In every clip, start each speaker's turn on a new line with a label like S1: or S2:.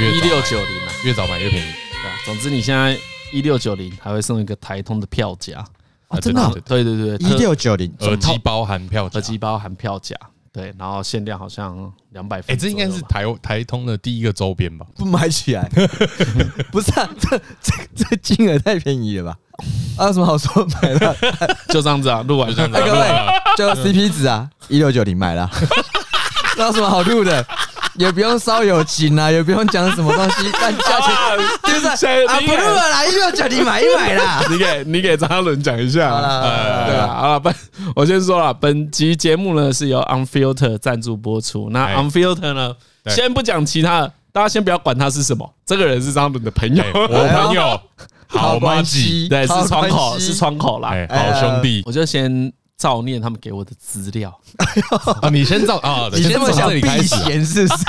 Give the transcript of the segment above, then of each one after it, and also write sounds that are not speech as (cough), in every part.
S1: 越
S2: 一
S1: 早
S2: 六
S1: 买
S2: 九零啊，
S1: 越早买越便宜。
S2: 对啊。总之你现在一六九零还会送一个台通的票夹，
S1: 啊
S3: 哦，真的哦
S1: 对
S2: 对对对，
S3: 一
S2: 特
S3: 六九零，啊
S1: 耳机包含票价
S2: 耳机包含票夹，对，然后限量好像两百。
S1: 哎、这应该是台台通的第一个周边吧？
S3: 不买起
S1: (laughs)
S3: 来， (laughs) 不是啊，这这这金额太便宜了吧？啊，有什么好说买了？
S2: 就这
S1: (laughs)
S2: 样子啊，录完
S1: 就这样子
S3: 哎，
S1: 啊
S3: 各位，就 CP 值啊，一六九零
S1: (laughs)
S3: 买了，那有什么好录的？也不用烧友情啊，也不用讲什么东西，但价
S1: 哦
S3: 钱啊
S2: (laughs)
S3: 就是啊，不录了啦，一六九零买一买啦。
S2: 你给你给张嘉伦讲一
S3: 好
S2: 下。
S3: 啦，
S2: 对啊，好了，本我先说了，本集节目呢是由 Unfilter 赞助播出。
S1: 哎
S2: 那 Unfilter 呢，
S1: 对
S2: 先不讲其他的，大家先不要管他是什么，这个人是张伦的朋友
S1: 哎，，我朋友，好妈吉，
S2: (laughs) 对，是窗
S3: 好
S2: 口，
S3: 关系
S2: 是窗口啦。
S1: 哎，好兄
S2: (laughs)
S1: 弟，
S2: 我就先照念他们给我的资 (laughs) 料，
S1: 啊，你先照 (laughs) 啊，
S3: 你这么
S1: 从
S3: 想
S1: 这里
S3: 避
S1: 开始啊，
S3: 嫌是不 (laughs) 是？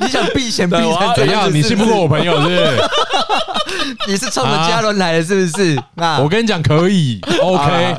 S3: 你想避嫌避
S2: 对我要
S3: 成
S1: 怎
S3: 怎
S1: 样？
S3: 样？
S1: 你
S3: 是
S1: 信不
S3: 是
S1: 过我朋友是不是？
S3: 你是冲着嘉伦来的，是不是？啊
S1: 我，跟你讲，可以，OK，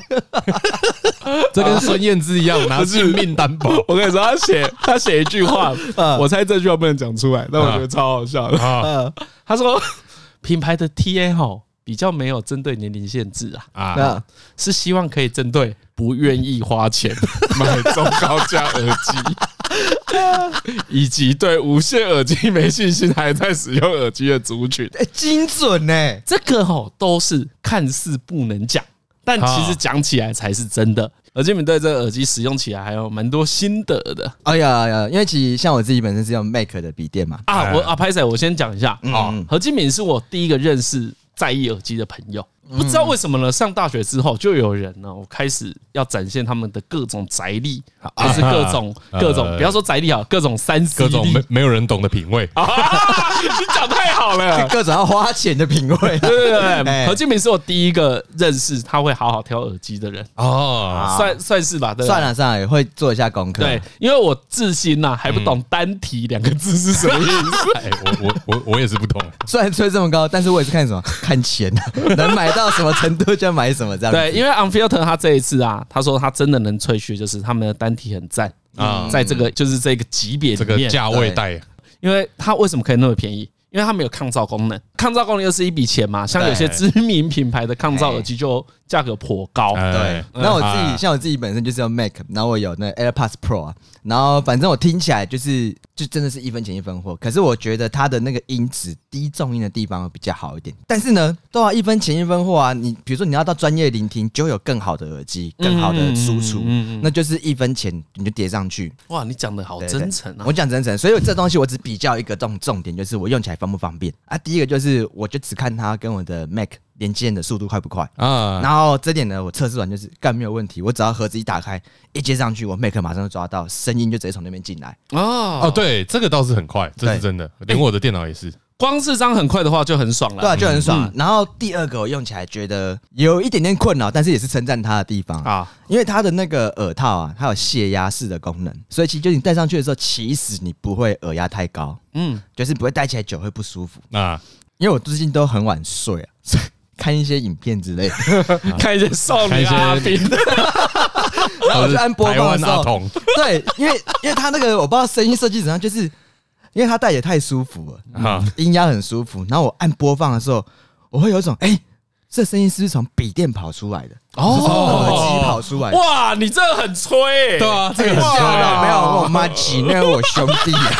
S1: 这跟孙燕姿一样，拿
S2: (laughs) 不是
S1: 性命担保。
S2: (laughs) 我跟你说，他写他写一句 (laughs) 话，
S3: 嗯
S2: 我猜这句话不能讲出来，但我觉得超好笑的。
S1: 啊
S3: 呃
S2: 他说，嗯 (laughs) 品牌的 TA 吼比较没有针对年龄限制啊，
S1: 啊！
S3: 啊，
S2: 是希望可以针对不愿意花钱 (laughs) 买中高价耳机，以及对无线耳机没信心还在使用耳机的族群。
S3: 哎，精准呢，
S2: 这个吼都是看似不能讲，但其实讲起来才是真的。啊而且你们对这个耳机使用起来还有蛮多心得的
S3: 哎呀哎呀，因为其实像我自己本身是用 Mac 的笔电嘛，
S2: 啊！
S1: 哎
S2: 我啊，拍仔，我先讲一下啊
S3: 嗯，
S2: 何金敏是我第一个认识在意耳机的朋友。不知道为什么呢？上大学之后，就有人呢，我开始要展现他们的各种宅力，还是各种
S1: 啊
S2: 各种，
S1: 呃
S2: 不要说宅力啊，各种三
S1: (laughs)
S2: C
S1: 各种
S2: 力
S1: 没没有人懂的品味，
S2: 啊！你讲太好了，
S3: 各种要花钱的品味啊。
S2: 啊对对对，
S3: (laughs) 哎
S2: 何金敏是我第一个认识他会好好挑耳机的人，
S1: 哦，
S3: 啊
S2: 算算是吧，对吧
S3: 算了算了，也会做一下功课。
S2: 对，，因为我至今呐、还不懂“单体”两个字是什么意思。
S1: 哎，我 (laughs) 我我我也是不懂，
S3: 虽然吹这么高，但是我也是看什么看钱 (laughs) 啊，能买到什么程度就买什么这样。
S2: 对，，因为 Unfilter 他这一次啊，他说他真的能吹嘘，就是他们的单体很赞啊
S1: 啊，
S2: 在这个就是这个级别
S1: 这
S2: 里
S1: 个
S2: 面，
S1: 价位带
S2: 因为它为什么可以那么便宜？因为它没有抗噪功能，抗噪功能又是一笔钱嘛，像有些知名品牌的抗噪耳机就价格颇高。
S3: 对
S1: 哎，，
S3: 那我自己
S1: 啊
S3: 像我自己本身就是用 Mac，然后我有那 AirPods Pro 啊，然后反正我听起来就是就真的是一分钱一分货，可是我觉得它的那个音质低重音的地方会比较好一点。但是呢，都要一分钱一分货啊，你比如说你要到专业聆听，就有更好的耳机、更好的输出，那就是一分钱你就叠上去。
S2: 哇，你讲的好
S3: 对对
S2: 真诚啊
S3: 我！讲真诚，所以这东西我只比较一个重重点，就是我用起来方不方便啊。第一个就是我就只看它跟我的 Mac 连接的速度快不快。
S1: 啊，
S3: 然后这点呢，我测试完就是干没有问题，我只要盒子一打开，一接上去，我 Mac 马上就抓到，声音就直接从那边进来。
S2: 哦
S1: 哦，，对，这个倒是很快，这是
S3: 对
S1: 真的，连我的电脑也是。
S2: 光是这样很快的话就很爽了。
S3: 对啊，就很
S2: 嗯
S3: 爽。然后第二个我用起来觉得有一点点困扰，但是也是称赞它的地方啊，
S2: 啊，
S3: 因为它的那个耳套啊，它有泄压式的功能，所以其实就你戴上去的时候，其实你不会耳压太高，
S2: 嗯，
S3: 就是不会戴起来久会不舒服。
S1: 那
S3: 因为我最近都很晚睡啊，所以看一些影片之类的，
S2: 看一些少
S1: 看
S2: 女
S1: 一些
S2: 阿兵
S3: 然后我就按播
S1: 台
S3: 放的
S1: 湾
S3: 时
S1: 阿
S3: 候，
S1: 童，
S3: 对，因为因为他那个我不知道声音设计怎样，就是因为他戴也太舒服
S1: 啊
S3: 了，音压很舒服。然后我按播放的时候，我会有一种哎、这声音是不是从笔电跑出来的？是从耳机跑出来的？
S2: (laughs) 哇，你这很吹、欸，
S1: 对啊，这个很
S3: 哎哇
S1: 帅
S3: 没
S1: 啊，
S3: 有，我妈吉，那是我兄弟、啊。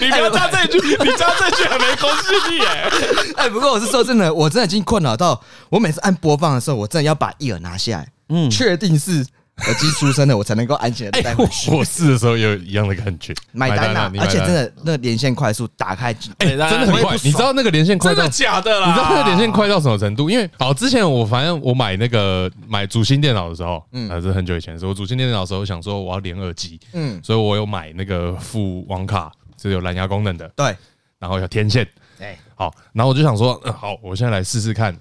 S2: 你不要加这一句，你加这句很没公信力哎、
S3: (laughs) 哎，不过我是说真的，我真的已经困扰到我每次按播放的时候，我真的要把一耳拿下来，嗯，确定是耳机出声了，我才能够安全的戴回去。
S1: 哎我试的时候也有一样的感觉，
S3: 买单啊！
S1: 你买
S3: 而且
S1: 单
S3: 真的，那个连线快速打开，
S1: 哎、
S2: 对当
S1: 真
S2: 然
S1: 的
S2: 我
S1: 很
S2: 也
S1: 快
S2: 不。爽
S1: 你知道那个连线快
S2: 啊真
S1: 到，
S2: 的
S1: 你知
S2: 假的啦？
S1: 道那个连线快到什么程度？因为好，之前我反正我买那个买主新电脑的时候，嗯，还、是很久以前的时候，我主新电脑的时候想说我要连耳机，
S3: 嗯，
S1: 所以我有买那个副网卡，是有蓝牙功能的，
S3: 对，
S1: 然后有天线。
S3: 哎，
S1: 好，然后我就想说，嗯、好，我现在来试试看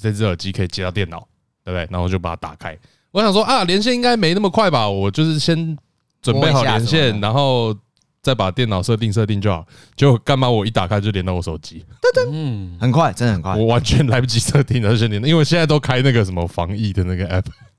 S1: 这只耳机可以接到电脑，对不对？然后我就把它打开，我想说啊，连线应该没那么快吧？我就是先准备好连
S3: 摸一下什
S1: 线，
S3: 么
S1: 然后再把电脑设定设定就好。结果干嘛？我一打开就连到我手机，
S3: 很快，真的很快。
S1: 我完全来不及设定，然后就连到，因为我现在都开那个什么防疫的那个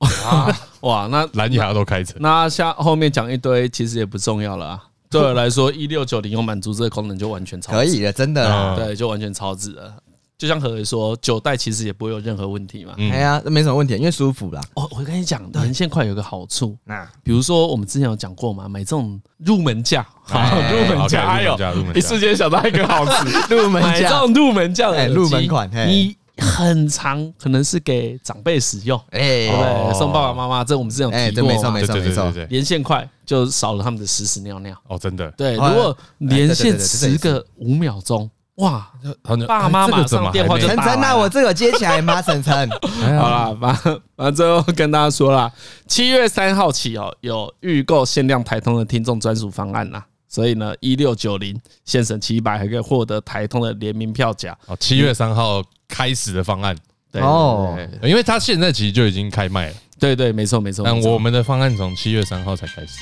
S1: app， (laughs)
S2: (laughs) 哇，那
S1: 啊蓝牙都开成。
S2: 那下后面讲一堆其实也不重要了啊。对我来说，一六九零有满足这个功能就完全超值
S3: 可，以了，真的
S1: 嗯
S3: 啦。
S2: 对，就完全超值了。就像何伟说，九代其实也不会有任何问题嘛。
S1: 嗯
S3: 哎呀，那没什么问题，因为舒服啦。
S2: 哦，我跟你讲，连线快有个好处，
S3: 那
S2: 比如说我们之前有讲过嘛，买这种入门价，好
S1: 哎
S2: 入门
S1: OK，
S2: 价，哎
S1: 入门
S2: 呦，
S1: 价，入门
S2: 一
S1: 价，
S2: 瞬间想到一个好词，
S3: 入门
S2: 买这
S3: 价，
S2: 种入门价的耳
S3: 哎
S2: 机
S3: 入门款嘿
S2: 你很长，可能是给长辈使用，对不
S3: 哎
S1: 哦
S2: 对？送爸爸妈妈，这我们之前
S3: 哎，
S2: 有提
S3: 这
S2: 过
S3: 没错
S2: 嘛
S3: 没错
S1: 对
S3: 没
S1: 对
S3: 错
S1: 对，对，对
S2: 连线快就少了他们的屎屎尿尿。
S1: 哦，真的，
S2: 对，如
S3: 哎
S2: 果连线
S3: 对对对对这
S2: 迟
S3: 也是
S2: 个五秒钟，哇，
S1: 他就
S2: 爸
S1: 哎
S2: 妈
S1: 这个
S2: 马
S1: 怎么
S2: 上电话
S1: 还没
S2: 就
S3: 晨
S2: 打
S3: 晨
S2: 完
S3: 啊，
S2: 了
S3: 我这个接起来吗？晨晨，
S1: 哎呀
S2: 好啦，反反正最后跟大家说啦，七月三号起哦，有预购限量台通的听众专属方案啦。所以呢，一六九零现省七百，还可以获得台通的联名票夹。
S1: 哦，七月三号开始的方案，
S2: 对
S3: 哦
S2: 对
S1: 因为他现在其实就已经开卖了，
S2: 对对，没错没错。
S1: 但
S2: 没错
S1: 我们的方案从七月三号才开始。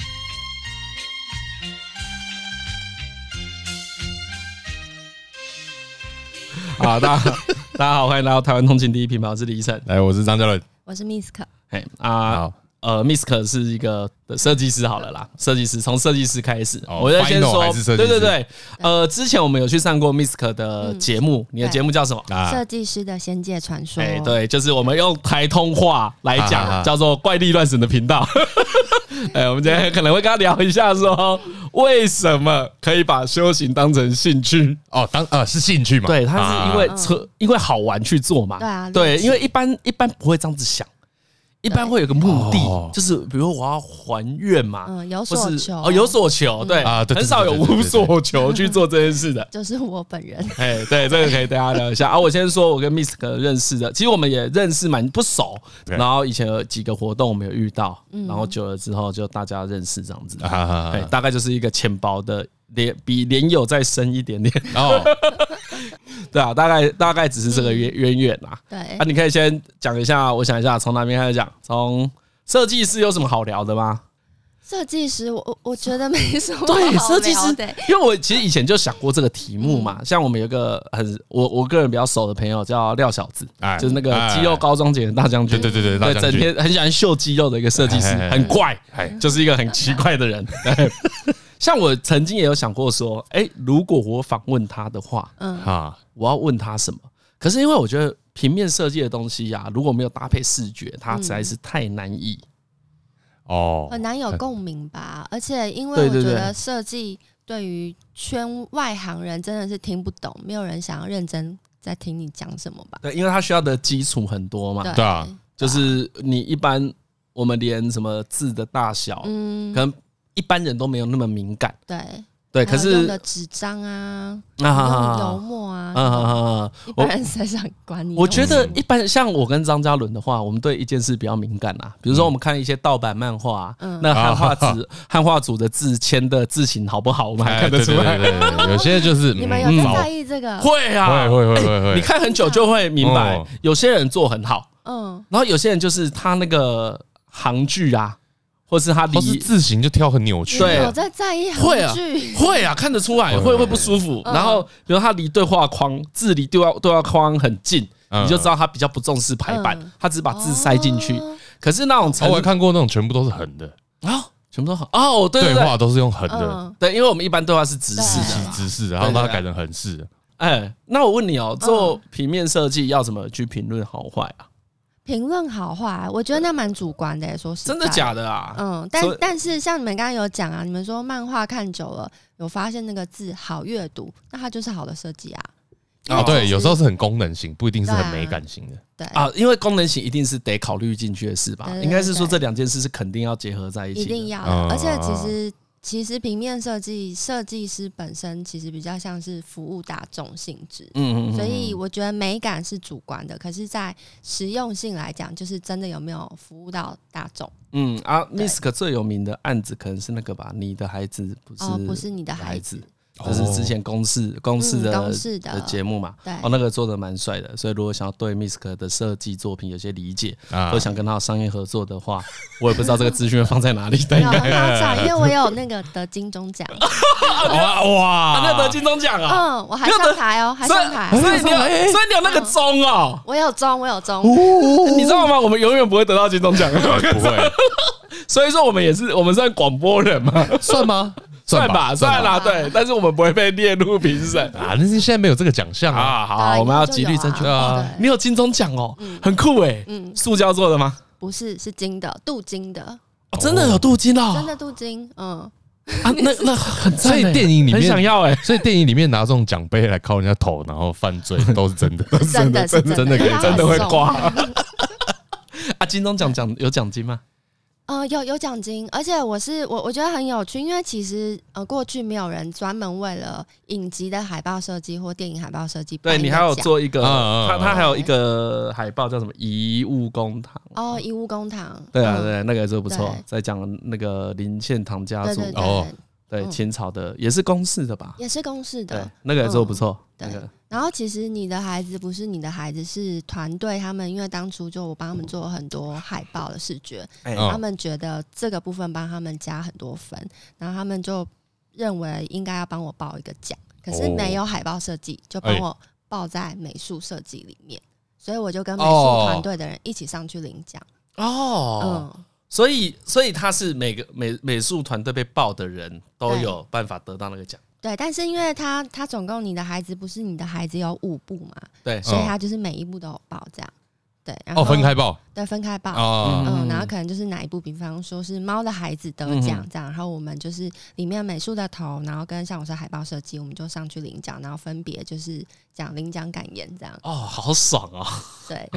S2: 好，啊大家大家好，欢迎来到台湾通勤第一品牌，我是李晨。
S1: 来，我是张嘉伦，
S4: 我是 Misk，
S2: 嘿啊
S1: 好，
S2: 呃，Misk 是一个设计师，好了啦，设计师从设计师开始，
S1: 哦
S2: 我要先
S1: final
S2: 说
S1: 还是，设计
S2: 对
S1: 师
S2: 对对，呃，之前我们有去上过 Misk 的
S4: 嗯
S2: 节目，你的
S4: 对
S2: 节目叫什么？
S1: 啊，
S4: 设计师的《仙界传说》。
S2: 哎、，对，就是我们用台通话来讲，
S1: 啊啊啊
S2: 叫做“怪力乱神”的频道。 (laughs) 哎、我们今天可能会跟他聊一下说为什么可以把修行当成兴趣？
S1: 哦，当啊是兴趣嘛，
S2: 对，他是因为
S1: 啊
S2: 车，因为好玩去做嘛。
S4: 对啊
S2: 对，
S4: 猎奇
S2: 因为一般一般不会这样子想，一般会有个目的，
S1: 哦
S2: 就是比如我要还愿嘛，
S4: 嗯有
S2: 或
S4: 所
S2: 是
S4: 求嗯
S2: 哦，有所求，对
S1: 啊对对
S2: 很少有
S1: 对对对
S2: 无
S1: 对对
S2: 所求去做这件
S1: (laughs)
S2: 事的。
S4: 就是我本人。
S2: (laughs) 哎，对，这个可以大家聊一下啊。我先说，我跟 Misk 认识的，其实我们也认识蛮不熟，
S1: 对
S2: 然后以前有几个活动我们有遇到，
S4: 嗯
S2: 然后久了之后就大家认识这样子，
S1: 啊哈哈
S2: 哎，
S1: 哈，
S2: 大概就是一个浅薄的连比连友再深一点点，
S1: 哦，
S2: 对啊，大概大概只是这个渊渊源啦。
S4: 对
S2: 啊，，你可以先讲一下，我想一下，从哪边开始讲？从设计师有什么好聊的吗？
S4: 设计师，我我我觉得没什么。
S2: 对，设计师
S4: 对，，
S2: 因为我其实以前就想过这个题目嘛。像我们有一个很我我个人比较熟的朋友叫廖小子
S1: 哎，
S2: 就是那个肌肉高中节的大将军，
S1: 对对对对大
S2: (laughs) 对，
S1: 将
S2: 整
S1: 军
S2: 天很喜欢秀肌肉的一个设计师
S1: 哎哎哎，
S2: 很怪
S1: 哎，
S2: 就是一个很奇怪的人。对像我曾经也有想过说，哎，如果我访问他的话，
S4: 嗯，
S1: 哈，
S2: 我要问他什么？可是因为我觉得平面设计的东西呀、如果没有搭配视觉，它实在是太难以。
S1: 哦，
S4: 很难有共鸣吧。而且因为
S2: 哦对
S4: 我
S2: 对
S4: 觉
S2: 对
S4: 得设计对于圈外行人真的是听不懂，没有人想要认真在听你讲什么吧。
S2: 对，因为它需要的基础很多嘛。
S1: 对啊，
S2: 就是你一般我们连什么字的大小，
S4: 嗯
S2: 可，能一般人都没有那么敏感。
S4: 对。
S2: 对，可
S4: 还有用
S2: 是
S4: 的纸张啊，
S2: 啊哈
S4: 用
S2: 哈
S4: 油
S2: 哈
S4: 墨啊
S2: 啊，哈哈哈，
S4: 一般人谁想管你？
S2: 我觉得一般像我跟张嘉伦的话，我们对一件事比较敏感啊，比如说我们看一些盗版漫画啊，
S4: 嗯
S2: 那汉化字汉化组的字签的字形好不好，我们还
S1: 哎
S2: 看得出来。
S1: 对对对对对有些就是
S4: 你们有在在
S1: 会
S4: 意这个？
S2: 嗯会啊，
S1: 会会会会，
S2: 你看很久就会明白
S1: 哦，
S2: 有些人做很好，
S4: 嗯，
S2: 然后有些人就是他那个行距啊，或是他
S1: 或是
S2: 离
S1: 字形就跳很扭曲，
S2: 对啊
S4: 有在在意
S2: 会啊
S4: 韩剧。
S2: 会啊，看得出来会会不舒服。
S4: 嗯
S2: 然后比如他离对话框字离对话对话框很近，
S1: 嗯
S2: 你就知道他比较不重视排版
S4: 嗯，
S2: 他只把字塞进去。
S4: 哦
S2: 可是那种
S1: 哦
S2: 成
S1: 我还看过那种全部都是横的，
S2: 啊，全部都好哦，对
S1: 对
S2: 对对
S1: 话都是用横的，
S4: 嗯，
S2: 对，因为我们一般对话是直视
S4: 对
S2: 的嘛。
S1: 直视的，然后
S2: 对对
S1: 把它
S2: 对
S1: 改成横式的，
S2: 哎，那我问你哦，
S4: 嗯
S2: 做平面设计要怎么去评论好坏啊？
S4: 评论好坏，我觉得那蛮主观的耶、欸说实在
S2: 真的假的啊？
S4: 嗯，但
S2: 所以
S4: 但是像你们刚刚有讲啊，你们说漫画看久了，有发现那个字好阅读，那它就是好的设计啊。因为
S1: 哦，对，
S4: 其实
S1: 有时候是很功能性，不一定是
S4: 对
S1: 很
S4: 啊
S1: 美感型的。
S4: 对
S2: 啊，因为功能性一定是得考虑进去的事吧？
S4: 对哎对对
S2: 应该是说这两件事是肯定要结合在一起的。
S4: 一定要的。
S1: 嗯
S4: 而且其实其实平面设计设计师本身其实比较像是服务大众性质，
S2: 嗯，嗯嗯嗯
S4: 所以我觉得美感是主观的，可是，在实用性来讲，就是真的有没有服务到大
S2: (laughs)
S4: 众。
S2: 嗯啊
S4: 对
S2: ，Misk 最有名的案子可能是那个吧？你的孩子不是、
S4: 哦，不是你的孩
S2: 孩
S4: 子，，
S2: 就是之前公视公视的、
S4: 嗯公视的
S2: 节目嘛。
S4: 对
S2: 哦，那个做的蛮帅的，所以如果想要对 Misk 的设计作品有些理解，
S1: 啊
S2: 或想跟他有商业合作的话， (laughs) 我也不知道这个资讯会放在哪里，但
S4: 没
S2: 应
S4: 有 (laughs)
S2: 该
S4: 很好找，因为我有那个得金钟奖，
S1: 哇
S2: 啊，那得
S1: 哇，
S2: 金钟奖啊，
S4: 嗯，我还上台哦，还
S2: 所
S4: 上
S2: 以
S4: 台，哎
S2: 所以你有所以你有那个钟哦，
S4: 我有中，我有中，
S2: 你知道吗？我们永远不会得到金钟奖，
S1: 不会
S2: 所以说我们也是我们算广播人嘛， (laughs)
S1: 算吗？
S2: 算吧，算啦，
S4: 吧
S2: 对，但是我们不会被列入评审
S1: 啊，但是现在没有这个奖项啊，
S2: 啊。好，我们要极力争取
S1: 对。啊
S4: 对
S2: 你有金钟奖哦，很酷哎，
S4: 嗯，
S2: 塑胶做的吗？
S4: 不是，是金的，镀金的，
S2: 哦真的有镀金哦，
S4: 真的镀金，嗯，
S2: 啊，那那很
S1: 所
S2: 赞欸，
S1: 以电影里面
S2: 很想要哎，
S1: 所以电影里面拿这种奖杯来敲人家头，然后犯
S2: (laughs)
S1: 罪都是 (laughs) 真的，都是
S4: 真的是
S1: 真的可以
S4: 他
S1: 真
S2: 的会
S4: 送
S2: 挂。啊，金钟奖奖有奖金吗？
S4: (laughs) 呃，有有奖金，而且我是我我觉得很有趣，因为其实呃过去没有人专门为了影集的海报设计或电影海报设计
S2: 对
S4: 颁
S2: 你
S4: 一
S2: 还
S4: 个
S2: 有
S4: 奖
S2: 做一个，
S1: 嗯嗯嗯
S2: 他他还有一个海报叫什么“遗物公堂
S4: 哦义乌公堂，”，
S2: 对啊，
S4: 嗯
S2: 对，那个就不错
S4: 对，
S2: 在讲那个林献堂家
S4: 对
S2: 族，
S4: 对
S1: 哦
S4: 对，
S2: 对
S4: 嗯
S2: 清朝的，也是公式的吧？
S4: 也是公式
S2: 对
S4: 的。，
S2: 那个就不错，那
S4: 嗯
S2: 个
S4: 然后其实你的孩子不是你的孩子，是团队他们，因为当初就我帮他们做了很多海报的视觉，
S2: 哎
S1: 嗯
S4: 他们觉得这个部分帮他们加很多分，然后他们就认为应该要帮我报一个奖，可是
S1: 哦
S4: 没有海报设计，就
S1: 哎
S4: 帮我报在美术设计里面，所以我就跟美术
S1: 哦
S4: 团队的人一起上去领奖。
S2: 哦，
S4: 嗯，
S2: 所以所以他是每个美美术团队被报的人都
S4: 对
S2: 有办法得到那个奖，
S4: 对，但是因为他他总共你的孩子不是你的孩子有五部嘛，
S2: 对，
S4: 所以他就是每一部都有报这样。对，然
S1: 嗯
S4: 后
S1: 哦，分开报
S4: 对分开报。
S1: 啊，
S4: 嗯，然后可能就是哪一部，比方说是《猫的孩子》得
S2: 嗯
S4: 奖这样，然后我们就是里面美术的头，然后跟像我是海报设计，我们就上去领奖，然后分别就是讲领奖感言这样，
S2: 哦，好爽哦， (laughs)
S4: 对，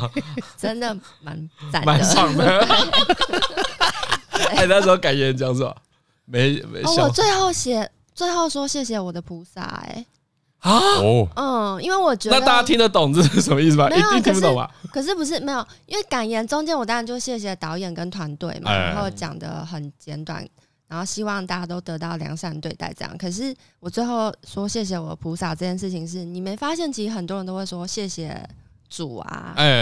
S4: 真的蛮赞
S2: 蛮
S4: 的。
S2: 爽
S4: (laughs)
S2: 的。哎，那时候感言讲什么？没没
S4: 哦，
S2: 笑
S4: 我最后写，最后说谢谢我的菩萨、哎，
S2: 啊？
S1: 哦，
S4: 嗯，因为我觉得
S2: 那大家听得懂这是什么意思吗？
S4: 没
S2: 一
S4: 有啊
S2: 定听不懂吧？
S4: 可是不是没有，因为感言中间我当然就谢谢导演跟团队嘛，
S1: 哎
S4: 然后讲的很简短，然后希望大家都得到良善对待这样。可是我最后说谢谢我的菩萨这件事情是，你没发现其实很多人都会说谢谢主啊，
S1: 哎，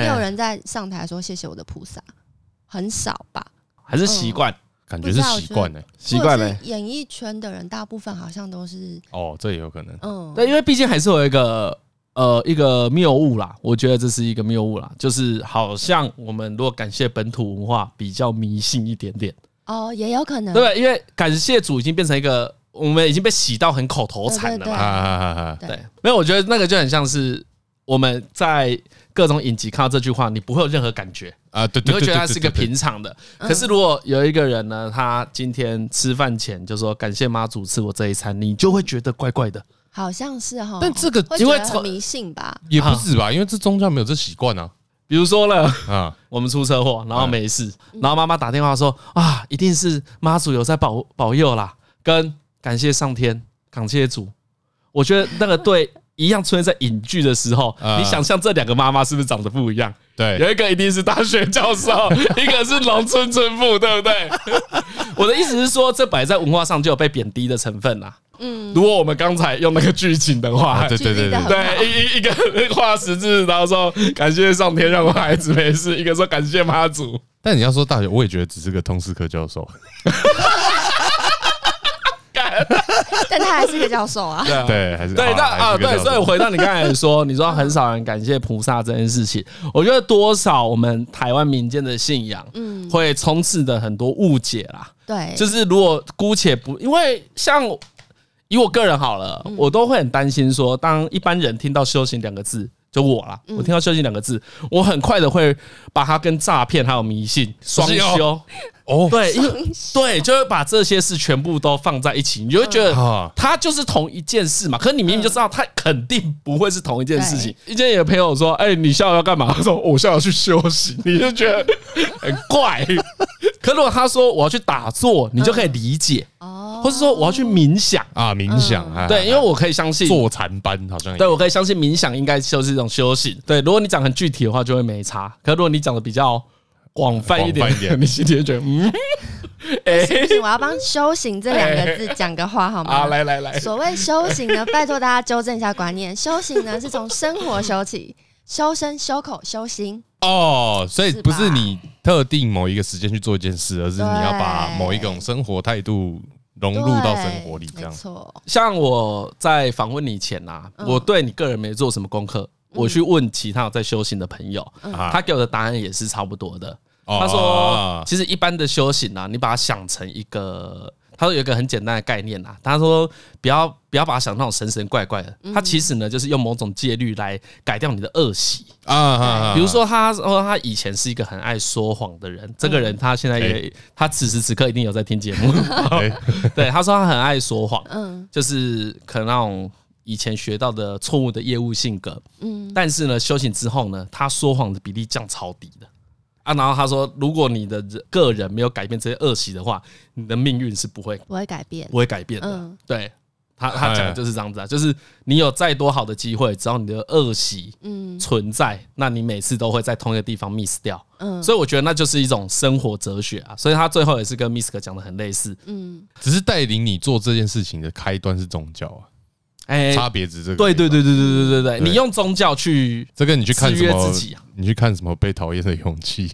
S4: 没有
S2: 哎，
S4: 人在上台说谢谢我的菩萨，很少吧？
S2: 还是习
S4: 嗯
S2: 惯
S1: 感觉是习惯哎，
S2: 习惯
S4: 或者
S2: 嘞。
S4: 是演艺圈的人大部分好像都是
S1: 哦，这也有可能，
S4: 嗯，
S2: 对，因为毕竟还是有一个呃一个谬误啦，我觉得这是一个谬误啦，就是好像我们如果感谢本土文化比较迷信一点点，
S4: 哦，也有可能
S2: 对不对？因为感谢主已经变成一个我们已经被洗到很口头禅了
S4: 对
S1: 啊
S2: 嘛。
S1: 啊啊啊！
S2: 对，没有，我觉得那个就很像是我们在各种影集看到这句话，你不会有任何感觉。
S1: 啊，对
S2: 你
S1: 对
S2: 会
S1: 对，
S2: 觉得它是一个
S1: 对对
S2: 平常的。
S4: 嗯
S2: 可是如果有一个人呢，他今天吃饭前就说感谢妈祖赐我这一餐，你就会觉得怪怪的。
S4: 好像是哈，
S1: 但这个
S4: 会
S2: 因
S4: 觉
S2: 为
S4: 得
S2: 从
S4: 很迷信吧？
S1: 也不是
S2: 啊
S1: 吧，因为这宗教没有这习惯啊
S2: 比如说呢，
S1: 啊，
S2: 我们出车祸，然
S1: 嗯
S2: 后没事，然后妈妈打电话说啊，一定是妈祖有在保保佑啦，跟感谢上天，感谢主。我觉得那个对一样出现在影剧的时候，
S1: 啊
S2: 你想象这两个妈妈是不是长得不一样？
S1: 对，
S2: 有一个一定是大学教授，
S1: (laughs)
S2: 一个是农村村妇，对不对？我的意思是说，这摆在文化上就有被贬低的成分啦、嗯，如果我们刚才用那个剧情的话，
S1: 啊对
S4: 举
S1: 对
S4: 例
S1: 对
S4: 得
S1: 对
S4: 很
S1: 对，
S2: (laughs) 对，一一一个画十字，然后说感谢上天让我孩子没事；一个说感谢妈祖。
S1: 但你要说大学，我也觉得只是个通识科教授，
S4: 但他还是个教授
S1: (laughs)
S4: 啊。
S2: 对
S1: 对，还是
S2: 对，那啊，对，所以回到你刚才说，你说很少人感谢菩萨这件事情，我觉得多少我们台湾民间的信仰，嗯，会充斥着很多误解啦。
S4: 对，
S2: 就是如果姑且不，因为像以我个人好了，我都会很担心说，当一般人听到修行两个字，就我啦，我听到修行两个字，我很快的会把它跟诈骗还有迷信双修，
S1: 哦，
S2: 对，因为对，就会把这些事全部都放在一起，你就会觉得。
S1: (laughs) 啊，
S2: 它就是同一件事嘛，可是你明明就知道它肯定不会是同一件事情。一见有朋友说：“哎、你下午要干嘛？”他说：“我下午要去休息。”你就觉得很 (laughs) 怪。可如果他说我要去打坐，你就可以理解，
S4: 哦，
S2: 或是说我要去冥想，
S1: 啊，冥想啊，
S2: 嗯哦对，因为我可以相信，
S1: 坐禅班好像也
S2: 对我可以相信冥想应该就是一种修行。对，如果你讲很具体的话，就会没差。可如果你讲的比较广泛一点
S1: 广泛一，点
S2: (laughs) 你心里就觉得嗯，哎、
S4: 不行，我要帮“修行”这两个
S1: 哎
S4: 字讲个话好
S2: 啊，
S4: 吗？
S2: 来来来，
S4: 所谓修行呢，拜托大家纠正一下观念，修行呢是从生活修起，修身、修口、修心。
S1: 哦，所以
S4: 是
S1: 不是
S4: 吧
S1: 你特定某一个时间去做一件事，而是你要把
S4: 对
S1: 某一种生活态度融
S4: 对
S1: 入到生活里，这样
S4: 没。错，
S2: 像我在访问你前啊，
S4: 嗯
S2: 我对你个人没做什么功课，我去问其他有在修行的朋友，
S1: 啊
S2: 他给我的答案也是差不多的。
S1: 哦
S2: 他
S1: 啊
S2: 说，其实一般的修行啊，你把它想成一个，他说有一个很简单的概念啦，他说不要不要把它想那种神神怪怪的，他其实呢就是用某种戒律来改掉你的恶习。
S1: 啊啊啊
S2: 比如说他说他以前是一个很爱说谎的人，这个人他现在也他此时此刻一定有在听节目，
S1: 哎
S2: 对，他说他很爱说谎，
S4: 嗯
S2: 就是可能那种以前学到的错误的业务性格，
S4: 嗯，
S2: 但是呢，修行之后呢，他说谎的比例降超低的啊。然后他说，如果你的人个人没有改变这些恶习的话，你的命运是不会
S4: 不会改变
S2: 不。会改变的。
S4: 嗯
S2: 对他，他讲的就是这样子啊，就是你有再多好的机会，只要你的恶习
S4: 嗯
S2: 存在，那你每次都会在同一个地方 miss 掉。
S4: 嗯
S2: 所以我觉得那就是一种生活哲学啊。所以他最后也是跟 Misk 讲的很类似。
S4: 嗯，
S1: 只是带领你做这件事情的开端是宗教啊，
S2: 哎、
S1: 差别只是这个。
S2: 对对，对对对对对对，
S1: 对
S2: 你用宗教去
S1: 这跟你去看
S2: 制
S1: 什
S2: 约
S1: 么
S2: 自，己啊。啊
S1: 你去看什么被讨厌的勇气，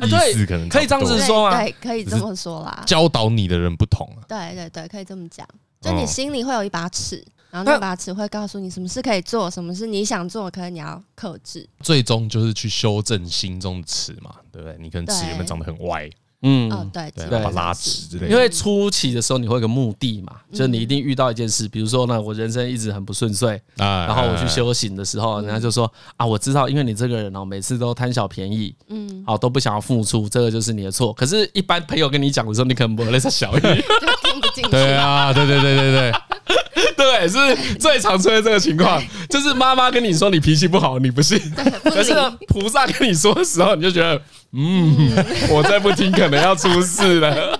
S2: 对
S1: 意思可能
S2: 可以这样
S1: 差不
S2: 子
S1: 多
S2: 是说吗
S4: 对，对可以这么说啦。
S1: 教导你的人不同啊。
S4: 对对对，可以这么讲。就
S1: 哦
S4: 你心里会有一把尺，然后那
S2: 那
S4: 把尺会告诉你什么事可以做，什么是你想做，可是你要克制。
S1: 最终就是去修正心中的尺嘛，对不对？你可能尺原本长得很歪，
S2: 嗯，
S4: 哦，对，
S1: 对，
S4: 其实
S1: 把它
S4: 是
S1: 拉直之类
S2: 因
S1: 的。
S2: 为初期的时候你会有个目的嘛，
S4: 嗯
S2: 就是你一定遇到一件事，比如说呢，我人生一直很不顺遂，
S1: 啊
S2: 然后我去，修行的时
S1: 哎
S2: 候，人家就说啊，我知道，因为你这个人哦，每次都贪小便宜，
S4: 嗯，
S2: 好都不想要付出，这个就是你的错。可是，一般朋友跟你讲的时候，你可能不会在小
S1: (laughs)
S2: 意，
S4: (laughs) 就听不进去。
S1: 对啊，对对对对对，
S2: 对，是最常出现这个情况，就是妈妈跟你说你脾气不好，你不信，可是呢，菩萨跟你说的时候，你就觉得，嗯，我再不听可能要出事了。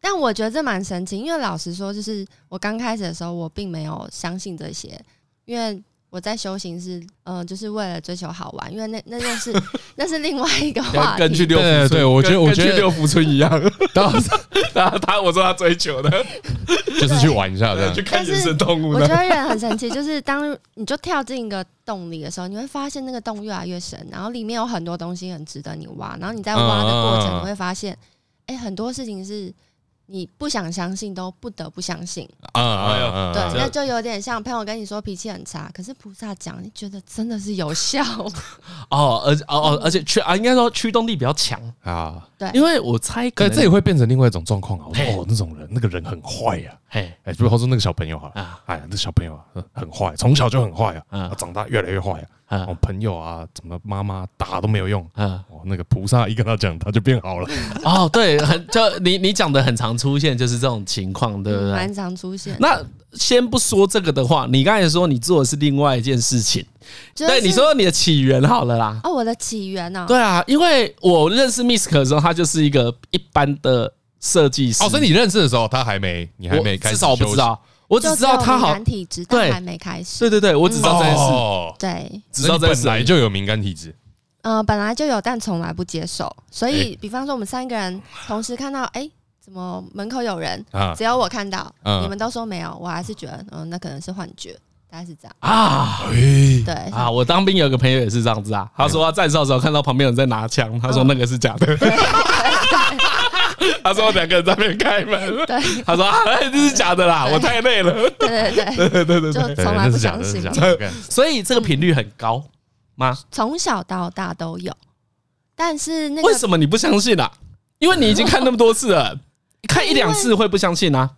S4: 但我觉得这蛮神奇，因为老实说，就是我刚开始的时候，我并没有相信这些，因为我在修行是，嗯、就是为了追求好玩，因为那
S1: (laughs)
S4: 那就是那是另外一个话
S2: 跟
S4: 题。
S2: 去六福村，
S1: 对对我觉得
S2: 跟
S1: 我
S2: 跟
S1: 觉得
S2: 去六福村一样。 (laughs)
S1: 当然
S2: 他他我说他追求的，
S1: (laughs) 就是去玩一下这样
S2: 去。看野生动物
S4: 我觉
S2: 的。
S4: 得人很神奇，就是当你就跳进一个洞里的时候，你会发现那个洞越来越深，然后里面有很多东西很值得你挖，然后你在挖的过
S1: 嗯嗯嗯
S4: 程，你会发现，哎、很多事情是你不想相信，都不得不相信。
S1: 啊啊啊！
S4: 对，
S1: 啊
S4: 那就有点像朋友跟你说脾气很差，可是菩萨讲，你觉得真的是有效。 (laughs)
S2: 哦，而哦哦，而且驱啊，应该说驱动力比较强，
S1: 啊，
S4: 对，
S2: 因为我猜可
S1: 可
S2: 能
S1: 这也会变成另外一种状况啊。我说
S2: 嘿
S1: 哦，那种人，那个人很坏呀。
S2: 嘿
S1: 哎，比方说那个小朋友好了
S2: 啊，
S1: 哎，那小朋友啊很坏，从小就很坏啊
S2: 啊，
S1: 长大越来越坏啊。
S2: 啊
S1: 哦，朋友啊，怎么妈妈打都没有用。
S2: 啊
S1: 哦，那个菩萨一跟他讲，他就变
S2: (laughs)
S1: 好了。
S2: 哦，对，很就你你讲的很常出现就是这种情况， (laughs) 对不
S4: 嗯
S2: 对
S4: 蛮？常出现。
S2: 那先不说这个的话，你刚才说你做的是另外一件事情，
S4: 就是
S2: 对，你说你的起源好了啦。
S4: 哦，我的起源呢？
S2: 对啊，因为我认识 Misk 的时候，他就是一个一般的设计师，
S1: 哦，所以你认识的时候，他还没，你还
S2: 我
S1: 没开始，
S2: 至少我不知。道，我只
S4: 就
S2: 啊知道他好
S4: 有敏感，体质，
S2: 对
S4: 但还没开始。
S2: 对对对，我只知道这件事，
S1: 哦，
S4: 对，
S2: 只知道这
S1: 所以你
S2: 件事
S1: 本
S2: 而已，
S1: 来就有敏感体质。
S4: 呃，本来就有，但从来不接受。所以，比方说我们三个人同时看到，哎，怎么门口有人？
S1: 啊
S4: 只有我看到，
S1: 嗯
S4: 你们都说没有，我还是觉得，嗯，那可能是幻觉，大概
S2: (laughs)
S4: 是这样。
S2: 啊。
S4: 对，
S2: 啊，我当兵有个朋友也是这样子啊，他说他站哨的时候看到旁边有人在拿枪，他说那个是假 (laughs) 的。他说两个人在那边开门，
S4: 对，
S2: 他说啊，这是假的啦，
S4: 对
S2: 我太累了。
S4: 对对对对对，就
S1: 对
S4: 从来
S1: 那
S4: 不
S1: 是假的，
S4: 相
S1: 那是
S4: 信
S1: 假。的。干
S2: (laughs) 所以这个频率很高吗？
S4: 从小到大都有，但是那个
S2: 为什么你不相信啊？因为你已经看那么多次了，看一两次会不相信啊？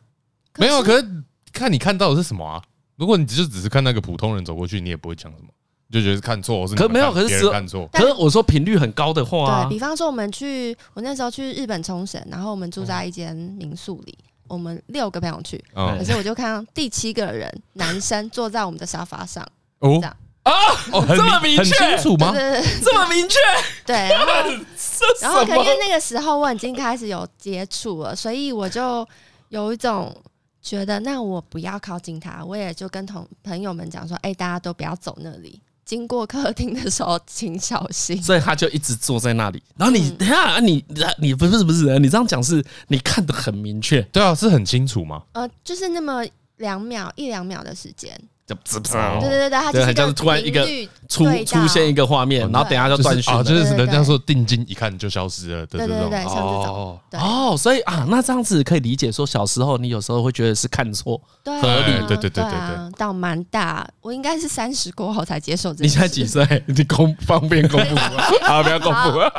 S1: 没有，
S4: 是
S1: 可是看你看到的是什么啊？如果你只是只是看那个普通人走过去，你也不会讲什么，你就觉得是看错，是你
S2: 可
S1: 们
S2: 没有
S1: 看
S2: 可是
S1: 别
S2: 只
S1: 人
S2: 有
S1: 看错。
S2: 可是我说频率很高的话
S4: 对
S2: 啊 (laughs)
S4: 比，方说，我们去，我那时候去日本冲绳，然后我们住在一间民宿里，
S2: 嗯
S4: 我们六个朋友去，可
S1: 嗯
S4: 是我就看到第七个人男生坐在我们的沙发上，
S1: 哦
S4: 这样
S1: 哦，很
S2: 这么
S1: 明
S2: 明
S1: 很
S2: 确
S1: 清楚吗
S4: 对？对对
S2: 这么明确，
S4: 对，然后
S2: 这
S4: 然
S2: (laughs)
S4: 后
S2: 什
S4: 可能因为
S2: 么？
S4: 那个时候我已经开始有接触了，所以我就有一种觉得，那我不要靠近他，我也就跟同朋友们讲说，哎、大家都不要走那里，经过客厅的时候请小
S2: (laughs)
S4: 心。
S2: 所以他就一直坐在那里。然后你
S4: 嗯
S2: 等一下啊，你 (laughs) 你不是不是，你这样讲是你看得很明确。
S1: 对啊，是很清楚吗？
S4: 呃，就是那么两秒一两秒的时间，
S2: 就滋滋，
S1: 哦
S4: 对对对对，它
S2: 对
S4: 就是
S2: 很像是突然一个
S4: 频率
S2: 出
S4: 对到
S2: 出现一个画面，
S1: 哦
S2: 然后等一下就断
S1: 就是
S2: 讯
S1: 啊，
S2: 了。
S1: 就是
S4: 对对
S1: 人
S4: 对
S1: 家说定睛一看就消失了的
S4: 对
S1: 这
S4: 对对
S1: 种。
S4: 对像这种
S1: 哦
S4: 对
S2: 哦，所以啊，那这样子可以理解说，小时候你有时候会觉得是看错。
S4: 对啊
S1: 合理对对对对
S4: 对啊，到蛮大，我应该是三十过后才接受这
S2: 你
S4: 件
S2: 现
S4: 事。
S2: 在几
S4: (laughs)
S2: 岁？你公方便公布吗？啊，不要公布啊！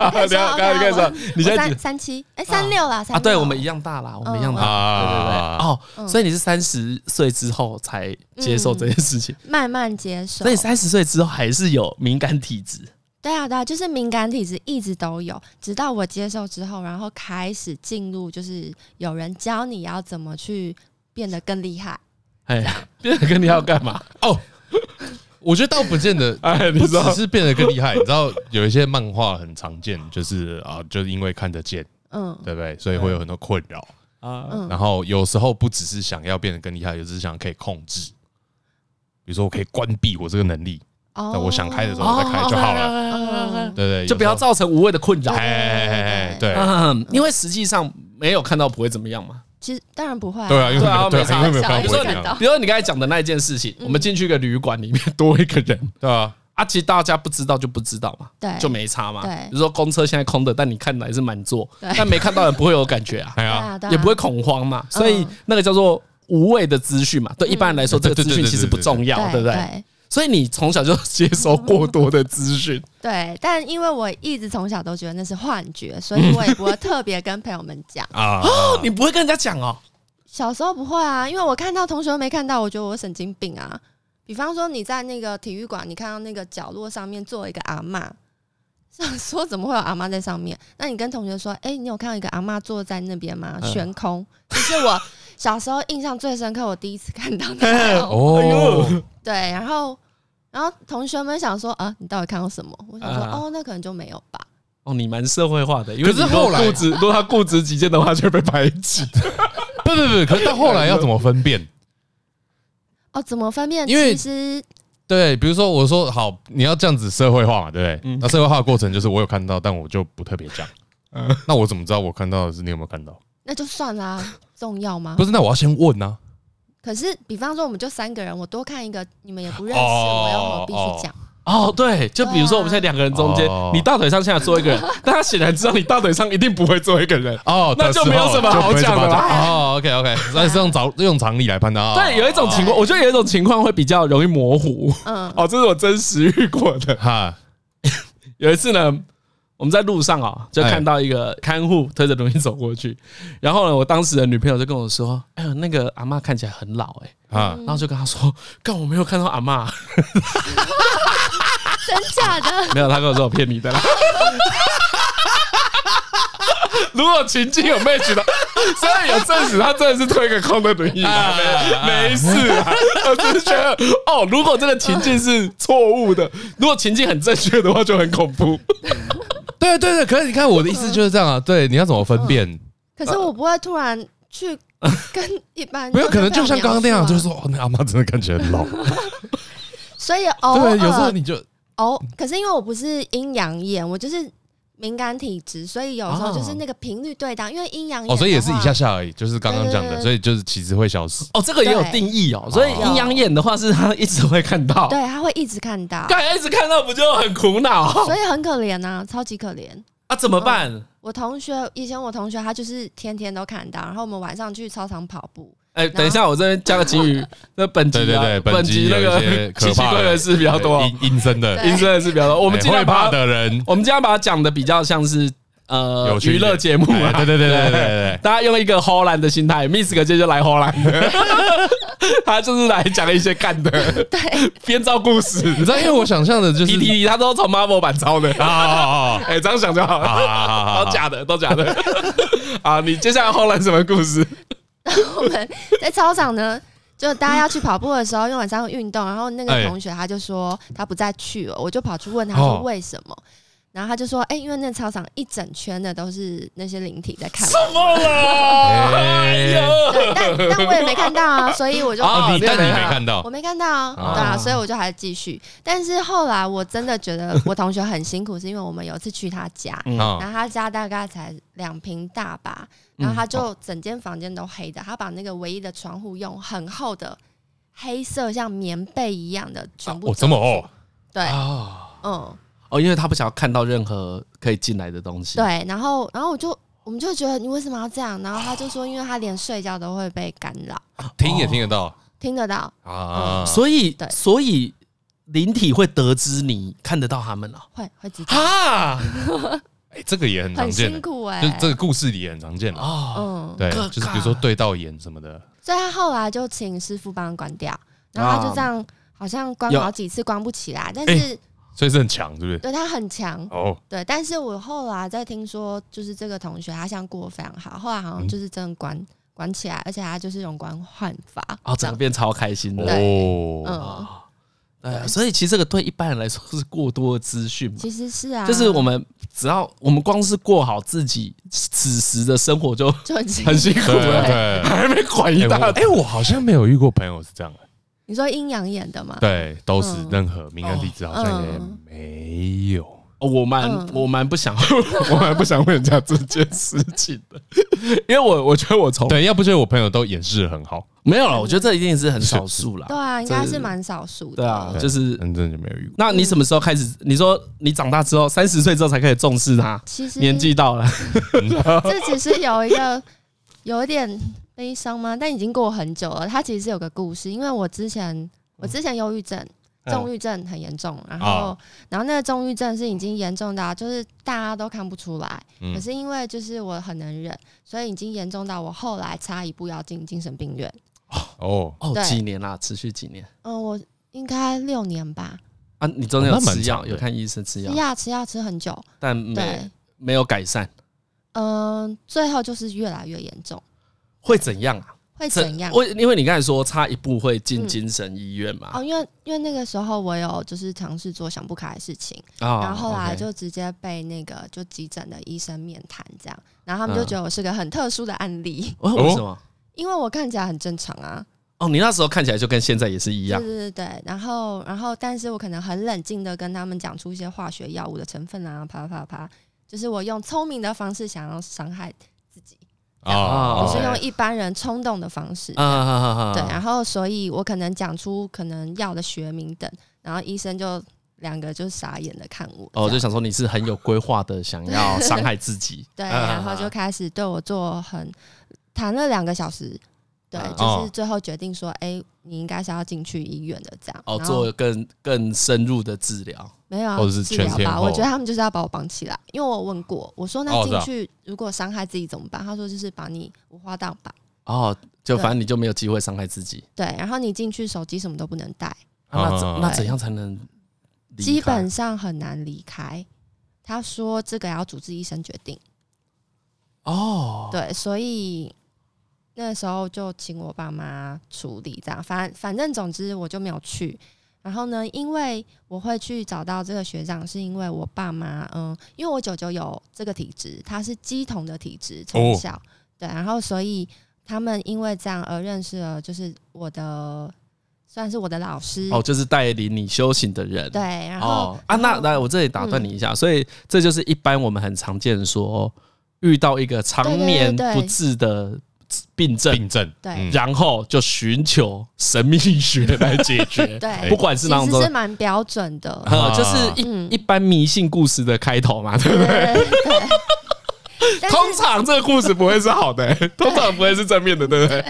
S2: 啊，
S4: 可以
S2: 不
S4: 说
S2: 要，
S4: 啊
S2: 刚才
S4: 可以
S2: 跟
S4: 说
S2: 说，你现在
S4: 三
S2: 几
S4: 三七哎三六啦，
S2: 啊？
S4: 三
S2: 对，
S4: 六
S2: 我们一样大啦，我们一样
S4: 嗯
S2: 大。对对
S1: 啊，
S2: 对，哦，
S4: 嗯
S2: 所以你是三十岁之后才接受这件事情，
S4: 慢慢接受
S2: 所以。你三十岁之后还是有敏感体质。
S4: 对啊，对啊，就是敏感体质一直都有，直到我接受之后，然后开始进入，就是有人教你要怎么去变得更厉害。
S2: 哎，变得跟你要干嘛？，
S1: 哦，我觉得倒不见得
S2: 哎，你
S1: 不
S2: 说
S1: 只是变得更厉害。你知道有一些漫画很常见，就是啊，就是因为看得见，
S4: 嗯
S1: 对不对？所以会有很多困扰。
S2: 啊，
S4: 嗯
S1: 然后有时候不只是想要变得更厉害，有只是想可以控制。比如说，我可以关闭我这个能力，
S4: 哦
S1: 那我想开的时候我再开就好了，
S2: 了
S1: 对不对？
S2: 就不要
S1: 有时候。
S2: 造成无谓的困扰。
S1: 哎哎哎哎，对
S2: 嗯，因为实际上没有看到不会怎么样嘛。
S4: 其实当然不会、啊，
S1: 对啊，因为
S2: 对啊
S1: 对
S2: 没差
S1: 啊，因为没有看
S4: 比
S2: 比
S4: 如
S2: 如
S1: 过
S2: 说
S4: 说
S1: 这
S4: 你
S1: 样，
S2: 你，比如说你刚才讲的那一件事情，我们进去一个旅馆里面多一个人
S1: 对啊，
S2: 啊，其实大家不知道就不知道嘛，
S4: 对
S2: 就没差嘛。
S4: 对
S2: 比如说公车现在空的，但你看来是满座，
S4: 对
S2: 但没看到也不会有感觉啊，
S1: 哎
S4: 对
S1: 呀，
S4: 啊，对啊
S2: 也不会恐慌嘛。所以
S4: 嗯
S2: 那个叫做无谓的资讯嘛，对一般人来说，
S1: 嗯。
S2: 这个资讯其实不重要，对
S4: 对
S2: 不对？所以你从小就接收过多的资 (laughs) 讯，
S4: 对，但因为我一直从小都觉得那是幻觉，所以我也不会特别跟朋友们讲
S1: 啊，
S2: 你不会跟人家讲哦。
S4: 小时候不会啊，因为我看到同学都没看到，我觉得我神经病啊。比方说你在那个体育馆，你看到那个角落上面坐一个阿嬷，想说怎么会有阿嬷在上面？那你跟同学说，哎、你有看到一个阿嬷坐在那边吗？
S2: 嗯
S4: 悬空，这是我小时候印象最深刻，我第一次看到
S2: (laughs) 哎
S4: 那种。
S1: 哦，
S4: 对，然后然后同学们想说，啊，你到底看到什么？我想说，
S2: 啊
S4: 哦，那可能就没有吧。
S2: 哦，你蛮社会化的，因为
S1: 可是
S2: 你如果
S1: 后来
S2: 固执，如果他固执己见的话，就会被排挤。
S1: 不不不，可是到后来要怎么分辨？
S4: 哦，怎么分辨？
S1: 因为
S4: 其实
S1: 对，比如说我说好，你要这样子社会化嘛，对不对？
S2: 嗯
S1: 那社会化的过程就是我有看到，但我就不特别讲。
S2: 嗯
S1: 那我怎么知道我看到的是你有没有看到？
S4: 那就算啦、重要吗
S1: 不？是，那我要先问啊。
S4: 可是，比方说我们就三个人，我多看一个，你们也不认识，
S1: 哦
S4: 我又何必去讲？
S2: 哦，对，就比如说我们现在两个人中间，
S1: 哦
S2: 你大腿上现在坐一个人， (laughs) 但他显然知道你大腿上一定不会坐一个人。
S1: 哦，
S2: 那
S1: 的时候
S2: 就没有什么好讲的啦
S1: 就没什么好讲哦，OK OK，所以是用找用常理来判断。哦
S2: 对，有一种情况，我觉得有一种情况会比较容易模糊。
S4: 嗯，
S2: 哦，这是我真实遇过的。
S1: 哈，
S2: 有一次呢，我们在路上啊，就看到一个看护推着轮椅走过去，然后呢，我当时的女朋友就跟我说：“哎呦，那个阿嬷看起来很老哎、
S1: 啊，
S2: 然后就跟她说：“干，我没有看到阿嬷。
S4: 真假
S2: (laughs)
S4: 的？
S2: 没有，她跟我说我骗你的啦。 (laughs) 如果情境有 match 的，虽然有证实他真的是推个空的轮椅嘛，
S1: 哎
S2: 没没事啊，我只是觉得哦，如果这个情境是错误的，如果情境很正确的话，就很恐怖。
S1: 对对对，可是你看我的意思就是这样啊，对，你要怎么分辨？
S4: 可是我不会突然
S1: (laughs)
S4: 去跟一般，
S1: 呃没有可能就像刚刚那样，就是
S4: 说，
S1: 说哦，那阿妈真的看起来很老。
S4: 所以偶
S1: 对，
S4: 尔
S1: 有时候你就
S4: 偶，可是因为我不是阴阳眼，我就是敏感体质，所以有时候就是那个频率对当，因为阴阳眼的
S1: 哦，
S4: 话
S1: 所以也是一下下而已，就是刚刚讲
S4: 对对
S1: 的，
S4: 对
S1: 所以就是其实会消失。
S2: 哦，这个也有定义哦，所以阴阳眼的话是他一直会看到，
S4: 对，他会一直看到，
S2: 看一直看到不就很苦恼
S4: 所以很可怜呐、超级可怜。
S2: 啊？怎么办？
S4: 我同学以前我同学他就是天天都看到，然后我们晚上去操场跑步， (laughs)
S2: 哎，等一下，我这边加个金鱼，那本集啊
S1: 对对对，
S2: 本
S1: 集
S2: 那
S1: 有一些
S2: (laughs) 个
S1: 可
S2: 奇奇
S1: 怕
S2: 怪怪的事比较多，
S1: 阴阴森的，
S4: 对
S2: 阴森的事比较多。我
S1: 我
S2: 们尽量把
S1: 怕
S2: 它，
S1: 的人
S2: 我们尽量把它讲的比较像是呃
S1: 有趣一
S2: 娱
S1: 点
S2: 乐节目
S1: 哎
S2: 啊，
S1: 对对对对对对
S2: (laughs) 大家用一个荷兰的心态，Miss 哥今天就来荷兰的， (laughs) 他就是来讲一些干的，
S4: (laughs) 对，
S2: 编造故事
S1: 对，你知道，因为我想象的就是
S2: PPT，他都从 Marvel 版抄的。
S1: 啊啊
S2: 哎、这样想就好
S1: 啊
S2: 了。
S1: 啊
S2: (laughs) 都假的，都假的。 (laughs) 啊，你接下来后来什么故事？
S4: 我们在操场呢，就大家要去跑步的时候，因为晚上运动，然后那
S1: 哎
S4: 个同学他就说他不再去了，我就跑去问他说
S1: 哦
S4: 为什么，然后他就说，哎、因为那操场一整圈的都是那些灵体在
S1: (laughs)
S4: 看我。
S2: 么啦
S1: 哎呦
S4: 对，但但我也没看
S1: (laughs)
S4: 到啊，所以我就、
S2: 啊
S1: 你但你没
S2: 啊
S1: 看到
S4: 我没看到啊，
S1: 啊
S4: 对啊，所以我就还继续。但是后来我真的觉得我同学很辛苦，是因为我们有一次去他家，然
S1: 啊
S4: 后他家大概才两平大
S1: 嗯
S4: 吧，然后他就整间房间都黑的，他把那个唯一的窗户用很厚的黑色像棉被一样的全部。
S1: 哦，这么？哦，
S4: 对，
S2: 啊，
S4: 嗯，
S2: 哦，因为他不想要看到任何可以进来的东西。，
S4: 对。然后，然后我就我们就觉得你为什么要这样？然后他就说，因为他连睡觉都会被干扰，
S1: 听也听得到
S4: 听得到，
S1: 啊。
S2: 所以
S4: 对
S2: 所以灵体会得知你看得到他们了
S4: 会会知道，
S2: 啊
S1: 以哎这个也很常
S4: 很
S1: 见
S4: 辛
S1: 的，
S4: 苦哎、
S1: 就是这个故事里也很常见的。
S2: 哦，
S4: 嗯，
S1: 对
S2: 个，
S1: 就是比如说对到眼什么的，
S4: 所以他后来就请师傅帮他关
S1: 啊
S4: 掉，然后他就这样，好像关
S2: 有
S4: 好几次关不起来，但
S1: 哎
S4: 是
S1: 所以是很强，是不是？
S4: 对他很强，
S1: 哦，
S4: 对，但是我后来在听说，就是这个同学他像过得非常好，后来好
S2: 嗯
S4: 像就是真的关、关起来，而且他就是用关换法
S2: 哦，整个变超开心的。
S1: 哦，
S4: 嗯，
S2: 对，啊所以其实这个对一般人来说是过多的资讯嘛，
S4: 其实是啊，
S2: 就是我们只要我们光是过好自己此时的生活就
S4: 就已经
S2: 很辛苦
S1: 对
S2: 了，
S1: 对。
S2: 还没管一
S1: 哎、
S2: 大
S1: 我哎我好像没有遇过朋友是这样的、
S4: 你说阴阳眼的嘛，
S1: 对，都是
S4: 嗯
S1: 任何敏感体质好像也
S4: 嗯
S1: 没有。
S2: 哦我蛮、
S4: 嗯
S2: 我蛮不想， (laughs) 我蛮不想问人家这件事情的，因为我我觉得我从
S1: 对，要不就是我朋友都掩饰得很好，
S2: 没有了，我觉得这一定是很少数啦
S4: 对。啊，应该
S2: 这
S4: 是蛮少数的，
S2: 对啊，
S1: 对
S2: 就是
S1: 但真的就没有遇过。
S2: 那你什么时候开始？你说你长大之后，三十岁之后才开始重视它，
S4: 其实
S2: 年纪到了，
S4: 这只是有一个 (laughs) 有一点悲伤吗？但已经过很久了。它其实是有个故事，因为我之前我之前忧郁症。重郁症很严重，然后、
S1: 啊
S4: 然后那个重郁症是已经严重到就是大家都看不出来，可是因为就是我很能忍，所以已经严重到我后来差一步要进精神病院。
S1: 哦，
S2: 哦，
S4: 对
S2: 几年啦，持续几年
S4: 嗯，我应该六年吧，
S2: 啊？你中间有
S1: 哦那蛮
S2: 吃
S1: 长
S2: 药，
S1: 的
S2: 有看医生吃
S4: 吃
S2: 药，
S4: 药吃药吃很久，
S2: 但没
S4: 对，
S2: 没有改善，
S4: 嗯、最后就是越来越严重，
S2: 会怎样啊？
S4: 会怎样？嗯
S2: 我因为你刚才说差一步会进精神医院嘛，
S4: 哦，因为因为那个时候我有就是尝试做想不开的事情，
S2: 啊
S4: 哦然后后来
S2: OK
S4: 就直接被那个就急诊的医生面谈这样，然后他们就觉得我是个很特殊的案例，
S2: 哦为什么？
S4: 因为我看起来很正常啊，
S2: 哦，你那时候看起来就跟现在也是一
S4: 对
S2: 样，
S4: 对对对，然后然后但是我可能很冷静的跟他们讲出一些化学药物的成分啊，啪啪啪，就是我用聪明的方式想要伤害，
S1: 啊，
S2: 哦
S4: 就是
S2: 有
S4: 用一般人冲动的方式，
S2: 啊啊啊啊
S4: 对，然后所以我可能讲出可能药的学名等，然后医生就两个就傻眼的看我，
S2: 哦，就
S4: 这样
S2: 想说你是很有规划的，想要伤害自 (laughs) 己，
S4: 对，
S2: 啊啊啊
S4: 然后就开始对我做很谈了两个小时，对
S2: 啊，
S1: 哦
S4: 就是最后决定说，哎，你应该是要进去医院的这样。
S2: 哦，
S4: 然后
S2: 做更更深入的治疗。
S4: 没有啊
S1: 或者是
S4: 治疗
S1: 全天
S4: 吧？
S1: 候
S4: 我觉得他们就是要把我绑起来，因为我问过，我说
S1: 哦
S4: 那
S1: 我知道
S4: 进去如果伤害自己怎么办？他说就是把你五花大绑，
S2: 哦，就
S4: 对
S2: 反正你就没有机会伤害自己。
S4: 对，然后你进去手机什么都不能带，
S2: 啊那
S1: 啊
S2: 怎那怎样才能离开？
S4: 基本上很难离开。他说这个要主治医生决定，
S2: 哦，
S4: 对，所以那时候就请我爸妈处理这样，反反正总之我就没有去。然后呢，因为我会去找到这个学长，是因为我爸妈，嗯，因为我舅舅有这个体质，他是鸡同的体质，从
S1: 哦
S4: 小、对，然后所以他们因为这样而认识了，就是我的算是我的老师，
S2: 哦，就是带领你修行的人。
S4: 对，然后、嗯
S2: 哦啊，那
S4: 然后
S2: 来我这里打断你一下，所以这就是一般我们很常见说，遇到一个常年
S4: 对对对对
S2: 不治的病症，
S1: 病症，
S4: 对
S1: 嗯
S2: 然后就寻求神秘学 (laughs) 来解决，
S4: 对，
S2: 不管是哪种
S4: 其实
S2: 状
S4: 是蛮标准的，
S2: (laughs) 呃，
S1: 啊
S2: 就是一、
S4: 嗯
S2: 一般迷信故事的开头嘛，对不
S4: 对
S2: 对？
S4: 对对。 (laughs) 但是
S2: 通常这个故事不会是好的、欸
S4: (laughs)
S2: 通常不会是正面的，对不对？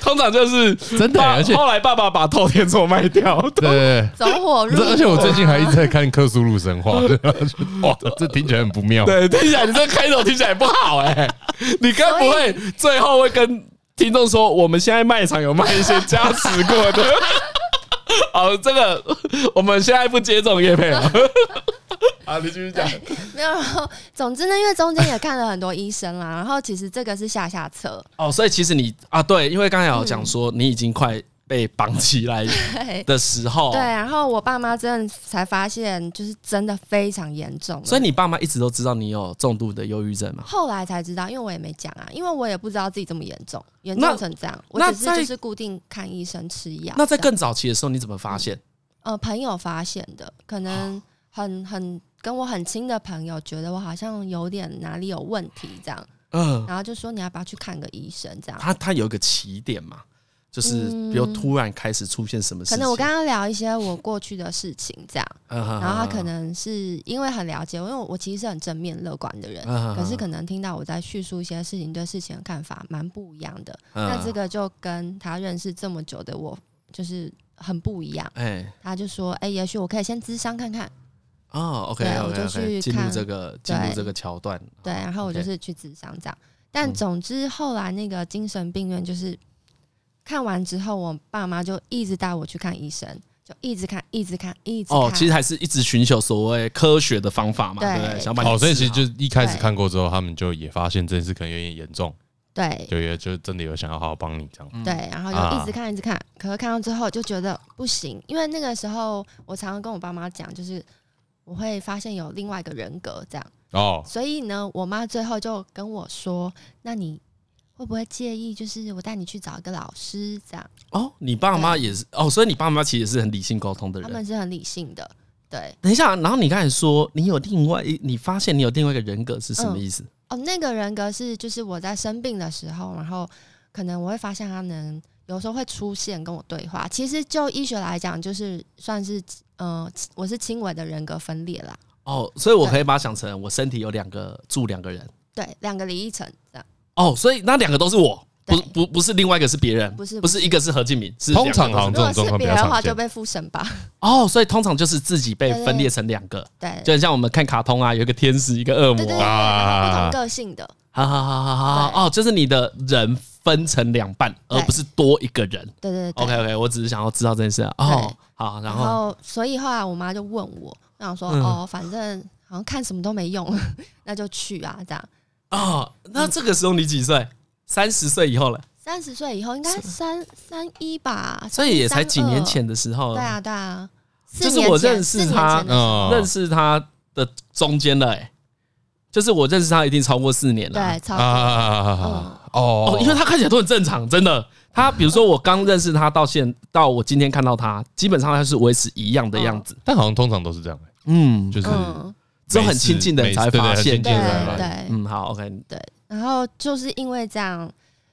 S2: 通常就是真
S1: 的而且哦
S2: 后来爸爸把透天厝卖掉，
S1: (laughs) 对对
S4: 走火入 (laughs)
S1: 对。
S2: (laughs)
S4: 魔
S1: 这而且我最近还一直在看《克苏鲁神话》， (laughs)
S2: (laughs)
S1: 哇，这听起来很不妙。
S2: 对，听起来你这个开头听起来不好哎、
S4: (laughs)
S2: 你该不会最后会跟听众说，我们现在卖场有卖一些加持过
S4: (laughs)
S2: 的？好，这个我们现在不接这种叶配了。好，你继续讲。
S4: 没有，然后总之呢，因为中间也看了很多医生啦，然后其实这个是下下
S2: (laughs)
S4: 策，
S2: 哦，所以其实你啊，对，因为刚才有
S4: 嗯
S2: 讲说你已经快被绑起来
S4: 对
S2: 的时候，
S4: (laughs) 对，然后我爸妈真的才发现，就是真的非常严重，
S2: 所以你爸妈一直都知道你有重度的忧郁症嘛？
S4: 后来才知道，因为我也没讲啊，因为我也不知道自己这么严重，严
S2: 那
S4: 重成这样，我
S2: 那
S4: 只是
S2: 在
S4: 就是固定看医生吃药，
S2: 那在
S4: 这样
S2: 更早期的时候，你怎么发现？
S4: 呃朋友发现的，可
S2: 哦
S4: 能很很跟我很亲的朋友觉得我好像有点哪里有问题这样，
S2: 嗯，
S4: 然后就说你要不要去看个医生这样，
S2: 他他有一个起点嘛，就是比如突然开始出现什么事
S4: 嗯可
S2: 情，
S4: 能我跟他聊一些我过去的事情，这样，
S2: 嗯，然
S4: 然后他可能是因为很了解我，因为我其实是很正面乐观的人，
S2: 啊
S4: 可是可能听到我在叙述一些事情对事情的看法蛮不一样的，那这
S2: 个
S4: 个就跟他认识这么久的我就是很不一样。
S2: 哎
S4: 他就说：“哎、也许我可以先咨商看看。
S2: 哦，OK
S4: 对
S2: OK
S4: 我就
S2: OK，
S4: 去
S2: 进入
S4: 看
S2: 这个进入
S4: 对
S2: 这个桥段，”
S4: 对，然后我就
S2: OK
S4: 是去咨商这样。但
S2: 嗯
S4: 总之后来那个精神病院就是看完之后，我爸妈就一直带我去看医生，就一直看，一直看，一直看。
S2: 哦，其实还是一直寻求所谓科学的方法嘛，
S4: 对
S2: 对不对？想把你
S1: 哦，所以
S2: 治
S1: 其实
S2: 好
S1: 就一开始
S4: 对
S1: 看过之后，他们就也发现这件事可能有点严重，
S4: 对
S1: 就也就真的有想要好好帮你这样。
S4: 对，然后就一直看，一直看。可是看到之后就觉得不行，因为那个时候我常常跟我爸妈讲，就是我会发现有另外一个人格这样。
S1: 哦，
S4: 所以呢，我妈最后就跟我说：“那你会不会介意？就是我带你去找一个老师，这样
S2: 哦，你爸妈也是哦，所以你爸妈其实也是很理性沟通的
S4: 他
S2: 人。
S4: 们是很理性的。”对，
S2: 等一下，然后你刚才说你有另外一，你发现你有另外一个人格是什么意思？
S4: 哦，那个人格是就是我在生病的时候，然后可能我会发现他能有时候会出现跟我对话。其实就医学来讲，就是算是呃，我是轻微的人格分裂啦。
S2: 哦，所以我可以把它想成我身体有两个住两个人。
S4: 对，两个李一晨这样。
S2: 哦，所以那两个都是我，不
S4: 对
S2: 不不是另外一个是别人，
S4: 不是
S2: 不是一个是何敬明，是
S1: 通常
S2: 两
S1: 好
S2: 个
S1: 像
S4: 如
S1: 这种状
S4: 果是
S1: 况比
S4: 别
S1: 较
S4: 人的话，
S1: 常
S4: 就
S1: 见。
S4: 被附身吧。
S2: 都是哦，所以通常就是自己被分裂成两个，
S4: 对，
S2: 就很像我们看卡通啊，有一个天使，一个恶
S4: 对对对，
S2: 魔，
S4: 然后
S1: 啊
S4: 不同个性的。
S2: 哈哈哈哈哈哈！哦，就是你的人分成两半，而
S4: 对
S2: 不是多一个人。
S4: 对对对。
S2: OK OK，我只是想要知道这件事啊。哦
S4: 对，
S2: 好，然
S4: 然
S2: 后
S4: 后，所以后来我妈就问我，我想说、
S2: 嗯
S4: 哦，反正好像看什么都没用， (laughs) 那就去啊，这样。
S2: 哦，那这个时候你几岁？三十岁以后了，
S4: 三十岁以后应该三三一吧，
S2: 所以也才几年
S4: 32
S2: 前。的时
S1: 哦
S2: 候，
S4: 对啊，对啊，
S2: 就是
S4: 四年前
S2: 我认识
S4: 四年
S2: 他
S4: 前的时候
S1: 嗯，
S2: 认识他的中间了，哎，就是我认识他一定超过四年了。
S4: 对，超
S1: 啊
S4: 过
S1: 啊哦
S2: 哦，因为他看起来都很正常，真的。他比如说我刚认识他到现到我今天看到他，基本上他是维持一样的样子，
S1: 但好像通常都是这样，
S2: 嗯，
S1: 就是
S4: 嗯，
S2: 只有很亲近的人才会发现
S1: 每次对很亲
S4: 对
S1: 近的人才会发现
S4: 对。
S2: 嗯，好，OK，
S4: 然后就是因为这样，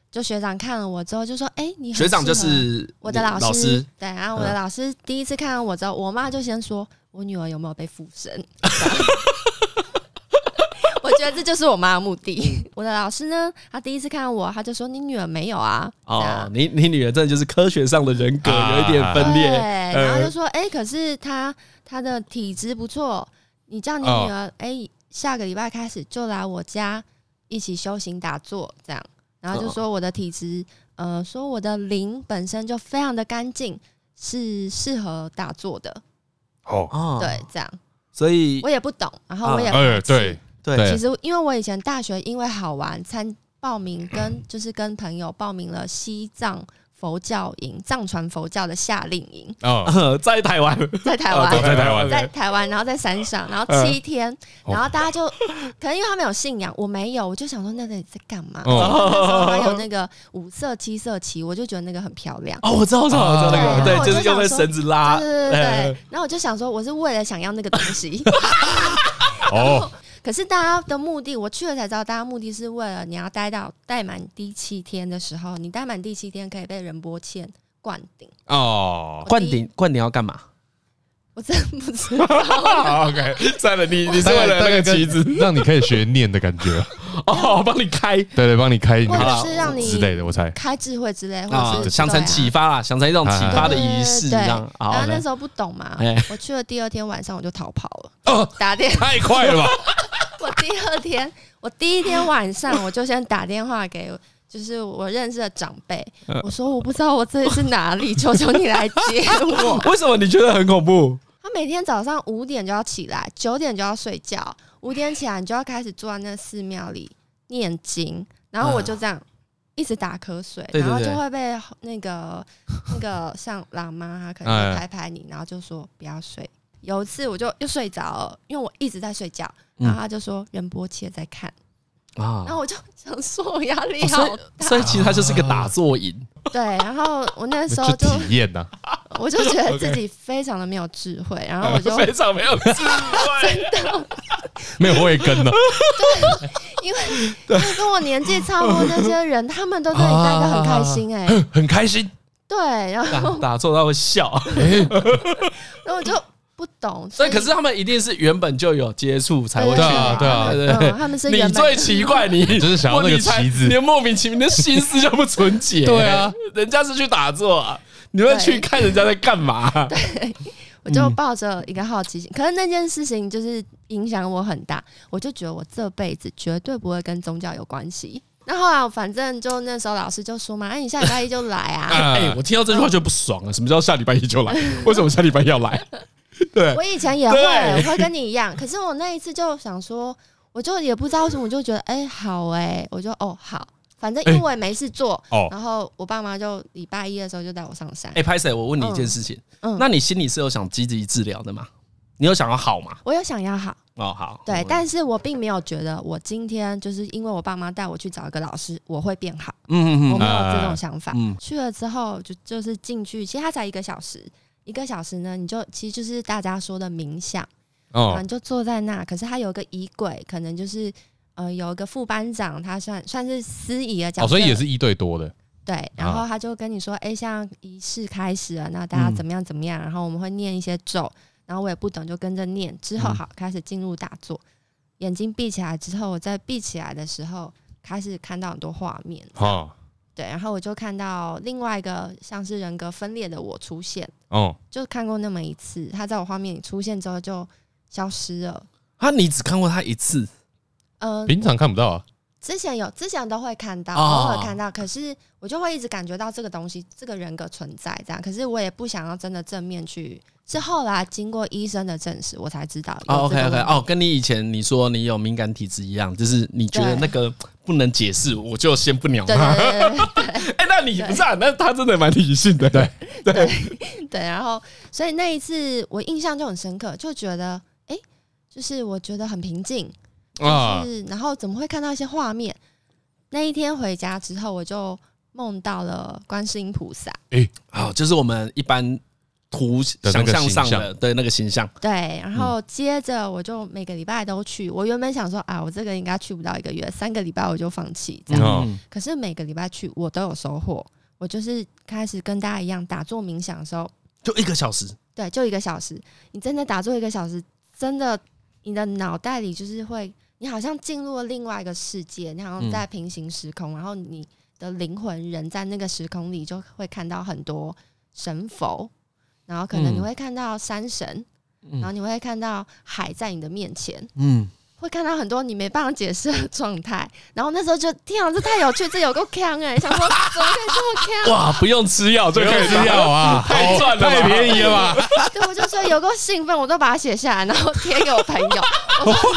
S4: 就学长看了我之后就说：“哎，你很
S2: 学长就
S4: 适合
S2: 是
S4: 我的
S2: 老
S4: 老师。”对，然后我的老师第一次看到我之后，我妈就先说：“我女儿有没有被附身？” (laughs) 我觉得这就是我妈的目的。我的老师呢，他第一次看到我，他就说：“你女儿没有啊？”这
S2: 哦
S4: 样，
S2: 你你女儿真的就是科学上的人格
S1: 啊
S2: 有一点分裂，
S4: 对，然后
S2: 呃
S4: 就说，哎、可是他他的体质不错，你叫你女
S1: 哦
S4: 儿，哎、下个礼拜开始就来我家一起修行打坐，这样。然后就说我的体质，呃，说我的灵本身就非常的干净，是适合打坐的，
S1: 哦，
S2: 哦，
S4: 对，，这样
S2: 所以
S4: 我也不懂，然后我也
S1: 哎
S4: 放弃
S1: 对，
S2: 对
S4: 其实因为我以前大学因为好玩参报名跟就是跟朋友报名了西藏佛教营藏传佛教的夏令营， (laughs)
S1: 哦，
S2: 呃 (laughs) 在台湾，
S4: 在台
S2: 哦
S1: 啊
S4: 湾
S2: 都，在台湾，
S4: 在台湾，然后在山上，然
S1: 嗯
S4: 后七天，
S1: 哦
S4: 然后大家就可能因为他们有信仰，我没有，我就想说那到底在干嘛？
S1: 哦
S4: 那时候还有那个五色七色旗，我就觉得那个很漂亮。
S2: 哦，我知道，我知道，我知道那个，
S1: 对
S2: 对
S4: 然，后
S2: 就
S4: 我就是
S2: 用那
S4: 想说
S2: 绳子
S1: 啊
S2: 拉，
S4: 对对
S2: 呃
S4: 对
S1: 哎
S4: 对，然后我就想说，我是为了想要那个东西，
S1: 哦，
S4: 可是大家的目的，我去了才知道，大家目的是为了你要待到待满第七天的时候，你待满第七天可以被仁波切灌顶。
S1: 哦
S2: 灌顶灌顶要干嘛？
S4: 我真的不知道，
S1: 好，OK，
S2: 啊算了，你你是
S1: 大
S2: 为
S1: 概
S2: 了那
S1: 大
S2: 个
S1: 概跟
S2: 旗子
S1: 让你可以学念的感觉，
S2: 哦，我帮你开
S1: 对对，帮你开
S4: 或
S2: 好啦
S4: 者是让你
S1: 之类的，我猜。
S4: 开智慧之类，
S1: (laughs)
S4: 或
S2: 啊
S4: 者，是
S2: 想成
S4: 对啊
S2: 启发啦，想成一种启发的仪式这样
S4: 然
S2: 啊
S4: 后。那时候不懂嘛
S2: 哎，
S4: 我去了第二天晚上我就逃跑
S1: (laughs) 哦
S4: 了，打电
S1: 太快了吧！
S4: 我第二天，我第一天晚上我就先打电话给我就是我认识的长辈，
S1: 嗯
S4: 我说我不知道我这里是哪
S1: (laughs)
S4: 里，求求你来接我。
S2: (laughs) 为什么你觉得很恐怖？
S4: 他每天早上五点就要起来，九点就要睡觉，五点起来你就要开始坐在那寺庙里念经，然后我就这样。一直打瞌睡，
S2: 嗯对对
S4: 然后就
S2: 对
S4: 会被那个 (laughs) 那个像喇嘛，他可
S1: 哎
S4: 能拍拍你，然后就说不要睡。有一次我就又睡着了，因为我一直在睡觉，
S2: 嗯
S4: 然后他就说仁波切在看，
S2: 啊
S4: 然，后我就想说我压力
S2: 哦所
S4: 好
S2: 以所以其实它就是个打坐营，
S4: 对，然后我那时候
S1: 就
S4: 就
S1: 体验呐，
S4: 我就
S2: (laughs)
S4: 觉得自己非常的没有智慧，然
S2: 哎
S4: 后我就
S2: 非常没有智慧。
S1: 没有慧根呢。
S4: 因为
S2: (laughs) 啊
S4: 因为跟我年纪差不多那些人，他们都在里待得很开心哎、
S1: 很开心
S4: 对，然后
S2: 打 (laughs) 打错他会 (laughs) 笑，
S4: 然后我就不懂，
S2: 所以可是他们一定是原本就有接触才会去
S4: 对
S2: 打，
S1: 对啊
S2: 对
S4: 嗯
S2: 对。
S4: 他们是原
S2: 你
S4: 本
S2: 最奇怪，你
S1: 就是想要那个旗子
S2: 你的莫名其妙，你的心思就不纯洁。
S1: 对啊，
S2: 人家是去打坐啊，你会去
S4: 对
S2: 看人家在干嘛？
S4: 我
S2: 嗯
S4: 就抱着一个好奇心，可是那件事情就是影响我很大，我就觉得我这辈子绝对不会跟宗教有关系。那后来反正就那时候老师就说嘛，哎、你下礼拜一就
S2: (laughs)
S4: 来啊。
S2: 哎，我听到这句话就不爽啊了。什么叫下礼拜一就 (laughs) 来？为什么下礼拜一要来？对 (laughs)
S4: 我以前也会，
S2: 对
S4: 我会跟你一样，可是我那一次就想说，我就也不知道为什么，我就觉得哎、好哎、我就哦好，反
S2: 哎
S4: 正因为我也没事做，
S1: 哦
S4: 然后我爸妈就礼拜一的时候就带我上山。
S2: 哎，拍谁？我问你一件事情，
S4: 嗯，
S2: 那你心里是有想积极治疗的吗？你有想要好吗？
S4: 我有想要好，
S2: 哦，好，
S4: 对，
S2: 嗯
S4: 但是我并没有觉得我今天就是因为我爸妈带我去找一个老师，我会变好。
S2: 嗯
S4: 我
S2: 嗯
S4: 没
S2: 嗯，
S4: 有这种想法。
S2: 嗯
S4: 去了之后就就是进去，其实它才一个小时，一个小时呢，你就其实就是大家说的冥想，啊，
S1: 哦
S4: 你就坐在那，可是它有一个仪轨，可能就是呃有一个副班长，他算算是司仪的角色，
S1: 哦，所以也是一啊对多的
S4: 对，然后他就跟你说，哎、像仪式开始了，那大
S1: 嗯
S4: 家怎么样怎么样，然后我们会念一些咒，然后我也不懂就跟着念，之后
S2: 嗯
S4: 好开始进入打坐，眼睛闭起来之后，我在闭起来的时候开始看到很多画面。
S1: 哦
S4: 对，然后我就看到另外一个像是人格分裂的我出现，
S1: 哦，
S4: 就看过那么一次，他在我画面里出现之后就消失了。
S2: 啊，你只看过他一次，
S4: 嗯、
S1: 平常看不到啊，
S4: 之前有，之前都会看到，
S2: 哦
S4: 偶尔看到，可是我就会一直感觉到这个东西，这个人格存在这样。可是我也不想要真的正面去，是后来经过医生的证实，我才知道有
S2: 哦
S4: 这
S2: ，OK
S4: 个
S2: OK，
S4: 问题
S2: 哦，跟你以前你说你有敏感体质一样，就是你觉得
S4: 对
S2: 那个不能解释，我就先不鸟
S4: 对
S2: 他。
S4: 对对对对
S2: 哎，那你不是啊？那他真的蛮理性的，对，
S4: 对，然后所以那一次我印象就很深刻，就觉得哎、诶就是我觉得很平静，
S1: 啊
S4: 就是然后怎么会看到一些画面？那一天回家之后，我就梦到了观世音菩萨，
S2: 哦，就是我们一般图
S1: 那个
S2: 想象上
S1: 形
S2: 的
S1: 象
S2: 对那个形象，
S4: 对，然后接着我就每个礼拜都去。我原本想说啊，我这个应该去不到一个月，三个礼拜我就放弃这样。
S1: 嗯
S2: 嗯，
S4: 可是每个礼拜去，我都有收获。我就是开始跟大家一样打坐冥想的时候，
S2: 就一个小时，
S4: 对，就一个小时。你真的打坐一个小时，真的，你的脑袋里就是会，你好像进入了另外一个世界，你好像在平行时空，然后你的灵魂人在那个时空里就会看到很多神佛，然后可能
S2: 嗯
S4: 你会看到山神，然后你会看到海在你的面前。
S2: 嗯，
S4: 会看到很多你没办法解释的状态，然后那时候就天啊，这太有趣，这有够强哎、想说怎么可以这么强？
S2: 哇，不用吃药就
S1: 这
S2: 可以
S1: 个
S2: 打
S1: 是要啊，
S2: 太赚了吧
S1: 太便宜了吧？
S2: (laughs)
S4: 对，我就说有够兴奋，我都把它写下来，然后贴给我朋友。我
S2: (laughs)
S4: 说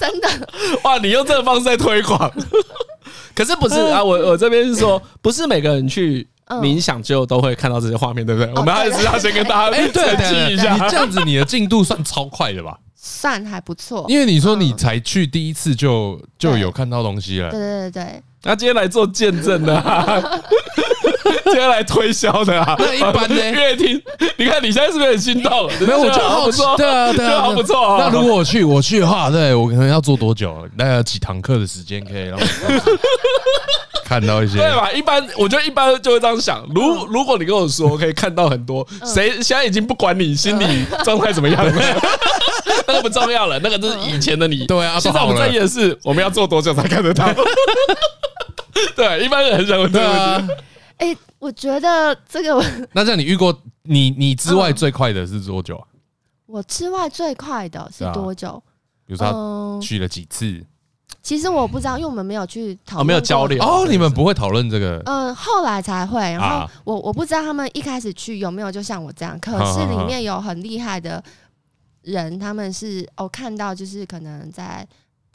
S4: 真的，
S2: 哇，你用这个方式在推广， (laughs) 可是不是啊？我我这边是说，不是每个人去
S4: 嗯
S2: 冥想就都会看到这些画面，对不对？我们还是要先跟大家
S1: 哦哎，对，
S2: 澄清一
S1: 你
S2: 下。
S1: 这样子你的进度算超快的吧？
S4: (laughs) 算还不错。
S1: 因为你说你才去第一次就就
S4: 对
S1: 有看到东西
S4: 对
S1: 了，
S4: 对对对，
S2: 那今天来做见证的啊，
S1: (laughs)
S2: 今天来推销的啊。
S1: 那一般呢
S2: 越听，你看你现在是不是很心动？
S1: 没有，我就好
S2: 不
S1: 奇
S2: 错，，
S1: 对啊，对
S2: 觉得
S1: 啊，
S2: 好不错啊
S1: 那如果我去，我去的话，对我可能要做多久？大概有几堂课的时间可以让我看到一些？
S2: 对吧？一般我觉得一般就会这样想。
S1: 嗯
S2: 如如果你跟我说可以看到很多，谁现在已经不管你心
S1: 嗯
S2: 理状态怎么样了， (laughs) 那个不重要了，那个就是以前的你。
S1: 对啊
S2: 现在
S1: 不好
S2: 我
S1: 了
S2: 们在意的是我们要做多久才看得
S1: (laughs)
S2: 到。对，一般人很想问这
S1: 对
S2: 个问
S1: 啊
S2: 题。，
S4: 哎、我觉得这个我
S1: 那这样你遇过你你之
S2: 嗯
S1: 外最快的是多久啊？
S4: 我之外最快的是
S2: 啊
S4: 多久？
S1: 比如
S4: 嗯、
S1: 说他去了几次？
S4: 其实我不知道，因为我们没有去讨
S2: 哦
S4: 论、
S2: 没有交流对啊
S1: 哦，
S2: 对
S1: 你们不会讨论这个
S4: 嗯、后来才会。然后
S1: 啊
S4: 我我不知道他们一开始去有没有就像我这
S2: (laughs)
S4: 样，可
S1: 好
S4: 是
S1: 好好
S4: 里
S2: 嗯
S4: 面有很厉害的人，他们是哦看到就是可能在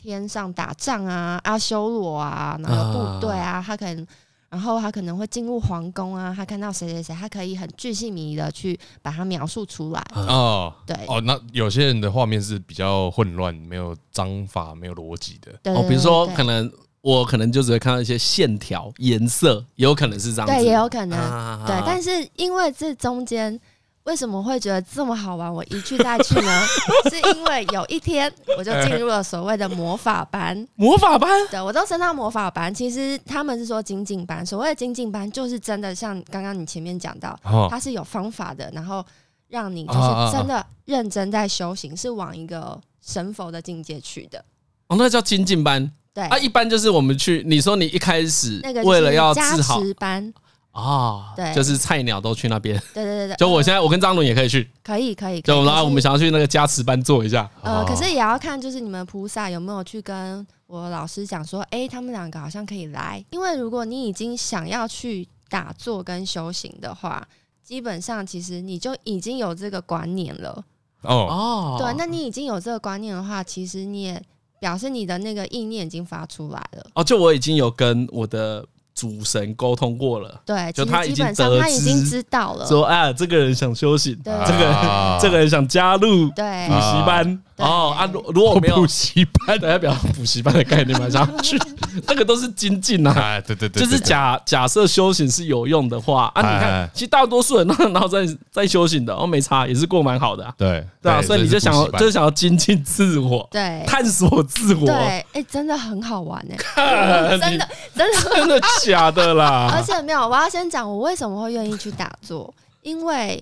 S4: 天上打仗啊，阿修罗啊，然后有部队啊，他可能。然后他可能会进入皇宫啊，他看到谁谁谁，他可以很具细迷的去把它描述出来。
S2: 啊嗯
S1: 哦
S4: 对，
S1: 哦，那有些人的画面是比较混乱，没有章法，没有逻辑的。
S4: 对对
S2: 哦，
S4: 对
S2: 比如说
S4: 呃对
S2: 可能我可能就只会看到一些线条、颜色，也有可能是这样子。
S4: 对，也有可能。
S2: 啊
S4: 对，但是因为这中间为什么会觉得这么好玩？我一去再去 (laughs) 呢？是因为有一天我就进入了所谓的魔法班，
S2: 魔法班
S4: (laughs) 对我都升到魔法班。其实他们是说精进班，所谓的精进班就是真的像刚刚你前面讲到，
S1: 哦
S4: 它是有方法的，然后让你就
S1: 啊啊啊
S4: 是真的认真在修行，是往一个神佛的境界去的。
S2: 哦，那叫精进班
S4: 对，
S2: 啊。一般就是我们去，你说你一开始
S4: 那个就是
S2: 为了要治
S4: 加
S2: 好
S4: 持班，
S2: 啊，
S4: 对
S2: 就是菜鸟都去那边。
S4: 对对对对，
S2: 就我现在我跟张伦也可以
S4: (laughs)
S2: 去，
S4: 可以可以。可以
S2: 就然后
S4: 可
S2: 我
S4: 是
S2: 们想要去那个加持班做一下。
S4: 呃，可
S1: 哦
S4: 是也要看，就是你们菩萨有没有去跟我老师讲说，哎、他们两个好像可以来，因为如果你已经想要去打坐跟修行的话，基本上其实你就已经有这个观念了。
S1: 哦，
S2: 哦，
S4: 对，那你已经有这个观念的话，其实你也表示你的那个意念已经发出来了。
S2: 哦，就我已经有跟我的主神沟通过了，
S4: 对，
S2: 就
S4: 其
S2: 他已
S4: 实基
S2: 经
S4: 本上
S2: 得
S4: 他已经
S2: 知
S4: 知道了。
S2: 说啊，这个人想修行，
S4: 对
S1: 啊
S2: 这个这个人想加入补
S4: 对
S1: 啊
S2: 习班。
S4: 对
S2: 哦啊，如如果我没有
S1: 补习
S2: (laughs)
S1: 班
S2: 大家不要补习班的概念嘛，想要
S4: (laughs)
S2: 去那个都是精进啊。
S1: 啊，对对对，
S2: 就是
S1: 对，
S2: 假假设修行是有用的话啊，你
S1: 哎
S2: 看
S1: 哎，
S2: 其实大多数人然后然后在在修行的，哦，没差，也是过蛮好的、啊，
S1: 对
S2: 对啊，所以你就想要就是
S1: 是
S2: 想要精进自我，
S4: 对
S2: 探索自我
S4: 对，，哎、真的很好玩哎、
S2: (laughs) 看
S4: 真的真的
S2: 真的假的
S4: 而
S2: 啦？
S4: 且没有，我要先讲我为什么会愿意去打
S2: (laughs)
S4: 坐，因为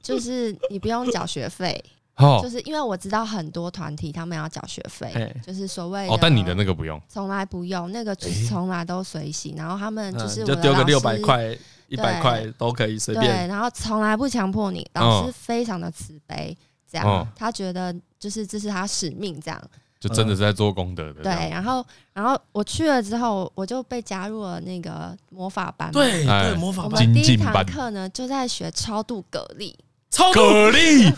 S4: 就是你不用缴学费，
S1: 哦
S4: 就是因为我知道很多团体他们要缴学费
S2: 嘿，
S4: 就是所谓
S1: 哦，但你的那个不用
S4: 从来不用那个，从来都随喜，然后他们就
S2: 嗯你
S4: 是我
S2: 就
S4: 的
S2: 丢个
S4: 老师
S2: 六百。块、一百块都可以随
S4: 对，
S2: 便。嗯
S4: 然后从来不强迫你，老师非常的慈悲，这
S1: 哦
S4: 样他觉得就是这是他使命，这样
S1: 就
S2: 嗯
S1: 真的是在做功德的，
S2: 啊
S4: 对。然后，然后我去了之后，我就被加入了那个魔法班嘛。
S2: 对
S1: 哎
S2: 对，魔法
S4: 我
S2: 班
S1: 精
S4: 们第一
S1: 进
S4: 堂
S1: 班
S4: 课呢就在学超度蛤蜊，
S2: 超度
S1: 蛤蜊，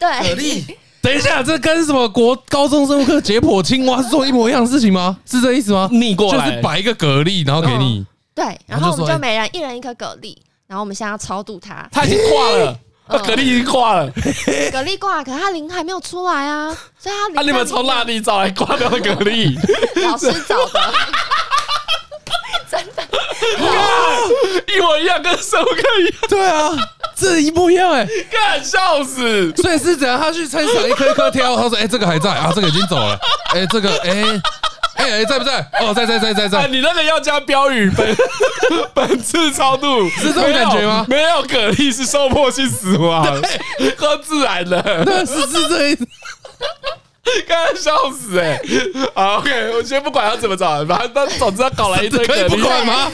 S4: 对，
S2: 力，
S1: 等一下，这跟什么国高中生物课解剖青蛙是做一模一样的事情吗？是这意思吗？
S2: 逆过
S1: 就
S2: 来
S1: 是摆一个蛤蜊，然后给你，
S4: 对，
S1: 然
S4: 然
S1: 后
S4: 后
S1: 就
S4: 我
S1: 说
S4: 们就每人一人一颗蛤蜊，然后我们现在要超度
S2: (laughs)
S4: 它。
S2: 他已经挂了，
S1: 哎
S4: 嗯
S2: 蛤蜊已经挂了，
S4: 蛤蜊挂，可它灵还没有出来啊，所以它灵
S2: 啊，你们从哪里找来挂掉的蛤蜊？
S4: 老师找的，真的
S1: 哎
S2: 一模一样，跟生物课一样，
S1: 对啊， (laughs) 这一模一样哎、
S2: 干笑死！
S1: 所以是怎样？他去菜市场一颗一颗挑，他说：“哎、这个还在啊，这个已经走了。哎、这个哎哎哎在不在？哦，在在在在
S2: 啊， (laughs)
S1: 在。
S2: 你那个要加标语，本 (laughs) 本次超度是
S1: 这种感觉吗
S2: 没有蛤蜊是受迫性死亡，喝自然的，
S1: 对，是是这意思。
S2: 刚刚笑死哎、欸！好，OK，我先不管他怎么找，反正他总之他搞来一堆
S1: 可以
S2: 蛤
S1: 不
S2: 蜊，
S1: 管吗？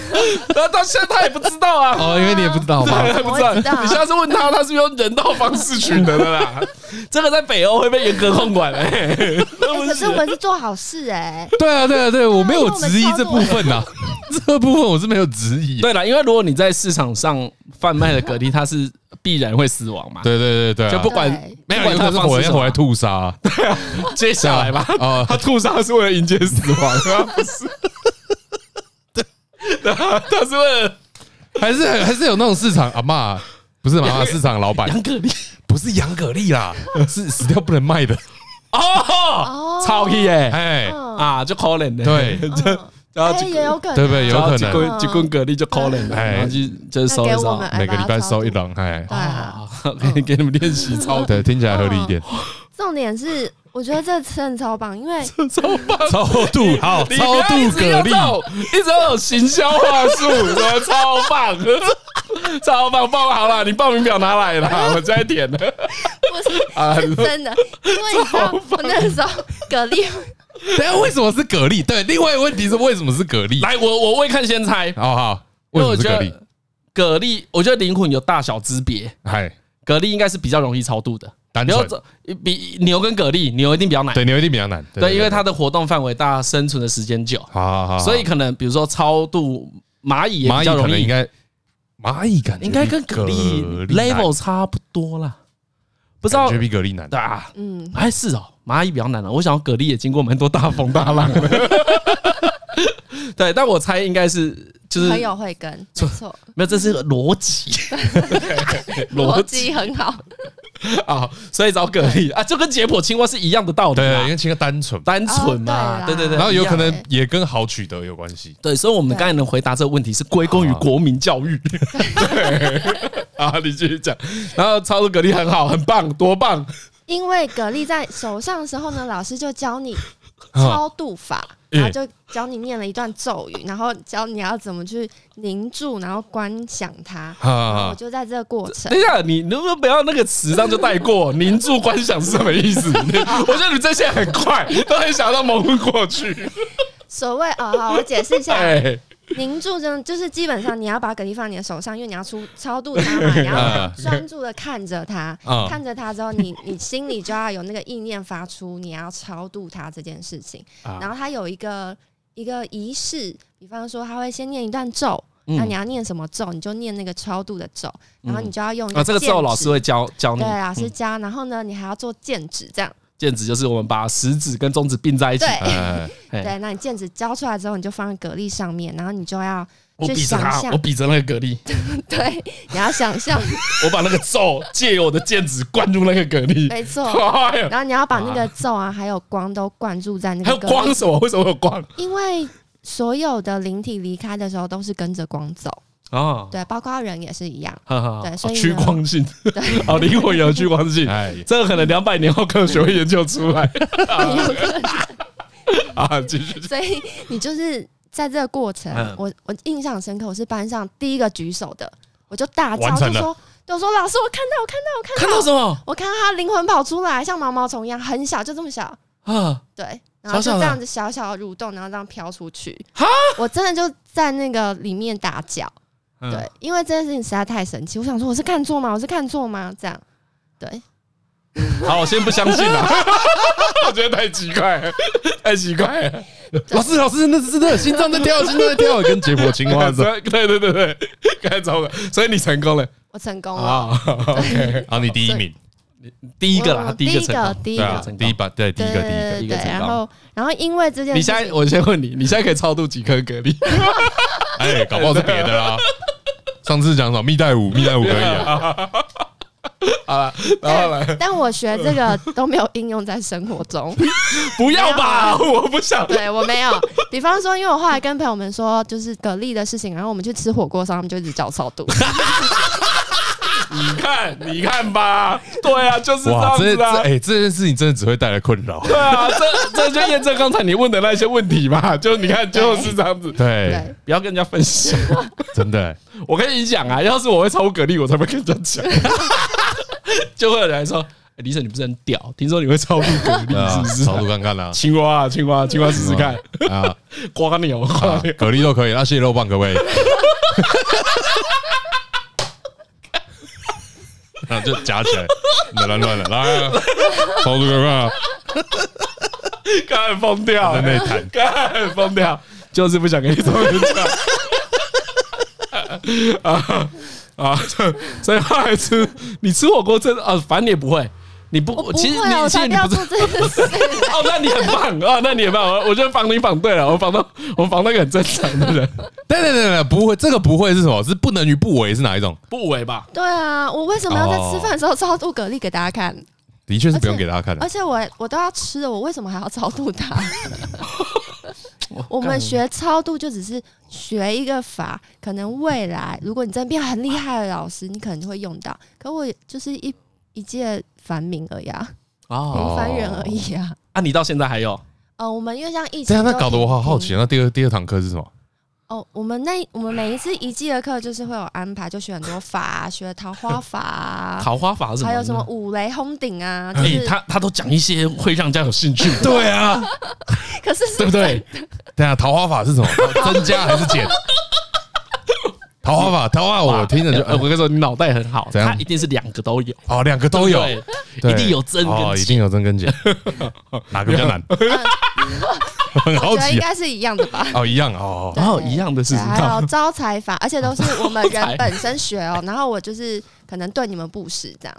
S2: 然后到现在他也不知道啊。
S1: 哦，因为你也不知道
S2: 他 (laughs)
S1: 嘛。
S2: 也哎不知
S4: 我知道
S2: 道，你下次问他，他是用人道方式取得的啦。 (laughs) 这个在北欧会被严格控管 (laughs) 的、欸。
S4: 哎可是我们是做好事哎，
S1: 对啊，对啊，对啊，我没有质疑这部分啊呐、 (laughs) 这部分我是没有质疑。啊
S2: 对了，因为如果你在市场上贩卖的蛤蜊，它是必然会死亡嘛。
S1: 对对对对啊，
S2: 就不管
S4: 对
S1: 没有，
S2: 不管
S1: 有可
S2: 他
S1: 能
S2: 的
S1: 是
S2: 方
S1: 火
S2: 式
S1: 焰
S2: 是
S1: 火来
S2: 什么
S1: 吐沙 (laughs) 啊、
S2: 接下来吧。
S1: 哦，
S2: 他吐沙是为了迎接死亡， (laughs) 他不是。对，他他是为了
S1: 还是还是有那种市场阿妈，不是阿妈市场老板，
S2: 蛤蜊
S1: 不是养蛤蜊 (laughs) 啦，是死掉不能卖的。
S2: 哦
S4: 哦，
S2: 超 h 哎
S1: 哎，
S4: 嗯
S2: 啊，就可怜的，
S1: 对
S4: 嗯
S2: 然后
S4: 哎
S2: 就
S4: 也有可能，
S1: 对不对？有可
S2: 就 (laughs)
S1: 能
S2: 滚就滚蛤蜊就可怜了，
S1: 哎
S2: 然后就就是
S4: 那
S2: 收一
S4: 给我
S2: 收
S4: 们。
S1: 每个礼拜收一
S4: 轮。
S1: 笼，哎，
S4: 对啊，
S2: 啊，给给你们练习操 (laughs)
S1: 对，听起来合理一点。
S2: 哦
S4: 重点是我觉得这真的超棒，因为
S2: 操棒，
S1: (laughs) 超
S2: (laughs)
S1: 度好，
S2: 你不
S1: 超
S2: 要
S1: 度蛤
S2: 一直用这
S1: 蜊，
S2: 种，一直有行销话术， (laughs) 什么超棒， (laughs) 超棒，报好了，你报名表拿来啦，我再填了。
S4: 不是是真的，因为你知道我那个时候蛤蜊
S1: 等一下为什么是蛤蜊？对，另外一个问题是为什么是蛤 (laughs) 蜊？
S2: 来，我我未看先猜，
S1: 好好，为什
S2: 因为我
S1: 么是
S2: 觉
S1: 蛤
S2: 得
S1: 蜊？
S2: 蛤蜊，我觉得灵魂有大小之别，
S1: 嗨，
S2: 蛤蜊应该是比较容易超度的。
S1: 哎单
S2: 牛
S1: 纯，
S2: 这比牛跟蛤蜊，牛一定比较难，
S1: 对，牛一定比较难，
S2: 对，因为它的活动范围大，生存的时间久，
S1: 好好好，
S2: 所以可能比如说超度蚂蚁也
S1: 蚂
S2: 比
S1: 蚁
S2: 较
S1: 啊可
S2: 容
S1: 能应
S2: 易，
S1: 该蚂蚁感觉
S2: 应该跟
S1: 比
S2: 蛤蜊 level 差不多啦，不
S1: 不
S2: 知道
S1: 绝比蛤蜊难
S2: 对。啊，
S4: 嗯，
S2: 哎是哦，蚂蚁比较难了，我想蛤蜊也经过蛮多大风大浪 (laughs) 的，对，但我猜应该是就是
S4: 朋友
S1: (laughs)
S4: 会跟，没错，
S2: (laughs) 没有，这是个逻辑，
S4: 逻辑很好。
S2: 啊，所以找蛤蜊啊，就跟解剖青蛙是一样的道理
S1: 对，因
S2: 啦，
S1: 为青蛙单纯，
S2: 单纯嘛，
S4: 哦
S2: 对
S4: 对
S2: 对
S4: 啦
S2: 对，
S1: 然后有可
S2: 一样欸
S1: 能也跟好取得有关系
S2: 对，所以我们刚才能回答这个问题是归功于国民教育。 (laughs) 对 (laughs) 啊，你继续讲。然后超出蛤蜊很好，很棒，多棒！
S4: 因为蛤蜊在手上的时候呢，老师就教你
S1: (laughs) 啊。
S4: 超度法，
S1: 嗯
S4: 然后就教你念了一段咒语，然后教你要怎么去凝住，然后观想它。然后我
S1: 啊，
S4: 就在这个过程
S2: (laughs) 等，一下，你能不能不要那个词上就带过？ (laughs) 凝住观想是什么意 (laughs) 思？我觉得你这些很快，都很想要蒙过 (laughs) 去。
S4: 所谓哦，好，我解释一下，
S2: 哎，
S4: 凝住真的就是基本上你要把蛤蜊放你的手上，因为你要出超度它
S2: (laughs)
S4: 嘛，你要
S1: 啊
S4: 专注的看着它，
S2: 嗯
S1: 啊
S4: 看着它之后，你 (laughs) 你心里就要有那个意念发出你要超度它这件事情。
S2: 啊
S4: 然后它有一个一个仪式，比方说他会先念一段咒，
S2: 嗯
S4: 那你要念什么咒，你就念那个超度的咒，然后你就要用一
S2: 啊，这个之后
S4: 剑
S2: 老
S4: 指
S2: 师会教教你嗯
S4: 对，老师教，然后呢，你还要做剑指这样。
S2: 剑指就是我们把食指跟中指并在一起。
S4: 对
S2: (laughs)
S1: 哎，
S2: 哎，
S4: 对，那你剑指教出来之后，你就放在蛤蜊上面，然后你就要
S2: 我
S4: 去
S2: 比着
S4: 想
S2: 它，
S4: 象
S2: 我，比着那个蛤蜊，
S4: (laughs) 对，你要
S2: (laughs)
S4: 想象，
S2: 我把那个咒借由我的剑指灌入那个蛤蜊。(laughs)
S4: 没错。
S2: 哎呀
S4: 然后你要把那个咒啊，还有光都灌注在那
S2: 还
S4: 个
S2: 有
S4: 蛤
S2: 光
S4: 蜊，
S2: 什么？为什么有光
S4: (laughs) 因为所有的灵体离开的时候都是跟着光走，
S2: 啊？
S4: 对，包括人也是一样。
S2: 哈哈， (laughs)
S4: 对所以呢
S2: 趋光性，
S4: 对
S2: (laughs) 哦，灵魂也有趋光 (laughs) 性，
S1: 哎，
S2: 这个可能两百年后科学会研究出 (laughs) 来啊。继续，
S4: (laughs) 所以你就是在这个过程，
S2: 嗯
S4: 我我印象深刻，我是班上第一个举手的，我就大叫
S1: 完成了
S4: 就说，就说老师，我看到，我看到，我看到，
S2: 看到什么
S4: 我看到他灵魂跑出来，像毛毛虫一样，很小，就这么小，
S2: 啊？
S4: 对，然
S2: 小
S4: 后就
S2: 小的
S4: 这样子小小的蠕动，然后这样飘出去
S2: 哈。
S4: 我真的就在那个里面打搅，
S2: 嗯
S4: 对，因为这件事情实在太神奇，我想说我是看错吗？我是看错吗？这样，对，
S2: 好，我先不相
S1: (laughs)
S2: 信了，我觉得太奇怪了，太奇怪了。
S1: 老师，老师，那是真的，心脏在跳，心脏在跳，跟解剖青蛙似的。
S2: 对对对对，刚才找我，所以你成功了
S4: 我成功了，
S2: 啊。OK，
S1: 啊，你第一名，
S2: 第一个啦，
S4: 我
S2: 第一个成功。
S4: 第一
S1: 对
S4: 个
S1: 啊
S2: 成，功
S1: 第一把，对，第
S4: 对
S1: 一
S4: 对
S1: 个，第一个，
S4: 对
S2: 第一
S4: 对
S2: 个
S4: 对，
S2: 成功
S4: 然后然后因为这件
S2: 你
S4: 事
S2: 现在，
S4: 情，
S2: 我先问你，你现在可以超度几颗蛤蜊？
S1: 哎，搞不好是别的
S2: (laughs)
S1: 啦。上次讲什么蜜袋鼯，蜜袋鼯可以啊，
S2: 好了，然后呢？
S4: (laughs) 但但我学这个都没有应用在生活
S2: (laughs)
S4: 中，
S2: 不要吧，我不想。
S4: 对我没有。比方说，因为我后来跟朋友们说，就是蛤蜊的事情，然后我们去吃火锅的时候，他们就一直叫我超度。
S2: 你看，你看吧，对啊，就是这
S1: 哇，
S2: 样
S1: 这
S2: 子
S1: 这
S2: 啊。
S1: 哎，这件事情真的只会带来困扰。
S2: 对啊，这这就验证刚才你问的那些问题嘛，就你看就是这样子，
S1: 对
S4: 对，，
S2: 不要跟人家分享。
S1: 真的，
S2: 我跟你讲啊，要是我会超蛤蜊，我才不会跟人家讲。 (laughs) 就会有人来说，欸李、晨你不是很屌？听说你会超蛤
S1: 对啊
S2: 蜊， (laughs) 是不是
S1: 超？度看看啦，
S2: 青蛙啊，青蛙，青蛙试试看，
S1: 啊，
S2: (laughs) 瓜牛，瓜
S1: 啊 (laughs)
S2: (laughs) 牛，
S1: 蛤蜊都可以，那蟹肉棒可不 (laughs) 可以？那就夹起来，乱乱的，来啊，超度看看 (laughs) 啊，
S2: 刚才疯掉
S1: 在
S2: 了，
S1: 那里
S2: (laughs)
S1: 弹。
S2: 刚才疯掉，就是不想跟你超跟讲。 (laughs) 啊啊！所以后来吃，你吃火锅真的啊，反正你也不会，你不，
S4: 我不
S2: 其实
S4: 会啊，
S2: 你
S4: 我
S2: 其
S4: 才
S2: 实
S4: 不
S2: 你
S4: 要
S2: 不是
S4: 做这件事。
S2: 哦，那你很棒哦，那你很棒，我我觉得防你防对了，我防到我防那个很正常的人，
S1: 对对对对，不会，这个不会是什么？是不能与不为是哪一种？
S2: 不违吧？
S4: (laughs) 对啊，我为什么要在吃饭的时候超度蛤蜊给大家看？
S1: 的确是不用给大家看的
S4: 而。且我我都要吃了，我为什么还要超度它？ (laughs) 我们学超度就只是学一个法，可能未来如果你真的变很厉害的老师，你可能就会用到。可我就是一一介凡民而已啊，
S2: 哦
S4: 平凡人而已啊。
S2: 啊，你到现在还有
S4: 呃，我们因为像疫情，嗯
S1: 这样，那搞得我好好
S2: 啊
S1: 奇。。那第二第二堂课是什么？
S4: 哦，我们那我们每一次一季的课就是会有安排，就学很多法、啊，学桃花法、啊，
S2: 桃花法是什么？
S4: 还有什么？五雷轰顶啊，就
S2: (laughs) 哎，
S4: 是。
S2: 他他都讲一些会让人家有兴
S4: (laughs)
S2: 趣，
S1: 对 (laughs) 啊，
S4: 可是
S2: 对不对？
S1: 对啊，桃花法是什么？ (laughs) 增加还是 (laughs) 减？桃花法，桃花法，我听着就
S2: 哎我跟你说，你脑袋很好，
S1: 怎样
S2: 他一定是两个都有，
S1: 哦，两个都有，
S2: 对
S1: 对
S2: 一定有增
S1: 哦
S2: 跟
S1: 一
S2: 减。
S1: 定有增
S2: (laughs)
S1: 跟减，哪个比较难？我 (laughs) 很好
S4: 我觉得
S1: 奇啊，
S4: 应该是一样的吧。
S1: 哦，一样哦，哦
S2: 然后一样的事
S4: 对，啊
S2: 情，
S4: 还
S2: (laughs)
S4: 有招财法，而且都是我们
S2: 招财
S4: 人本身学哦。然后我就是可能对你们不识这样，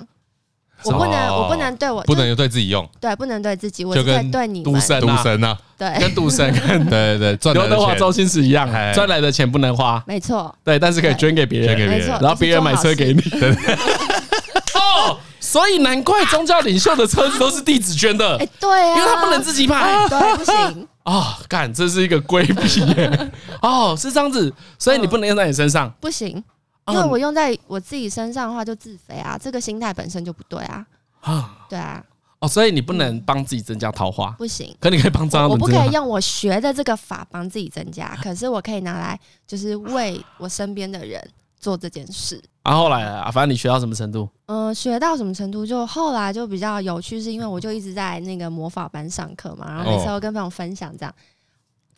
S4: 我
S1: 哦
S4: 不能，我不能对我
S1: 不
S4: 就
S1: 能对自己用，
S4: 对，不能对自己，我
S1: 就
S4: 只会
S1: 跟
S4: 对你
S2: 赌
S4: 们。
S2: 神
S1: 赌
S2: 啊，
S1: 神啊，
S4: 对，
S2: 跟赌神
S1: 对
S2: 跟
S1: (laughs) 对对，赚
S2: 刘
S1: 来的
S2: 德华、周
S1: 钱
S2: 星驰一样
S1: 哎，
S2: 赚来的钱不能花，
S4: 没错，
S2: 对，但是可以
S4: 对
S2: 捐给别
S1: 捐给
S2: 人，
S1: 别
S4: 没
S1: 人
S4: 错。
S2: 然后别人买车给你。
S1: 对对
S2: (laughs) 哦，是所以难怪宗教领袖的车子都是弟子捐的，
S4: 哎，对
S2: 因
S4: 啊，
S2: 为他不能自己买。
S4: 对，不行， (laughs)
S2: 哦，干，这是一个规避耶！哦，是这样子，所
S4: 嗯
S2: 以你不能用在你身上。
S4: 不行，
S2: 啊
S4: 因为我用在我自己身上的话就自肥啊，这个心态本身就不对啊，
S2: 啊，
S4: 对啊，
S2: 哦，所以你不能帮自己增加桃花，
S4: 不行。
S2: 可你可以帮张
S4: 我
S2: 他
S4: 我
S2: 们
S4: 不
S2: 增
S4: 可以
S2: 加。
S4: 用我学的这个法帮自己增
S2: (laughs)
S4: 加，可是我可以拿来就是为我身边的人做这件事。
S2: 然后后来啊，反正你学到什么程
S4: (laughs)
S2: 度？
S4: 嗯，学到什么程度？就后来就比较有趣，是因为我就一直在那个魔法班上课嘛，然后每次
S1: 哦
S4: 都跟朋友分享这样。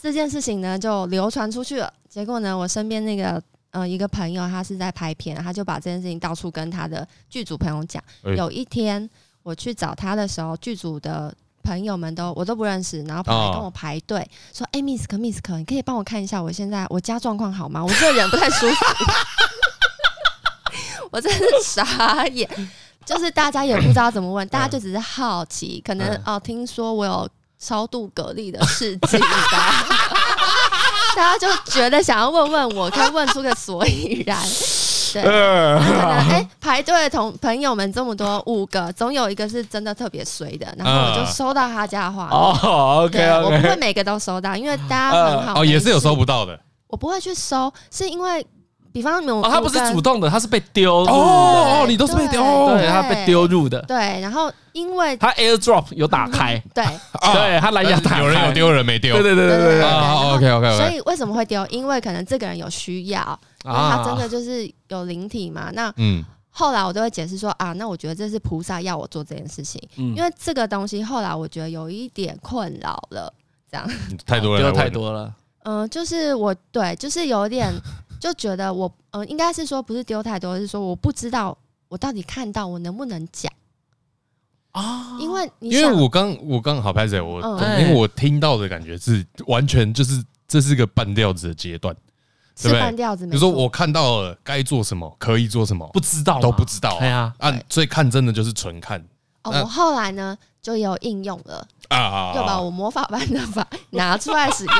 S4: 这件事情呢，就流传出去了。结果呢，我身边那个呃一个朋友，他是在拍片，他就把这件事情到处跟他的剧组朋友讲。
S1: 哎
S4: 有一天我去找他的时候，剧组的朋友们都我都不认识，然后跑来跟我排队、说：“哎、m i s s 可 Miss 可，你可以帮我看一下我现在我家状况好吗？我这个人不太舒服。” (laughs) 我真是傻眼，就是大家也不知道怎么问，大家就只是好奇，可能
S2: 嗯
S4: 哦，听说我有超度蛤蜊的事迹吧。大家就觉得想要问问我，可以问出个所以然。
S2: (laughs)
S4: 对，
S2: 呃，
S4: 可能哎、排队的同朋友们这么多，五个，总有一个是真的特别衰的，然后我就收到他家的话。
S2: 哦，OK 呃
S4: 对，我不
S2: OK，
S4: 会每个都收到，因为大家很好、
S1: 哦，也是有收
S4: 没事，
S1: 不到的
S4: 我不会去收，是因为比方我、
S2: 哦，他不是主动的，他是被丢入的
S1: 哦，你都是被
S4: 对
S1: 丢哦
S2: 对他被丢入的，
S4: 对，然后因为
S2: 他 AirDrop 有打开，
S4: 对
S1: (laughs) 啊
S2: 对他蓝牙打开，
S1: 有人有，丢，有人没丢，
S2: 对 (laughs) 对哦对对对对，
S1: 啊
S4: 对对对
S1: ，OK OK
S4: 所
S1: OK，
S4: 以为什么会丢？因为可能这个人有需要，因为
S2: 啊
S1: 啊
S4: 他真的就是有灵体嘛。那
S1: 嗯，
S4: 后来我都会解释说啊，那我觉得这是菩萨要我做这件事情，
S2: 嗯
S4: 因为这个东西后来我觉得有一点困扰了，这样，
S1: 太多人来问
S2: 丢太
S1: 了，
S2: 多了，
S4: 嗯、就是我对，就是有点就觉得我，嗯、应该是说不是丢太多，是说我不知道我到底看到我能不能讲啊，因为你
S1: 因为
S4: 想
S1: 我刚我刚好拍谁，我
S4: 嗯
S1: 因为我听到的感觉是完全就是这是个半吊子的阶段，
S4: 是
S1: 对不对
S4: 半吊子，
S1: 比
S4: 没
S1: 如说
S4: 错
S1: 我看到了该做什么，可以做什么，
S2: 不知道嘛
S1: 都不知道啊
S2: 对啊，
S1: 啊，所以看真的就是纯看
S4: 哦，
S1: 嗯
S4: 我后来呢就有应用了，
S1: 啊啊啊，
S4: 又把我魔法般的法 (laughs) 拿出来使用，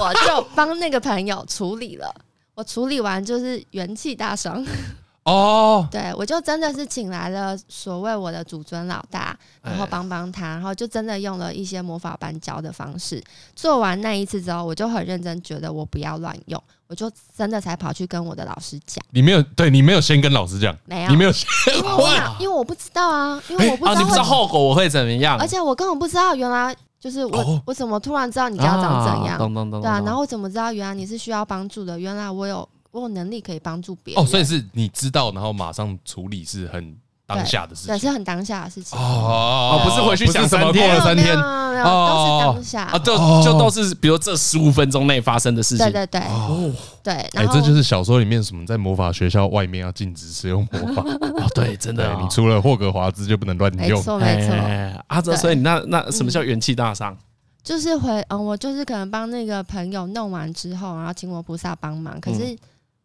S4: 我就帮那个朋友处理了。我处理完就是元气大伤， (laughs)
S1: 哦，
S4: 对我就真的是请来了所谓我的祖尊老大，然后
S2: 哎
S4: 帮帮他，然后就真的用了一些魔法般教的方式。做完那一次之后，我就很认真，觉得我不要乱用，我就真的才跑去跟我的老师讲，
S1: 你没有对你没有先跟老师讲，
S4: 没有，
S1: 你没
S4: 有，
S1: 有先
S4: 因为我 (laughs) 想因为我不知道啊，因为我不
S2: 啊，
S4: 知
S2: 你不知道
S4: 道会，
S2: 后果我会怎么样，
S4: 而且我根本不知道原来就是我、
S1: 哦
S4: 我怎么突然知道你
S2: 你
S4: 家长怎样，
S2: 懂懂懂，
S4: 对啊，
S2: 懂
S4: 然后我怎么知道原来你是需要帮助的？原来我有我有能力可以帮助别人，
S1: 哦，所以是你知道，然后马上处理是很当下的事
S4: 对
S1: 情
S4: 是很当下的事情。
S1: 哦
S2: 哦不是回去想
S1: 什
S2: 三
S1: 么
S2: 天
S1: 过了三
S4: 没有
S1: 天
S4: 没有没有，
S1: 哦
S4: 都是当下
S2: 啊，。就
S1: 哦
S2: 就都是比如这十五分钟内发生的事情
S4: 对，对对
S1: 哦，
S4: 对，
S1: 哎，
S4: 然后
S1: 这就是小说里面什么在魔法学校外面要禁止使用魔
S4: (laughs)
S1: 法，
S2: 哦，对，真的
S1: 对啊
S2: 哦，
S1: 你除了霍格华兹就不能乱
S4: 没
S1: 用， (laughs)
S4: 错没错，
S2: 哎啊，这
S4: 对
S2: 所以你那那什么叫元气大伤？
S4: 就是回嗯，我就是可能帮那个朋友弄完之后，然后请我菩萨帮忙，可是
S2: 嗯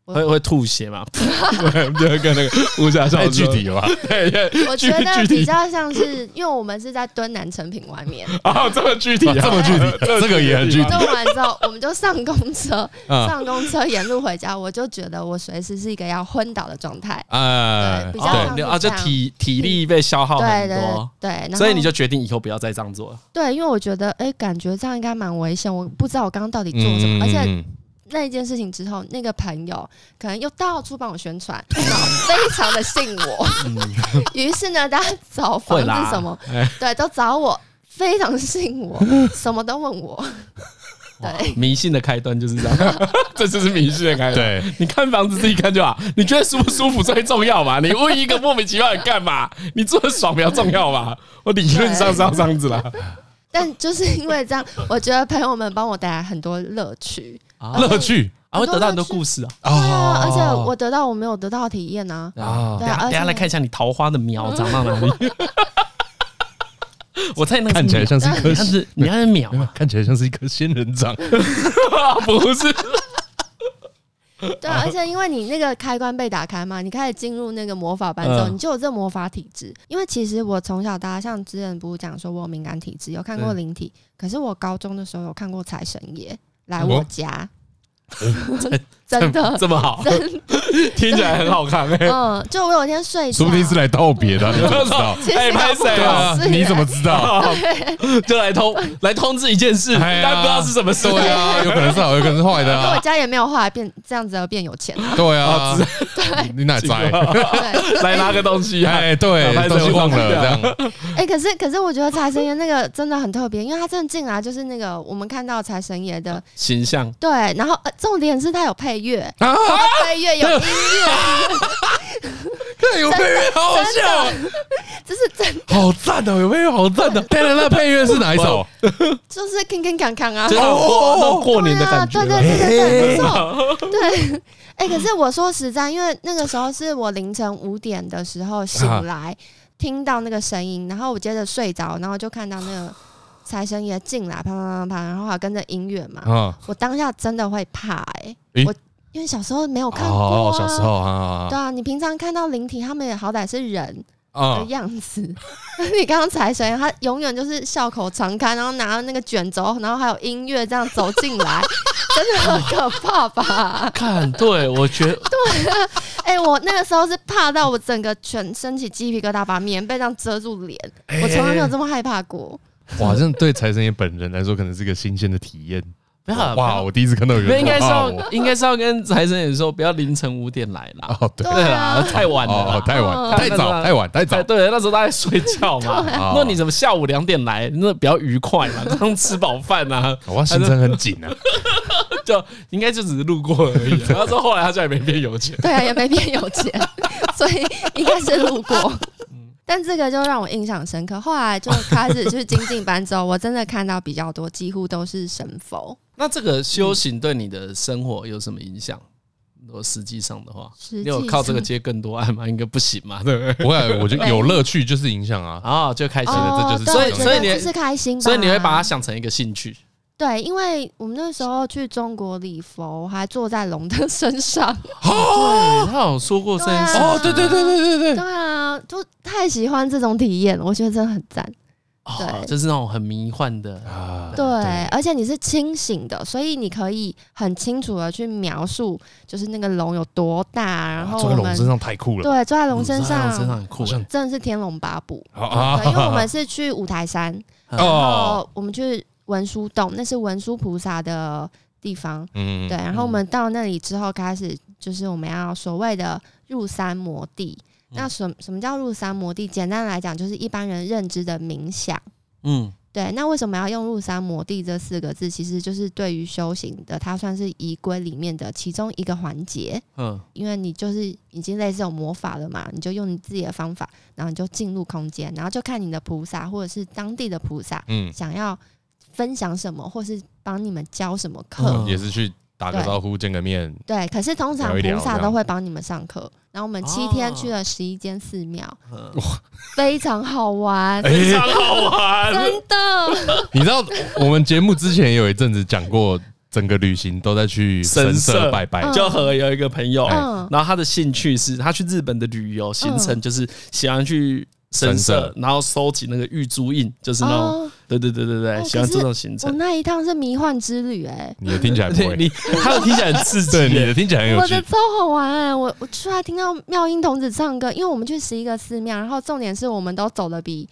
S4: 我
S2: 会会吐血 (laughs) 嘛？
S1: 对，跟那个武侠
S2: 小说
S1: 太哎具体了吧？
S2: (laughs)
S4: 我觉得比较像是，因为我们是在敦南成品外面
S2: 啊，这么具体
S1: 哇
S2: 啊，
S1: 这么 (laughs) 具体， (laughs) 这个也很具体
S4: 弄完之后，我们就上公
S2: (laughs)
S4: 车，
S2: 嗯
S1: 啊
S4: 上公车沿路回家，我就觉得我随时是一个要昏倒的状态。
S1: 啊
S4: 对比较
S2: 哦
S4: 像，
S2: 你
S4: 是
S2: 啊，就
S4: 这样
S2: 体体力被消耗
S4: 对
S2: 哦很
S4: 对
S2: 多，
S4: 对，然后
S2: 所以你就决定以后不要再这样做了。
S4: 对，因为我觉得，哎、感觉这样应该蛮危险。我不知道我刚刚到底做了什么，
S2: 嗯
S4: 而
S1: 嗯
S4: 且那一件事情之后，那个朋友可能又到处帮我宣传，然后非常的信我。 (laughs) 于是呢，大家找
S2: 嗯
S4: 房
S2: 会
S4: 子
S2: 啦哎
S4: 什么，对，都找我，非常信我，什么都问我。对，
S2: 迷信的开端就是这样， (laughs) 这就是迷信的开端。
S1: 对，
S2: (laughs) 你看房子自己看就好，你觉得舒不舒服最重要嘛？你问一个莫名其妙的干嘛？ (laughs) 你做的爽比较重要嘛？我理论上是要这样子啦。
S4: 但就是因为这样，我觉得朋友们帮我带来很多乐趣。
S1: 乐趣
S2: 啊，会得到很多故事啊。
S4: 对啊，而且我得到我没有得到的体验啊。
S1: 啊
S4: 对
S2: 哦等一
S4: 啊
S2: 下，等一
S4: 而
S2: 下
S4: 且嗯
S2: 来看一下你桃花的苗长到哪
S4: (laughs)
S2: 里。我猜那个是
S1: 看起来
S2: 苗
S1: 像是一颗
S4: (laughs)
S2: 你看是你看是苗啊，
S1: 看起来像是一颗仙人 (laughs) 掌，
S2: (laughs) 不是？
S4: 对啊，而且因为你那个开关被打开嘛，你开始进入那个魔法班之后，
S2: 嗯
S4: 你就有这魔法体质。因为其实我从小到大，像之前不是讲说我有敏感体质，有看过灵体，可是我高中的时候有看 (laughs) 过财神爷来我家，真的
S2: (laughs) 这么好，
S4: 真的
S2: 听起来很好
S1: (laughs)
S2: 看哎。
S4: 嗯，就我有一天睡着，
S1: 说不定是来道别 (laughs) 的啊，你怎么知道？
S4: 其实
S2: 哎拍
S4: 都不
S2: 谁
S1: 对啊
S4: 是，
S1: 你怎么知道？
S2: 就来通来通知一件事，
S1: 哎呀
S2: 但不知道是什么事
S1: 对啊，有可能是好，有可能是坏的
S4: 因为我
S1: 啊。
S4: 家也没有后来变这样子而变有钱，
S1: (laughs) 对啊，你哪在？
S4: 对，
S2: 来拿个东西啊。
S1: 哎， (laughs) 对，东西忘了这样。
S4: 哎、可是可是我觉得财神爷那个真的很特别，因为他真的进来就是那个我们看到财神爷的
S2: 形象
S4: 对，然后、呃、重点是他有配乐，
S1: 啊，
S4: 他的配乐有音乐，
S1: 看有配乐，好好笑，
S4: 真的，这是真
S1: 好赞哦，有配乐好赞 (laughs) 哦。当然，那配乐是哪一首？
S4: 就是 king king 锵锵啊
S2: 就，是那种过那种哦过年的
S4: 对啊，
S2: 感觉
S4: 对
S2: 啊，
S4: 对对对对，没错，对。哎、可是我说实在，因为那个时候是我凌晨五点的时候醒来，听到那个声音，然后我接着睡着，然后就看到那个财神爷进来，啪啪啪啪，然后还跟着音乐嘛，
S1: 啊，
S4: 我当下真的会怕哎、
S1: 诶
S4: 我因为小时候没有看过、
S1: 哦
S4: 啊，
S1: 小时候啊
S4: 对，啊，你平常看到灵体，他们也好歹是人的
S1: 啊，
S4: 样子。 (laughs) 你刚刚财神，他永远就是笑口常开，然后拿着那个卷轴，然后还有音乐这样走进来， (laughs) 真的很可
S2: (laughs)
S4: 怕吧？
S2: 看，对我觉得
S4: 哎、我那个时候是怕到我整个全身起鸡皮疙瘩，把棉被这样遮住脸，
S2: 哎
S4: 我从来没有这么害怕过。
S1: 哇，这对财神爷本人来说，可能是个新鲜的体验。
S2: 不要
S1: 哇，，我第一次看啊到有
S2: 不要
S1: 人
S2: 应该是
S1: 哇哦
S2: 要
S1: 我
S2: 应该是要跟财神爷说，不要凌晨五点来啦，
S1: 哦，对，
S4: 对
S2: 啦，
S4: 啊
S2: 太晚了
S1: 哦，
S2: 啦。
S1: 太晚，太早，太晚，太早
S2: 哎，。对，那时候大家在睡觉嘛。哦
S1: 啊
S2: 那你怎么下午两点来？那比较愉快嘛， (laughs) 刚吃饱饭啊，
S1: 哇，行程很紧 (laughs) 啊。
S2: 就应该就只是路过而已。
S1: (laughs)
S2: 啊他说后来他就也没变有钱，
S4: 对啊，也没变有钱，
S2: (laughs)
S4: 所以应该是路过。
S2: 嗯
S4: 但这个就让我印象深刻。后来就开始就是精进班之后，我真的看到比较多，几乎都是神佛。
S2: 那这个修行对你的生活有什么影响？如果实际上的话，
S4: 实
S2: 你
S4: 际
S2: 有靠这个
S4: 上
S2: 接更多爱吗？应该不行嘛，对不对？
S1: 不会，我觉得有乐趣就是影响啊。
S2: (laughs) 啊，就开心了，
S1: 哦
S2: 这就是所以
S4: 对我
S2: 所以
S4: 觉得
S2: 你
S4: 就是开心吧，
S2: 所以你会把它想成一个兴
S4: (laughs)
S2: 趣，
S4: 对，因为我们那时候去中国礼佛，我还坐在龙的身上，
S2: 对，他哦有说过这件事
S4: 对啊哦对对对
S1: 对对
S4: (laughs) 对，啊，就太喜欢这种体验，我觉得真的很赞。
S2: 哦
S4: 对，
S2: 就是那种很迷幻的，
S1: 啊，
S4: 对，而且你是清醒的，所以你可以很清楚的去描述，就是那个龙有多大，然后
S1: 啊坐在
S4: 我
S1: 龙
S4: 们
S1: 身上太酷了吧。
S4: 对，坐在龙身
S2: 嗯在
S4: 上，
S2: 龙身上很酷
S1: 好像
S4: 真的是天龙八部。
S1: 好
S4: 对，因为我们是去五台山，
S2: 嗯
S4: 然
S1: 哦，
S4: 后我们去文殊洞，那是文殊菩萨的地方。
S1: (laughs) 嗯，
S4: 对，然后我们到那里之后，开始就是我们要所谓的入山摩地。那
S1: 嗯
S4: 什什么叫入山摩地？简单来讲，就是一般人认知的冥想。
S2: 嗯，
S4: 对，那为什么要用“入山摩地”这四个字？其实就是对于修行的，它算是仪规里面的其中一个环节。
S2: 嗯
S4: 因为你就是已经类似有魔法了嘛，你就用你自己的方法，然后你就进入空间，然后就看你的菩萨或者是当地的菩萨
S1: 嗯，
S4: 想要分享什么，或是帮你们教什么课。
S2: 嗯
S1: 也是去打个招呼，见个面， (laughs)
S4: 对，可是通常
S1: 聊一聊
S4: 菩萨
S1: 这样
S4: 都会帮你们上课。然后我们七天
S2: 哦
S4: 去了十一间寺庙，
S2: 嗯，
S4: 非常好玩，
S1: 哎
S2: 非常好玩，
S4: 真的。
S1: 你知道我们节目之前有一阵子讲过，整个旅行都在去神社拜拜，
S4: 嗯
S2: 就和有一个朋友，
S4: 嗯
S2: 然后他的兴趣是他去日本的旅游行程，就是喜欢去神社
S1: 神社，
S2: 然后收集那个玉珠印，就是那种，
S4: 哦，
S2: 对对对对对，
S4: 哦
S2: 喜欢
S4: 可
S2: 这
S4: 是
S2: 种行
S4: 我
S2: 程。
S4: 那一趟是迷幻之旅、哎。
S1: (laughs) 你的听起来不
S2: 对
S1: 会，
S2: 你，他的听起来很刺激
S1: 对你的
S2: 耶，
S1: 听起来很有
S4: 我
S1: 趣
S4: 的超好玩哎、我我出来听到妙音童子唱歌，因为我们去十一个寺庙，然后重点是我们都走的比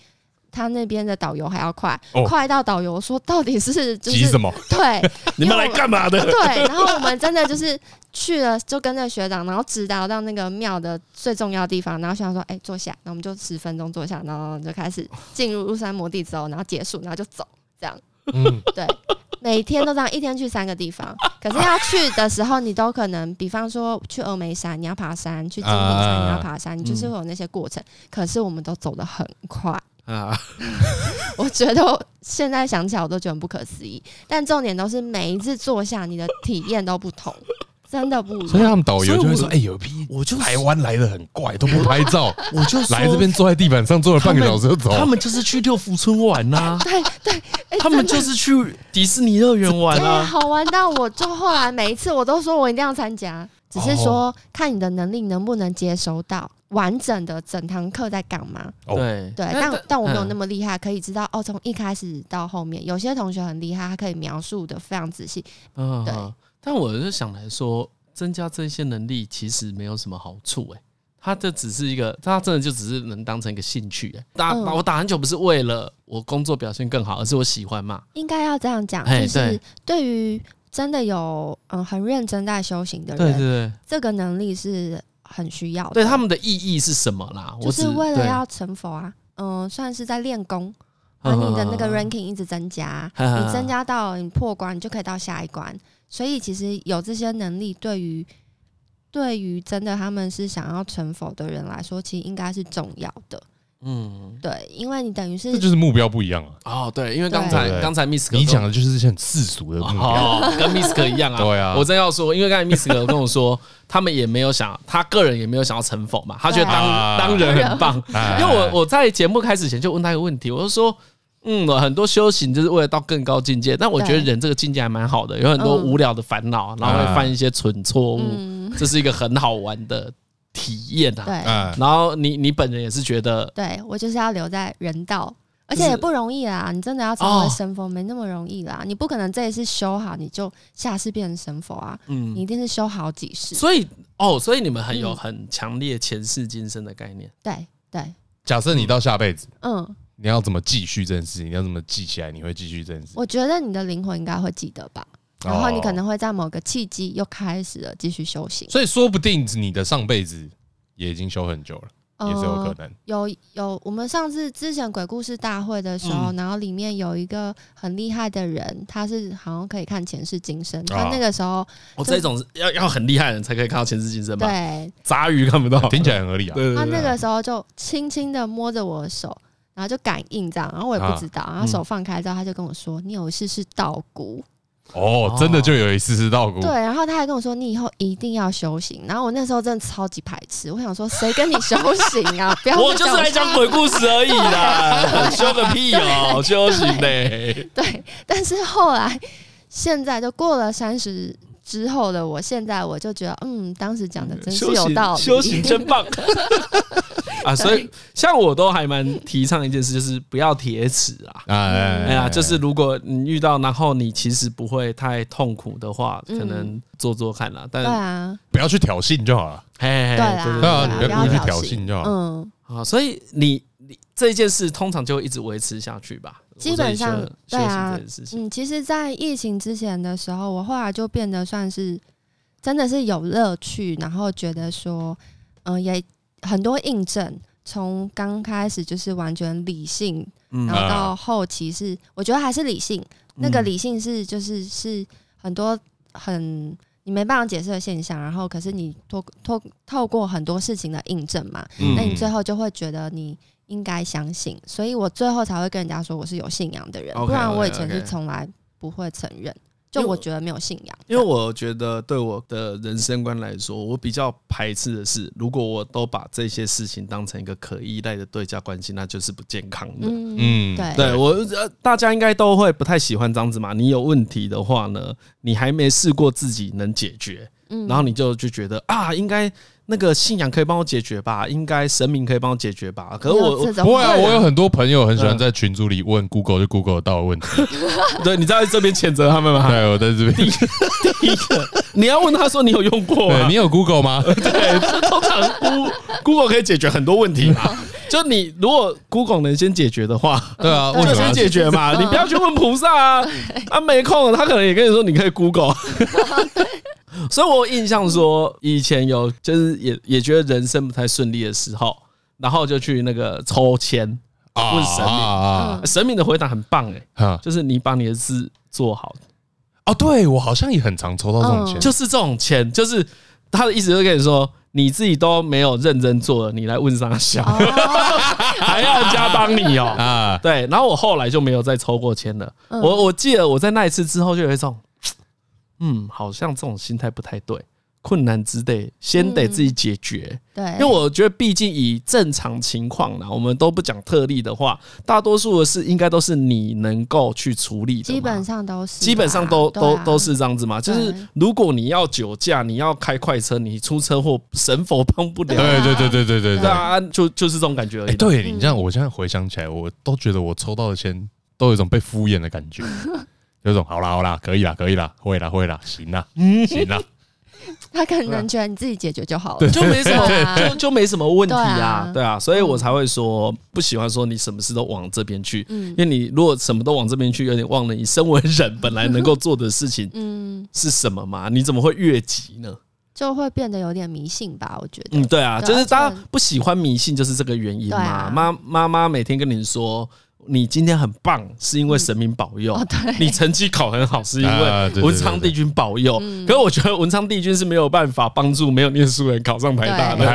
S4: 他那边的导游还要快，
S1: 哦
S4: 快到导游说到底是就
S1: 急
S4: 是
S1: 什么？ (laughs)
S4: 对
S2: 你们来干嘛
S4: (laughs)
S2: 的？
S4: 对，然后我们真的就是去了，就跟着学长，然后指导到那个庙的最重要的地方，然后学长说哎、坐下，然后我们就十分钟坐下，然后就开始进入入山摩地之后，然后结束，然后就走。
S1: 嗯，
S4: 对，每天都这样，一天去三个地方。可是要去的时候，你都可能，比方说去峨眉山，你要爬山；去金顶山，你要爬山，你就是会有那些过程。可是我们都走得很快，
S2: 啊，
S4: 我觉得我现在想起来我都觉得很不可思议。但重点都是每一次坐下，你的体验都不同，真的不一
S1: 所以
S4: 样。
S1: 他们导游就会说，
S2: 所以我
S1: 哎，有一批
S2: 我就
S1: 台湾来的很怪，都不拍照，
S2: 我就
S1: (laughs)
S2: 说
S1: 来这边坐在地板上坐了半个小时就走，
S2: 他们就是去六福村玩呐、
S4: 对对，哎
S2: 他们就是去迪士尼乐园玩
S4: 真的
S2: 啊。
S4: 好玩到我就后来每一次我都说我一定要参加，只
S2: 哦
S4: 是说看你的能力能不能接收到完整的整堂课在干嘛。
S1: 哦
S2: 对嗯
S4: 对，但但我没有那
S2: 么
S4: 么厉害，可以知道哦，从一开始到后面，有些同学很厉害，他可以描述的非常仔细。
S2: 嗯
S4: 对
S2: 嗯但我就想来说，增加这些能力其实没有什么好处诶、他这只是一个，他真的就只是能当成一个兴趣、欸。打
S4: 嗯
S2: 打我打篮球不是为了我工作表现更好，而是我喜欢嘛。
S4: 应该要这样讲，
S2: 嘿
S4: 就是
S2: 对
S4: 对于真的有嗯很认真在修行的
S2: 对对
S4: 人，
S2: 对，
S4: 这个能力是很需要的。
S2: 对他们的意义是什么啦？
S4: 就
S2: 我
S4: 是
S2: 只
S4: 为了
S2: 对
S4: 要成佛啊，嗯、算是在练
S2: (laughs)
S4: 功，把
S2: 嗯
S4: 你的那个
S2: 嗯嗯
S4: ranking 一直
S2: (laughs)
S4: 增加，啊
S2: 嗯嗯
S4: 你增加到你破关，你就可以到下一关。所以其实有这些能力，对于对于真的他们是想要成佛的人来说，其实应该是重要的。
S2: 嗯，
S4: 对，因为你等于是
S1: 这就是目标不一样啊。
S2: 哦，对，因为
S4: 对
S2: 刚
S1: 对
S2: 才
S1: 对
S2: 刚才 Miss
S1: 你讲
S2: 的
S1: 的就是一些很世俗的目标，
S2: 哦，跟 Miss 哥一样啊。
S1: (laughs) 对啊，
S2: 我真要说，因为刚才 Miss 哥跟我说，他们也没有想，他个人也没有想要成佛嘛，他觉得
S4: 对
S2: 当
S1: 啊
S2: 当人很棒。
S1: 哎
S2: 因为我我在节目开始前就问他一个问题，我就说。嗯，很多修行就是为了到更高境界，但我觉得
S4: 对
S2: 人这个境界还蛮好的，有很多
S4: 嗯
S2: 无聊的烦恼，然后会犯一些蠢错误，
S4: 嗯，
S2: 这是一个很好玩的体验啊。
S4: 对
S1: 哎
S2: 然后你你本人也是觉得
S4: 对，我就是要留在人道。而
S2: 就是
S4: 且也不容易啦，你真的要成为
S2: 哦
S4: 神佛、没那么容易啦。你不可能这一次修好你就下次变成神佛啊，
S2: 嗯
S4: 你一定是修好几世。
S2: 所以哦，所以你们很有
S4: 嗯
S2: 很强烈前世今生的概念。
S4: 对对，
S1: 假设你到下辈子，
S4: 嗯，
S1: 你要怎么继续这件事情？你要怎么记起来？你会继续这件事？
S4: 我觉得你的灵魂应该会记得吧，然后
S1: 哦
S2: 哦
S4: 你可能会在某个契机又开始了继续修行，
S1: 所以说不定你的上辈子也已经修很久了，也是有可
S4: 呃
S2: 哦
S1: 能。
S4: 有有，我们上次之前鬼故事大会的时候，然后里面有一个很厉害的人，他是好像可以看前世今生，他那个时候
S2: 哦，
S4: 就是
S2: 这种是要要很厉害的人才可以看到前世今生吧？
S4: 对
S2: 杂鱼看不到，
S1: 听起来很合理啊。
S2: 对
S4: 他
S2: 对
S4: 那
S2: 对。
S4: 个时候就轻轻的摸着我的手，然后就感应这样，然后我也不知
S2: 啊
S4: 道，然后
S2: 嗯
S4: 手放开之后，他就跟我说：“你有一世是道骨。”
S1: 哦，真的就有一丝丝道
S2: 哦
S1: 骨
S4: 对，，然后他还跟我说你以后一定要修行，然后我那时候真的超级排斥，我想说谁跟你修行
S2: (laughs)
S4: 啊？不要
S2: 我
S4: 再
S2: 就是
S4: 叫
S2: 来讲鬼故事而已
S4: (laughs) 啊
S2: 啦，修个屁哦，修行嘞。
S4: 对，但是后来现在就过了三十之后的我，现在我就觉得嗯，当时讲的真是
S2: 修
S4: 有道
S2: 行，
S4: 理，
S2: 修行真
S4: (laughs)
S2: 棒啊！所以像我都还蛮提倡一件事，就是不要铁齿啊。
S1: 哎
S2: 哎呀，就是如果你遇到，然后你其实不会太痛苦的话，可
S4: 嗯
S2: 能做做看啦。但
S4: 对啊，
S1: 不要去挑衅就好了。
S2: 哎，
S4: 对
S2: 对
S4: 啦，
S2: 对
S1: 哎对
S2: 对
S1: 啊
S4: 啦
S1: 你
S4: 不
S1: 不要故意
S4: 挑
S1: 去挑衅就好
S4: 嗯，
S2: 啊，所以你你这件事通常就会一直维持下去吧？
S4: 基本上
S2: 我说你修
S4: 对
S2: 修
S4: 啊
S2: 行这件事情，
S4: 嗯，其实，在疫情之前的时候，我后来就变得算是真的是有乐趣，然后觉得说，嗯、也很多印证。从刚开始就是完全理性，
S2: 嗯
S4: 然后
S1: 啊
S4: 到后期是，我觉得还是理性。那个理性是就是是很多很你没办法解释的现象，然后可是你透透透过很多事情的印证嘛，
S2: 嗯
S4: 哎那你最后就会觉得你应该相信，所以我最后才会跟人家说我是有信仰的人，
S2: OK，
S4: 不然我以
S2: OK，
S4: 前
S2: OK
S4: 是从来不会承认，就
S2: 因为
S4: 我
S2: 我
S4: 觉得没有信仰。
S2: 因为我觉得对我的人生观来说，我比较排斥的是，如果我都把这些事情当成一个可依赖的对价关系，那就是不健康的。
S4: 嗯，
S1: 嗯，
S4: 对
S2: 对我，呃大家应该都会不太喜欢这样子嘛。你有问题的话呢，你还没试过自己能解决，
S4: 嗯
S2: 然后你就就觉得啊，应该那个信仰可以帮我解决吧，应该神明可以帮我解决吧。可是
S4: 没有
S2: 我我
S4: 这种
S1: 不会啊，我有很多朋友很喜欢
S2: 嗯
S1: 在群组里问 Google 就 Google 得到的问题。
S2: 对，你在这边谴责他们
S1: (laughs)
S2: 吗？
S1: 对，我在这
S2: (laughs)
S1: 边。
S2: 第一个，你要问他说你有啊用过
S1: 对
S2: 吗
S1: 你？有 Google 吗？ (laughs)
S2: 对，通常 Google Google 可以解决很多问题 (laughs) 嘛。就你如果 Google 能先解决的话，
S1: 对啊，为什
S2: 就
S1: 么
S2: 先
S1: 要
S2: 解决嘛。 (laughs) 你不要去问菩萨啊，啊没空，他可能也跟你说你可以 (laughs) Google。所以我印象说，以前有就是也也觉得人生不太顺利的时候，然后就去那个抽签，
S1: 啊
S2: 问神明
S1: 啊
S4: 嗯
S2: 神明的回答很棒哎、
S1: 啊啊！
S2: 就是你把你的字做好，
S1: 哦，对我好像也很常抽到这
S4: 嗯
S1: 种钱，
S2: 就是这种钱，就是他的意思就是跟你说，你自己都没有认真做了，你来问上小，
S4: 哦，
S2: 还要人家帮你哦、
S1: 啊，
S2: 对，然后我后来就没有再抽过签了。
S4: 嗯
S2: 我我记得我在那一次之后就有一种，嗯，好像这种心态不太对，困难只得先得自己解决。
S4: 对，
S2: 因为我觉得，毕竟以正常情况啦，我们都不讲特例的话，大多数的事应该都是你能够去处理的嘛。
S4: 基本上都是吧，
S2: 基本上都
S4: 对啊
S2: 都都是这样子嘛，就是
S4: 对
S2: 如果你要酒驾，你要开快车，你出车祸，神佛帮不
S1: 对
S2: 了，
S1: 对对对对对
S2: 对啊，就就是这种感觉而
S1: 哎，
S2: 已。，
S1: 对你这
S4: 嗯
S1: 样，我现在回想起来，我都觉得我抽到的钱都有一种被敷衍的
S4: (laughs) 嗯 (laughs)
S1: 感觉，有一种好啦好啦，可以啦可以啦，会啦会啦，行啦行啦，
S4: 他可
S2: 啊
S4: 能觉得你自己解决就好了。
S2: 就没什
S4: 对
S2: 么，
S4: 啊
S2: 就就没什么问题
S4: 对
S2: 啊
S4: 啊，
S2: 对啊，所以我才会说不喜欢说你什么事都往这边去，
S4: 嗯
S2: 因为你如果什么都往这边去，有点忘了你身为人本来能够做的事情
S4: 嗯，
S2: 是什么
S4: (laughs)
S2: 嘛？你怎么会越级呢？
S4: 就会变得有点迷信吧，我觉得。
S2: 嗯，对啊，
S4: 对啊
S2: 就是大家
S4: 这个
S2: 不喜欢迷信，就是这个原因
S4: 对
S2: 嘛。
S4: 啊
S2: 妈妈妈每天跟你说。你今天很棒，是因为神明保佑；
S4: 哦，对，
S2: 你成绩考很好，是因
S1: 啊对
S2: 为
S1: 对
S2: 文昌帝君保佑。
S4: 嗯
S2: 可是我觉得文昌帝君是没有办法帮助没有念书的人考上台大的，
S4: 对
S2: 对，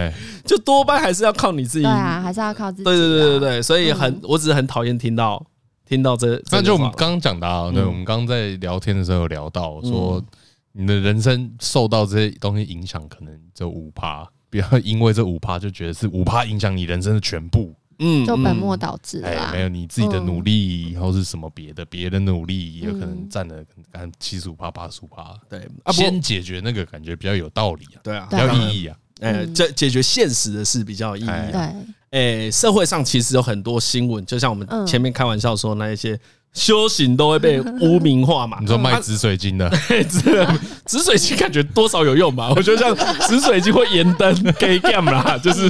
S1: 哎，
S2: 就多半还是要靠你自己
S4: 对。啊，还是要靠自己啊。
S2: 对对对对对，所以很
S4: 嗯，
S2: 我只是很讨厌听到听到这，
S1: 那
S2: 这
S1: 就
S2: 个
S1: 我
S2: 话
S1: 们刚刚讲的啊，对，
S2: 嗯
S1: 我们刚刚在聊天的时候有聊到
S4: 嗯
S1: 说，你的人生受到这些东西影响，可能这五趴，不要因为这五趴就觉得是五趴影响你人生的全部。
S2: 嗯
S4: 就本
S2: 嗯
S4: 末倒置了
S1: 哎，
S4: 啦
S1: 没。有你自己的
S4: 嗯
S1: 努力，或是什么别的，别人的努力也有可能
S4: 嗯
S1: 占了干七十五趴、八十五趴。
S2: 对啊，不
S1: 先解决那个感觉比较有道理啊，
S2: 对啊
S1: 比，较有意义啊。
S2: 哎，
S4: 嗯
S2: 这解决现实的事比较有意义啊。
S1: 哎
S4: 对，
S2: 诶、社会上其实有很多新闻，就像我们
S4: 嗯
S2: 前面开玩笑说那一些修行都会被污名化
S1: (laughs)
S2: 嘛
S1: 你。说卖
S2: 啊
S1: 紫水晶的，
S2: 紫水晶感觉多少有
S1: (laughs)
S2: 用吧？我觉得像紫水晶或盐灯 gay game 啦，就是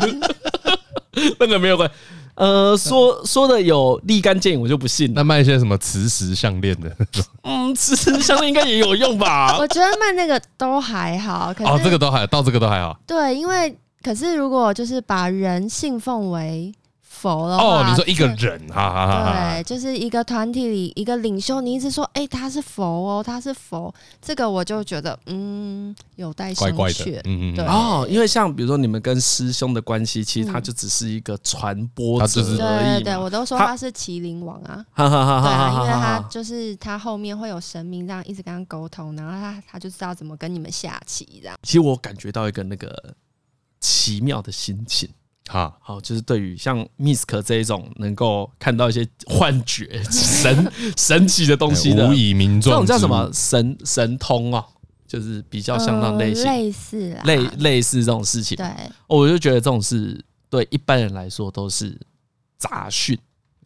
S1: (laughs)
S2: 那个没有关。呃，说说的有立竿见影，我就不信了。
S1: 那卖一些什么磁石项链的
S2: 嗯，其实相信应该也有用吧
S4: (laughs) 我？觉得卖那个都还好，可
S1: 哦，
S4: 是
S1: 这个都还到这个都还好。
S4: 对，因为可是如果就是把人信奉为佛的话，
S1: 哦，你说一个
S4: 这。
S1: 人，哈哈哈哈
S2: 啊
S4: 对，。就是一个团体里一个领袖，你一直说，哎、他是佛哦，他是佛，这个我就觉得，嗯，有待商
S1: 怪怪的
S4: 榷。，
S1: 嗯嗯
S4: 对
S1: 嗯，
S2: 哦，因为像比如说你们跟师兄的关系，其实他
S4: 嗯
S2: 就只是一个传播
S1: 他
S2: 者
S1: 就是
S2: 而
S4: 对
S2: 已
S4: 对对，我
S2: 嘛。
S4: 都说
S2: 他
S4: 他是麒麟王啊，
S2: 哈哈哈
S4: 对
S2: 嗯哈
S4: 啊，因
S2: 哈
S4: 为他
S2: 哈！
S4: 就是他后面会有神明这样一直跟他沟通，然后他他就知道怎么跟你们下棋这样。
S2: 其实我感觉到一个那个奇妙的心情。
S1: 哈，
S2: 好，就是对于像 Misk 这一种能够看到一些幻觉、 (laughs) 神神奇的东西的
S1: 哎无，以名
S2: 这
S1: 状
S2: 种
S1: 之物，
S2: 叫什么神神通哦，就是比较像那种类型，
S4: 呃类似啦，
S2: 类类似这种事情。
S4: 对，
S2: 哦我就觉得这种事对一般人来说都是杂讯。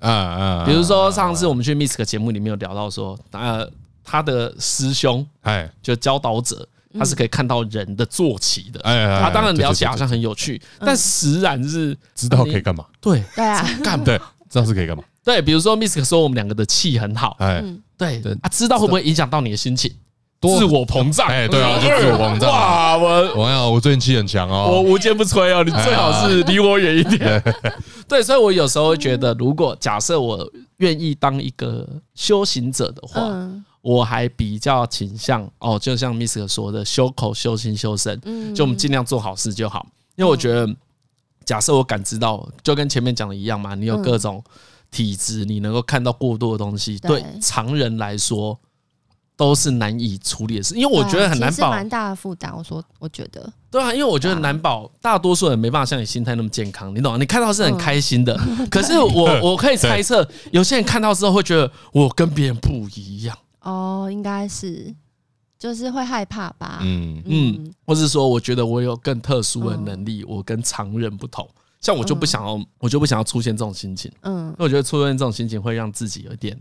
S1: 啊啊？
S2: 比如说上次我们去 Misk 节目里面有聊到说，呃，他的师兄
S1: 哎，
S2: 就教导者，他是可以看到人的坐骑的。
S1: 哎哎哎，
S2: 他啊当然
S1: 对
S2: 聊起来
S1: 对
S2: 好，
S1: 对
S2: 像很有趣，但实然是
S1: 对知道可以干嘛，
S2: 对
S4: 对啊，
S2: 干
S1: 对，知道是可以干嘛，
S2: 对，比如说 Misk 说我们两个的气很好，
S1: 哎，
S4: 嗯，
S2: 对
S1: 对
S2: 啊，知道会不会影响到你的心情？
S1: 多
S2: 自我膨胀，
S1: 哎对啊就自我膨胀
S2: 哇，我
S1: 我要我最近气很强
S2: 我
S1: 哦，
S2: 无坚不摧哦，你最好是离我远一点。 (laughs) 对，所以我有时候会觉得，如果假设我愿意当一个修行者的话，
S4: 嗯
S2: 我还比较倾向哦，就像 Misk 说的，修口、修心、修身，
S4: 嗯，
S2: 就我们尽量做好事就好。因为我觉得，假设我感知到，就跟前面讲的一样嘛，你有
S4: 嗯
S2: 各种体质，你能够看到过多的东西，
S4: 嗯对
S2: 对常人来说都是难以处理的事。因 (laughs) 为我觉
S4: 对
S2: 得
S4: 啊
S2: 很难
S4: 其实
S2: 保，
S4: 蛮大的负担。我说，我觉得，
S2: 对啊，因为我觉得难保大多数人没办法像你心态那么健康，你懂、啊？你看到是很开心的，
S4: 嗯
S2: (laughs) 可是我我可以猜测，有些人看到之后会觉得我跟别人不一样，
S4: 哦，应该是，就是会害怕吧，
S1: 嗯，
S2: 嗯，
S4: 嗯
S2: 或是说我觉得我有更特殊的能力，我跟常人不同。像我就不想要，我就不想要出现这种心情，
S4: 嗯
S2: 因，为我觉得出现这种心情会让自己有一点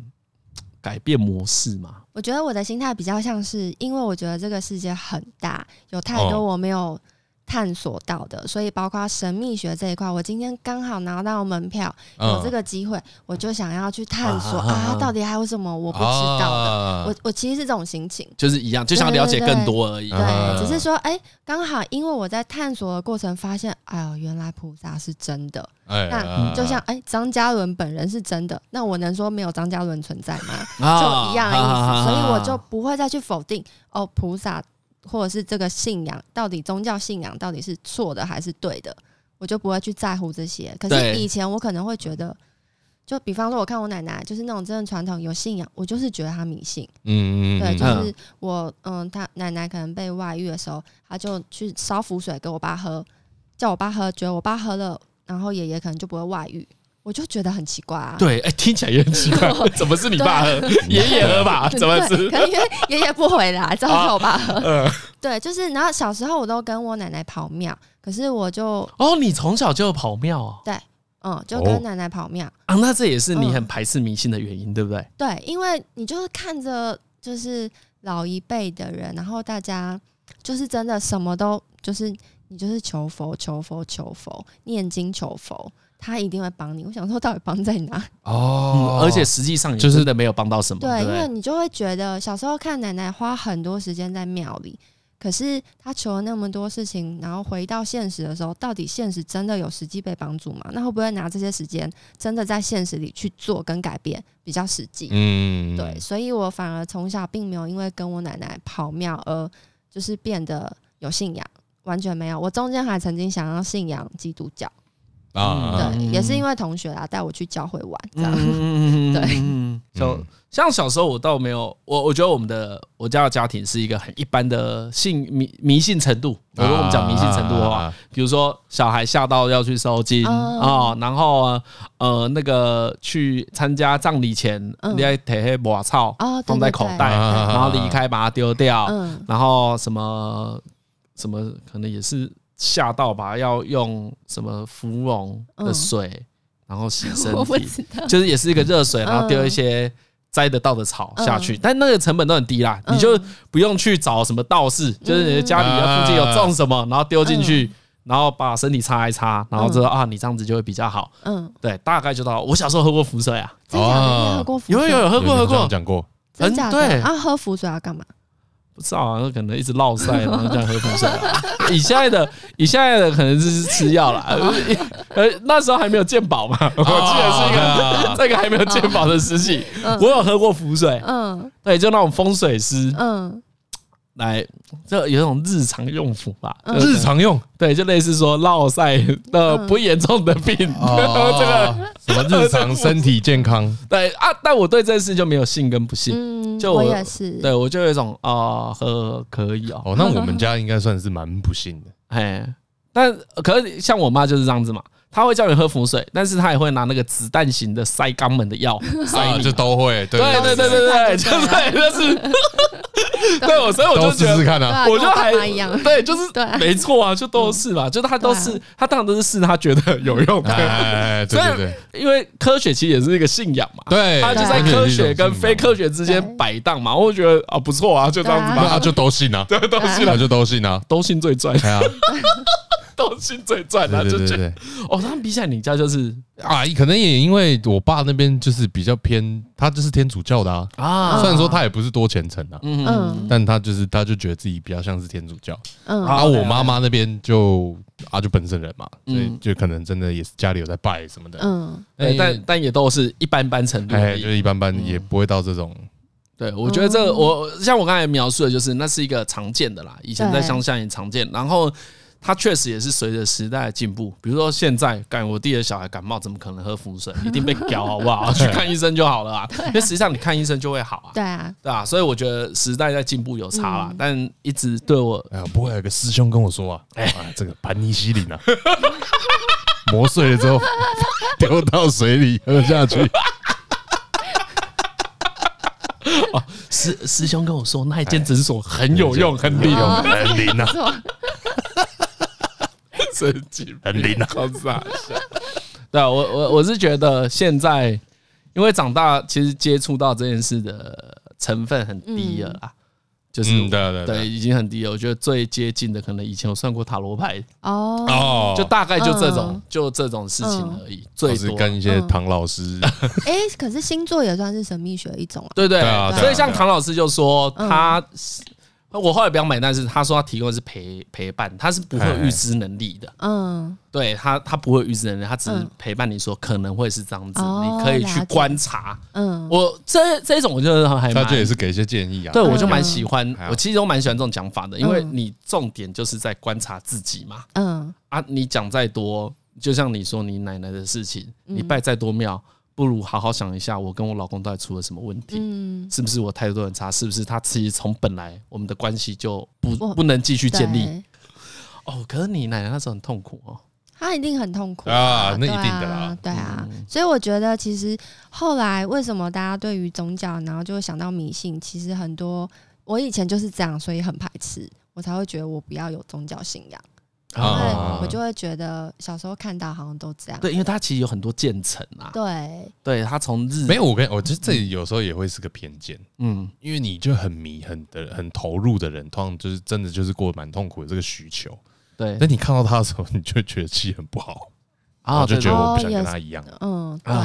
S2: 改变模式嘛。
S4: 我觉得我的心态比较像是，因为我觉得这个世界很大，有太多
S1: 哦
S4: 我没有探索到
S2: 哦
S4: 的，所以包括神秘学这一块，我今天刚好
S2: 嗯
S4: 拿到门票，有这
S1: 个
S4: 个机会，我就想要去探索
S2: 啊啊啊
S4: 啊，到底还有什么我不知道的。
S1: 的
S4: 我我其实是这种心情，
S2: 就是一样，就想了解更多而已。
S1: 对啊
S4: 对，只是说，哎，刚好因为我在探索的过程发现，哎呦，原来菩萨是真的，
S1: 哎
S4: 那
S1: 啊
S4: 就像哎张嘉伦本人是真的，那我能说没有张嘉伦存在吗？
S2: 啊
S4: 就一样的意思，所以我就
S2: 啊
S4: 不会再去否定哦，菩萨或者是这个信仰到底宗教信仰到底是错的还是对的，我就不会去在乎这些。可
S2: 对
S4: 是以前我可能会觉得，就比方说，我看我奶奶就是那种真的传统有信仰，我就是觉得她迷信。
S1: 嗯嗯嗯，
S4: 对，就
S1: 嗯
S4: 是我嗯，她奶奶可能被外遇的时候，她就去烧符水给我爸喝，叫我爸喝，觉得我爸喝了，然后爷爷可能就不会外遇，我就觉得很奇怪啊。
S2: 对，哎，听起来也很奇
S4: (laughs)
S2: 怪，怎么是你爸喝？爷爷喝吧？啊怎么是
S4: 对，？可能因为爷爷不回来，照叫我爸喝。 (laughs) 对，就是然后小时候我都跟我奶奶跑庙，可是我就
S2: 哦，你从小就有跑庙哦，
S4: 嗯就
S1: 哦
S4: 跟奶奶跑庙。
S2: 啊，那这也是你
S4: 嗯
S2: 很排斥迷信的原因，对不对？
S4: 对，因为你就是看着就是老一辈的人，然后大家就是真的什么都就是你就是求佛求佛求佛，念经求佛，他一定会帮你。我想说，到底帮在哪？
S1: 哦
S2: 嗯，而且实际上也
S1: 就是
S2: 真的没有帮到什么，
S4: 对，
S2: 对不
S4: 因为
S2: 对？
S4: 你就会觉得小时候看奶奶花很多时间在庙里，可是她求了那么多事情，然后回到现实的时候，到底现实真的有实际被帮助吗？那会不会拿这些时间真的在现实里去做跟改变比较实际？
S1: 嗯，
S4: 对，所以我反而从小并没有因为跟我奶奶跑庙而就是变得有信仰，完全没有。我中间还曾经想要信仰基督教，
S1: 啊，
S4: 对，也是因为同学啊带我去教会玩这样。
S2: 嗯，
S4: 对
S2: 对，就
S1: 嗯
S2: 像小时候我倒没有，我我觉得我们的我家的家庭是一个很一般的信迷迷信程度。我跟我们讲迷信程度的话，
S1: 啊，
S2: 比如说小孩吓到要去收金
S4: 嗯
S2: 啊、然后呃那个去参加葬礼前，
S4: 嗯
S2: 你要贴黑抹草，
S4: (laughs) 哦，对
S2: 放在
S4: 对
S2: 口
S4: 对
S2: 袋
S1: 啊
S2: 然后离开把它丢掉，
S4: 嗯，
S2: 然后什么什么可能也是吓到吧，要用什么芙蓉的水，然后洗 (laughs) 身
S4: 嗯 (laughs) 我不
S2: 体，
S4: 知道。
S2: 就是也是一个热水，然后丢一
S4: 嗯
S2: 些摘得到的草
S4: 嗯
S2: 下去，但那个成本都很低啦，你就不用去找什么道士，
S4: 嗯
S2: 就是你的家里的附近有种什么，然后丢进去，然后把身体擦一擦，然后之后啊，你这样子就会比较好。
S4: 嗯，
S2: 对，大概就到我小时候喝过浮水啊，
S4: 真假的？你有喝过浮水？
S2: 有有有喝过
S1: 有
S2: 喝
S1: 你好像
S2: 过，
S1: 讲过，
S4: 真假的？
S2: 嗯对
S4: 啊，喝浮水要干嘛？
S2: 不知道啊，那可能一直落晒，然后这样喝浮水啊。 (laughs) 以现在的以现在的可能就是吃药啦， (laughs) 呃那时候还没有健保嘛， (laughs) 我记得是一个
S1: 哦
S2: 这个还没有健保的时期，我有喝过浮水，
S4: 嗯
S2: 对，就那种风水师
S4: 嗯
S2: 来，就有一种日常用法吧，
S4: 嗯
S2: 就是
S1: 日常用
S2: 对，就类似说落晒的
S4: 嗯
S2: 不严重的病，
S1: (laughs)
S2: 这个
S1: 哦什么日常身体健 (laughs) 康，
S2: 对啊，但我对这件事就没有信跟不信，
S4: 嗯，
S2: 就
S4: 我
S2: 我
S4: 也是。
S2: 对啊我就有一种哦，喝可以哦，
S1: 哦，那我们家应该算是蛮不幸的，
S2: 哎，但可是像我妈就是这样子嘛，她会叫你喝浮水，但是她也会拿那个子弹型的塞肛门的药塞
S1: 啊，
S2: 你。
S1: 就都会，对
S2: 对对对对对，就是就是， (laughs) 对我，所以我
S1: 都
S2: 就
S1: 试
S2: 觉
S1: 试
S2: 得，
S1: 看
S4: 对
S1: 啊，
S4: 啊，
S2: 我
S4: 跟
S2: 就还
S4: 爸妈一样。
S2: 对，就是
S4: 对啊
S2: 没错啊，就都是嘛，就是她都是
S4: 对，
S2: 她当然都是试她觉得有用
S1: 哎
S2: 的，
S1: 哎，哎 (laughs) 对对对
S2: 因为科学其实也是一个信仰嘛，
S1: 对，哎啊
S2: 她就在
S1: 这
S2: 科
S1: 也是一种
S2: 学跟
S1: 信仰
S2: 非科学之间
S4: 对
S2: 摆荡嘛，我就觉得啊不错啊，就这样子
S4: 对
S2: 吧，
S1: 那就都信啊， (laughs) 对，
S2: 都信
S1: 那就都信 (laughs) 啊，
S2: 都信最赚，
S1: 哎呀，
S2: 都信最赚啊，
S1: 对
S2: 就
S1: 对
S2: 觉
S1: 对
S2: 得
S1: 对。
S2: 哦，他们比起来你家就是
S1: 啊，可能也因为我爸那边就是比较偏，他就是天主教的啊。
S2: 啊
S1: 虽然说他也不是多虔诚啊，
S4: 嗯
S1: 但他就是他就觉得自己比较像是天主教。
S4: 嗯
S2: 好
S1: 啊，
S2: 哦对
S1: 我妈妈那边就啊就本省人嘛，所以
S2: 嗯
S1: 就可能真的也是家里有在拜什么的。
S4: 嗯，
S2: 对，嗯但
S1: 但
S2: 但也都是一般般程度而
S1: 哎，
S2: 已
S1: 就是一般般，也不会到这种。
S2: 对，我觉得
S4: 哦
S2: 这个我像我刚才描述的，就是那是一个常见的啦，以前在
S4: 对
S2: 乡下也常见。然后它确实也是随着时代的进步，比如说现在，干我弟的小孩感冒，怎么可能喝浮水？一定
S4: (laughs)
S2: 被搞好不好？去看医生就好了啊，因为实际上你看医生就会好啊，
S4: 对嗯啊，
S2: 对啊，所以我觉得时代在进步有差啦，但一直对我
S1: 哎呀，不过有个师兄跟我说啊，
S2: 哎
S1: 啊，这个盘尼西林啊， (laughs) 磨碎了之后丢到水里喝下去，
S2: 师师兄跟我说，那一间诊所很 (laughs) 有用，哎很利
S4: 哦
S2: 哦用，
S1: 很灵啊，
S4: 错，
S2: 神经
S1: 很灵 (laughs) 啊。
S2: 好傻笑。 (laughs) 对啊，我我我是觉得现在，因为长大，其实接触到这件事的成分很低了啊，就是、
S1: 嗯，对啊对啊对
S2: 对，
S1: 啊。
S2: 已经很低了。我觉得最接近的，可能以前我算过塔罗牌，
S4: 哦，
S1: 哦，
S2: 就大概就这种、
S4: 嗯
S2: 就这种事情而已，最
S1: 就
S2: 多
S1: 是。
S2: 嗯
S1: 跟一些唐老师
S4: 哎，可是星座也算是神秘学一种啊。
S2: 对对
S1: 对啊
S4: 对啊
S2: 所以像唐老师就说
S4: 嗯
S2: 他。我后来不要买，但是他说他提供的是陪陪伴，他是不会有预知能力的。
S4: 嗯，
S2: 对他，他不会预知能力，他只是
S4: 嗯
S2: 陪伴你说可能会是这样子，
S4: 哦
S2: 你可以去
S4: 了解
S2: 观察。
S4: 嗯，
S2: 我这这种我觉得还
S1: 他
S2: 蛮，
S1: 这也是给一些建议啊。
S2: 对我就蛮喜欢
S1: 还，好
S2: 我其实我蛮喜欢这种讲法的，因为
S4: 嗯
S2: 你重点就是在观察自己嘛。
S4: 嗯，
S2: 啊，你讲再多，就像你说你奶奶的事情，你
S4: 嗯
S2: 拜再多庙，不如好好想一下，我跟我老公到底出了什么问题。
S4: 嗯，
S2: 是不是我态度很差？是不是他其实从本来我们的关系就不
S4: 不
S2: 不能继续建立
S4: 对，
S2: 哦？可是你奶奶那时候很痛苦哦，
S4: 他一定很痛苦
S1: 啊那
S4: 对
S1: 一定的啦
S4: 啊对啊。所以我觉得，其实后来为什么大家对于宗教，然后就会想到迷信，其实很多我以前就是这样，所以很排斥，我才会觉得我不要有宗教信仰。因为
S1: 啊
S4: 哦我就会觉得小时候看到好像都这样。
S2: 对，因为它其实有很多渐层啊，
S4: 对
S2: 对，它从日
S1: 没有，我跟我觉得这里有时候也会是个偏见，
S2: 嗯
S1: 因为你就很迷、很的、很投入的人，通常就是真的就是过得蛮痛苦的这个需求。
S2: 对
S1: 但你看到他的时候，你就觉得气很不好，然
S2: 啊，
S1: 后就
S2: 对
S1: 觉得我不想
S4: 哦也
S1: 跟
S4: 是
S1: 他一样。
S4: 嗯，对啊，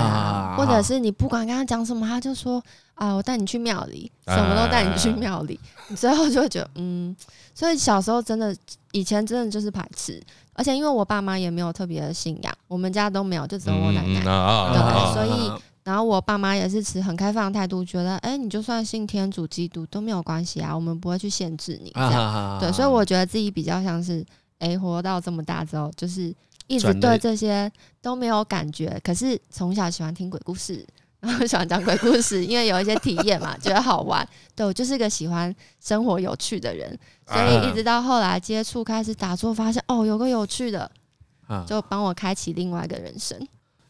S2: 啊
S4: 或者是你不管跟他讲什么，他就说啊，我带你去庙里，什么都带你去庙里， (laughs) 你最后就会觉得嗯，所以小时候真的，以前真的就是排斥，而且因为我爸妈也没有特别的信仰，我们家都没有，就只有我奶奶。
S1: 啊
S4: 对
S1: 啊
S4: 所以然后我爸妈也是持很开放的态度，觉得哎、你就算信天主、基督都没有关系啊，我们不会去限制你这样。
S2: 啊
S4: 对，所以我觉得自己比较像是，哎、活到这么大之后，就是一直
S2: 转了
S4: 对这些都没有感觉，可是从小喜欢听鬼故事，然后喜欢讲鬼故事，因为有一些体验嘛，觉得好玩。对我就是个喜欢生活有趣的人，所以
S2: 啊
S4: 一直到后来接触开始打坐，发现哦，有个有趣的，
S2: 啊
S4: 就帮我开启另外一个人生。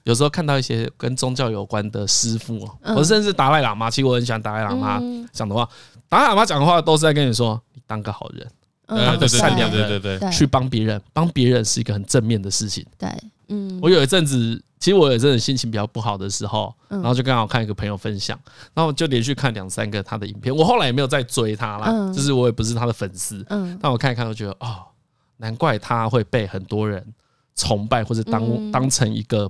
S2: 有时候看到一些跟宗教有关的师傅哦，
S4: 嗯
S2: 我甚至达赖喇嘛，其实我很喜欢达赖喇嘛
S4: 嗯
S2: 讲的话，达赖喇嘛讲的话都是在跟你说，你当个好人，
S1: 呃
S4: 嗯，
S1: 对对
S2: 善
S1: 对
S2: 良
S1: 对对对对，
S4: 对
S2: 去帮别人，帮别人是一个很正面的事情。
S4: 对，嗯，
S2: 我有一阵子，其实我有一阵子心情比较不好的时候，
S4: 嗯
S2: 然后就刚好看一个朋友分享，然后我就连续看两三个他的影片，我后来也没有再追他啦，
S4: 嗯
S2: 就是我也不是他的粉丝，
S4: 嗯
S2: 但我看一看，我觉得哦，难怪他会被很多人崇拜或者当
S4: 嗯
S2: 当成一个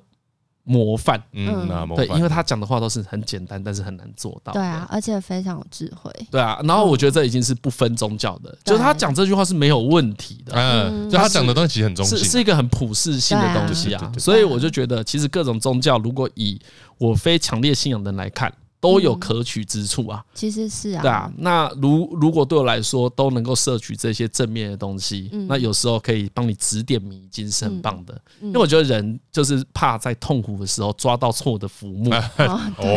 S2: 模范。
S1: 嗯，
S4: 嗯
S1: 那模
S2: 对，
S1: 范
S2: 因为他讲的话都是很简单，但是很难做到。
S4: 对啊，，而且非常有智慧。
S2: 对啊。然后我觉得这已经是不分宗教的，就是他讲这句话是没有问题的，
S1: 嗯，
S4: 嗯
S1: 就他讲的东西其实很中
S2: 是是
S1: 性，啊
S2: 一个很普世性的东西
S1: 对啊
S2: 啊
S1: 对对对。对
S2: 所以我就觉得，其实各种宗教，如果以我非强烈信仰的人来看，都
S4: 嗯
S2: 有可取之处啊。
S4: 其实是啊，
S2: 对啊，那如如果对我来说都能够摄取这些正面的东西，
S4: 嗯
S2: 那有时候可以帮你指点迷津是很棒的。
S4: 嗯
S2: 因为我觉得人就是怕在痛苦的时候抓到错的浮木，
S4: 哦对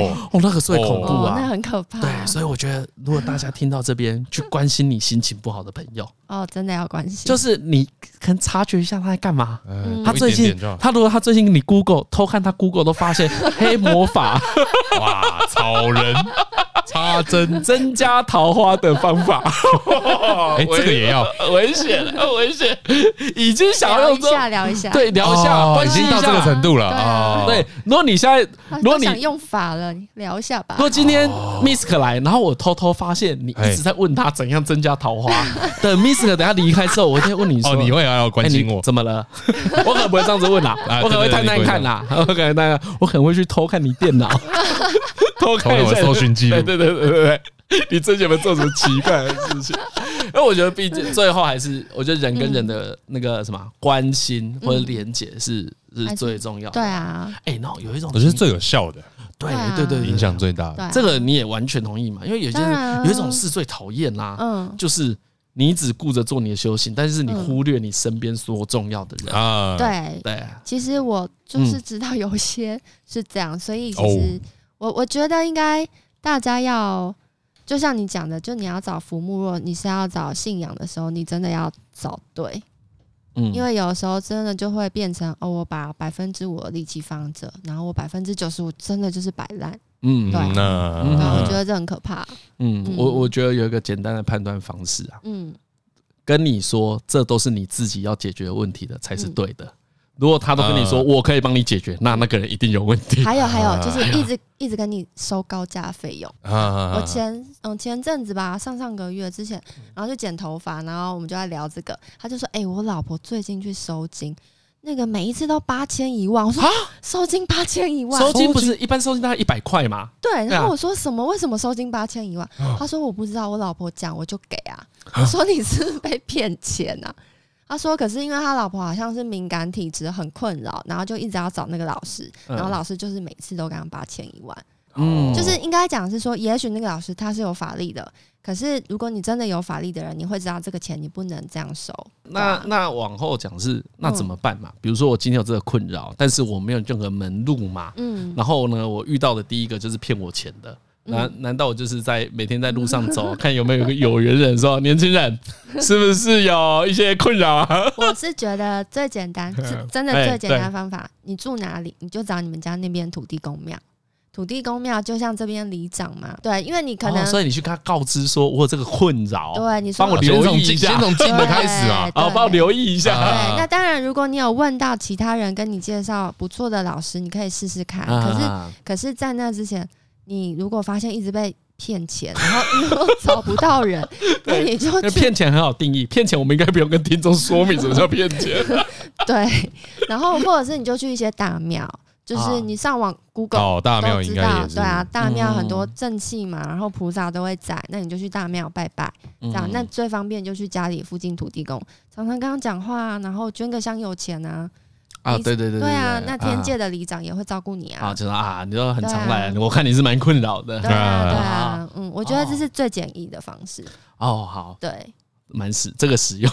S1: 哦，
S2: (laughs) 哦，那个是会恐怖
S4: 哦，那
S2: 啊。
S4: 很可怕。
S2: 对，所以我觉得如果大家听到这边，去关心你心情不好的朋
S4: (laughs)
S2: 友，
S4: 哦，真的要关心，
S2: 就是是你可能察觉一下他在干嘛。
S1: 嗯
S2: 他
S1: 多
S2: 最
S1: 一点
S2: 近
S1: 点就好，
S2: 他如果他最近你 Google 偷看他 Google 都
S1: (laughs)
S2: 发现黑魔法
S1: 哇，草人插针，
S2: 增加桃花的方
S1: (laughs)
S2: 法，
S1: 哎，这个也要，
S2: (laughs) 危险了，危险， (laughs) 已经想要
S4: 聊
S2: 用
S4: 一
S2: 这
S4: 下聊一下，
S2: 对聊一下，
S1: 哦
S2: 关
S1: 已
S2: 心
S1: 经
S2: 一
S1: 到这个
S2: 下。
S1: 程度了
S4: 对啊
S1: 啊，
S2: 对，，如果你现在，
S4: 他，
S2: 如果
S4: 啊都
S2: 你
S4: 想用啊法了，你聊一下吧
S2: 如。果今天
S1: 哦
S2: Misk 来，然后我偷偷发现你
S1: 哎
S2: 一直在问他怎样增加桃
S1: (laughs)
S2: 花，等 Misk 等他离开之后，我再问你说，
S1: 哦，你会要关
S2: 哎
S1: 心
S2: 你
S1: 我，
S2: 怎么了？ (laughs) 我可能不会这样子问啦
S1: 啊，
S2: 我可能
S1: 对
S2: 会
S1: 对
S2: 探
S1: 对
S2: 探看啦，我可能探探看，我可能会去偷看你电
S1: (laughs)
S2: 脑，
S1: 从
S2: 偷看一
S1: 我
S2: 下
S1: 的
S2: 你
S1: 搜寻记录
S2: 对，对对对对 (laughs) 对，你最近有没有做什么奇怪的事情？ (laughs) 因为我觉得，毕竟最后还是，我觉得人跟人的那个什么关心或者连结是是最重要的。
S4: 对，啊，
S2: 哎，那有一种，
S1: 我觉得最有效的，
S2: 对
S4: 对啊
S2: 对对对
S1: 影响最大
S4: 对
S1: 的，
S4: 啊，
S2: 这个你也完全同意嘛？因为有些
S4: 当然
S2: 人
S4: 啊
S2: 有一种事最讨厌啦，
S4: 嗯，
S2: 就是你只顾着做你的修行，但是你忽略你身边所有重要的人。
S1: 啊，
S4: 对。
S2: 呃对，嗯
S4: 其实我就是知道有些是这样，所以其实
S2: 哦
S4: 我我觉得应该大家要，就像你讲的，就你要找浮木，若你是要找信仰的时候，你真的要找对，
S2: 嗯，
S4: 因为有时候真的就会变成哦，我把百分之五的力气放着，然后我百分之九十五真的就是摆烂，
S2: 嗯
S4: 对
S1: 嗯那
S2: 嗯
S4: 对啊，我觉
S1: 嗯
S4: 得这很可怕，
S2: 嗯，我我觉得有一个简单的判断方式啊，
S4: 嗯。
S2: 跟你说这都是你自己要解决的问题的才是对
S4: 嗯
S2: 的。如果他都跟你说
S1: 嗯
S2: 我可以帮你解决，那那个人一定有问题。
S4: 还有还有，就是一直一直跟你收高价费用。
S1: 啊啊
S4: 我前嗯前阵子吧，上上个月之前，
S2: 嗯
S4: 然后就剪头发，然后我们就在聊这个，他就说：“哎、我老婆最近去收金，那个每一次都八千一万。”我说
S2: 啊：“
S4: 收金八千一万
S2: 收？”金不是一般收金大概一百块嘛？
S4: 对。
S2: 对啊
S4: 然后我说：“什么？为什么收金八千一万？”他说：“我不知道，我老婆讲我就给啊。”我说：“你是不是被骗钱啊？”他说：“可是因为他老婆好像是敏感体质，很困扰，然后就一直要找那个老师，
S2: 嗯
S4: 然后老师就是每次都给他八千一万。”
S2: 嗯，
S4: 就是应该讲是说，也许那个老师他是有法力的，可是如果你真的有法力的人，你会知道这个钱你不能这样收。
S2: 那
S4: 对啊
S2: 那往后讲是那怎么办嘛？比如说我今天有这个困扰，但是我没有任何门路嘛。
S4: 嗯，
S2: 然后呢，我遇到的第一个就是骗我钱的。难难道我就是在每天在路上
S4: (laughs)
S2: 走，看有没有一个有缘人说年轻人是不是有一些困扰啊？
S4: 我是觉得
S2: (laughs)
S4: 最简单，是真的
S2: 哎
S4: 最简单的方法，你住哪里，你就找你们家那边土地公庙。土地公庙就像这边里长嘛，对，因为你可能、
S2: 哦所以你去跟他告知说，我有这个困扰，
S4: 对你说
S2: 帮我
S1: 好
S4: 对
S1: 先
S2: 留
S1: 从
S2: 意一
S1: 近，
S2: 下
S1: 先从近的开始啊。
S4: 对
S2: 哦，帮我留意一下
S1: 啊
S4: 对，那当然，如果你有问到其他人跟你介绍不错的老师，你可以试试看。可是，
S2: 啊
S4: 可是在那之前，你如果发现一直被骗钱，然后你又找不到人，那你就
S2: (laughs) 那
S4: 去
S2: 骗钱很好定义，骗钱我们应该不用跟听众说明什么叫骗钱。
S4: 对，然后或者是你就去一些大庙，就是
S2: 啊
S4: 你上网 Google
S1: 哦，大庙
S4: 都
S1: 应
S4: 知
S1: 该
S4: 道
S1: 也，是
S4: 对啊，大庙很多
S2: 嗯
S4: 正气嘛，然后菩萨都会在，那你就去大庙拜拜。
S2: 这
S4: (laughs) 这样，那最方便就去家里附近土地公，常常跟他讲话啊，然后捐个香油钱啊，
S2: 啊，
S4: 你
S2: 对对对
S4: 对啊，那天
S2: 见
S4: 界的里长也会照顾你
S2: 啊，
S4: 啊，
S2: 就是啊，你都很常来，
S4: 对啊
S2: 我看你是蛮困扰的
S4: 对啊，
S1: 啊
S4: 对啊，嗯，我觉得
S2: 哦
S4: 这是最简易的方式，
S2: 哦，好，
S4: 对，
S2: 蛮实，这个
S4: (laughs)
S2: 实用，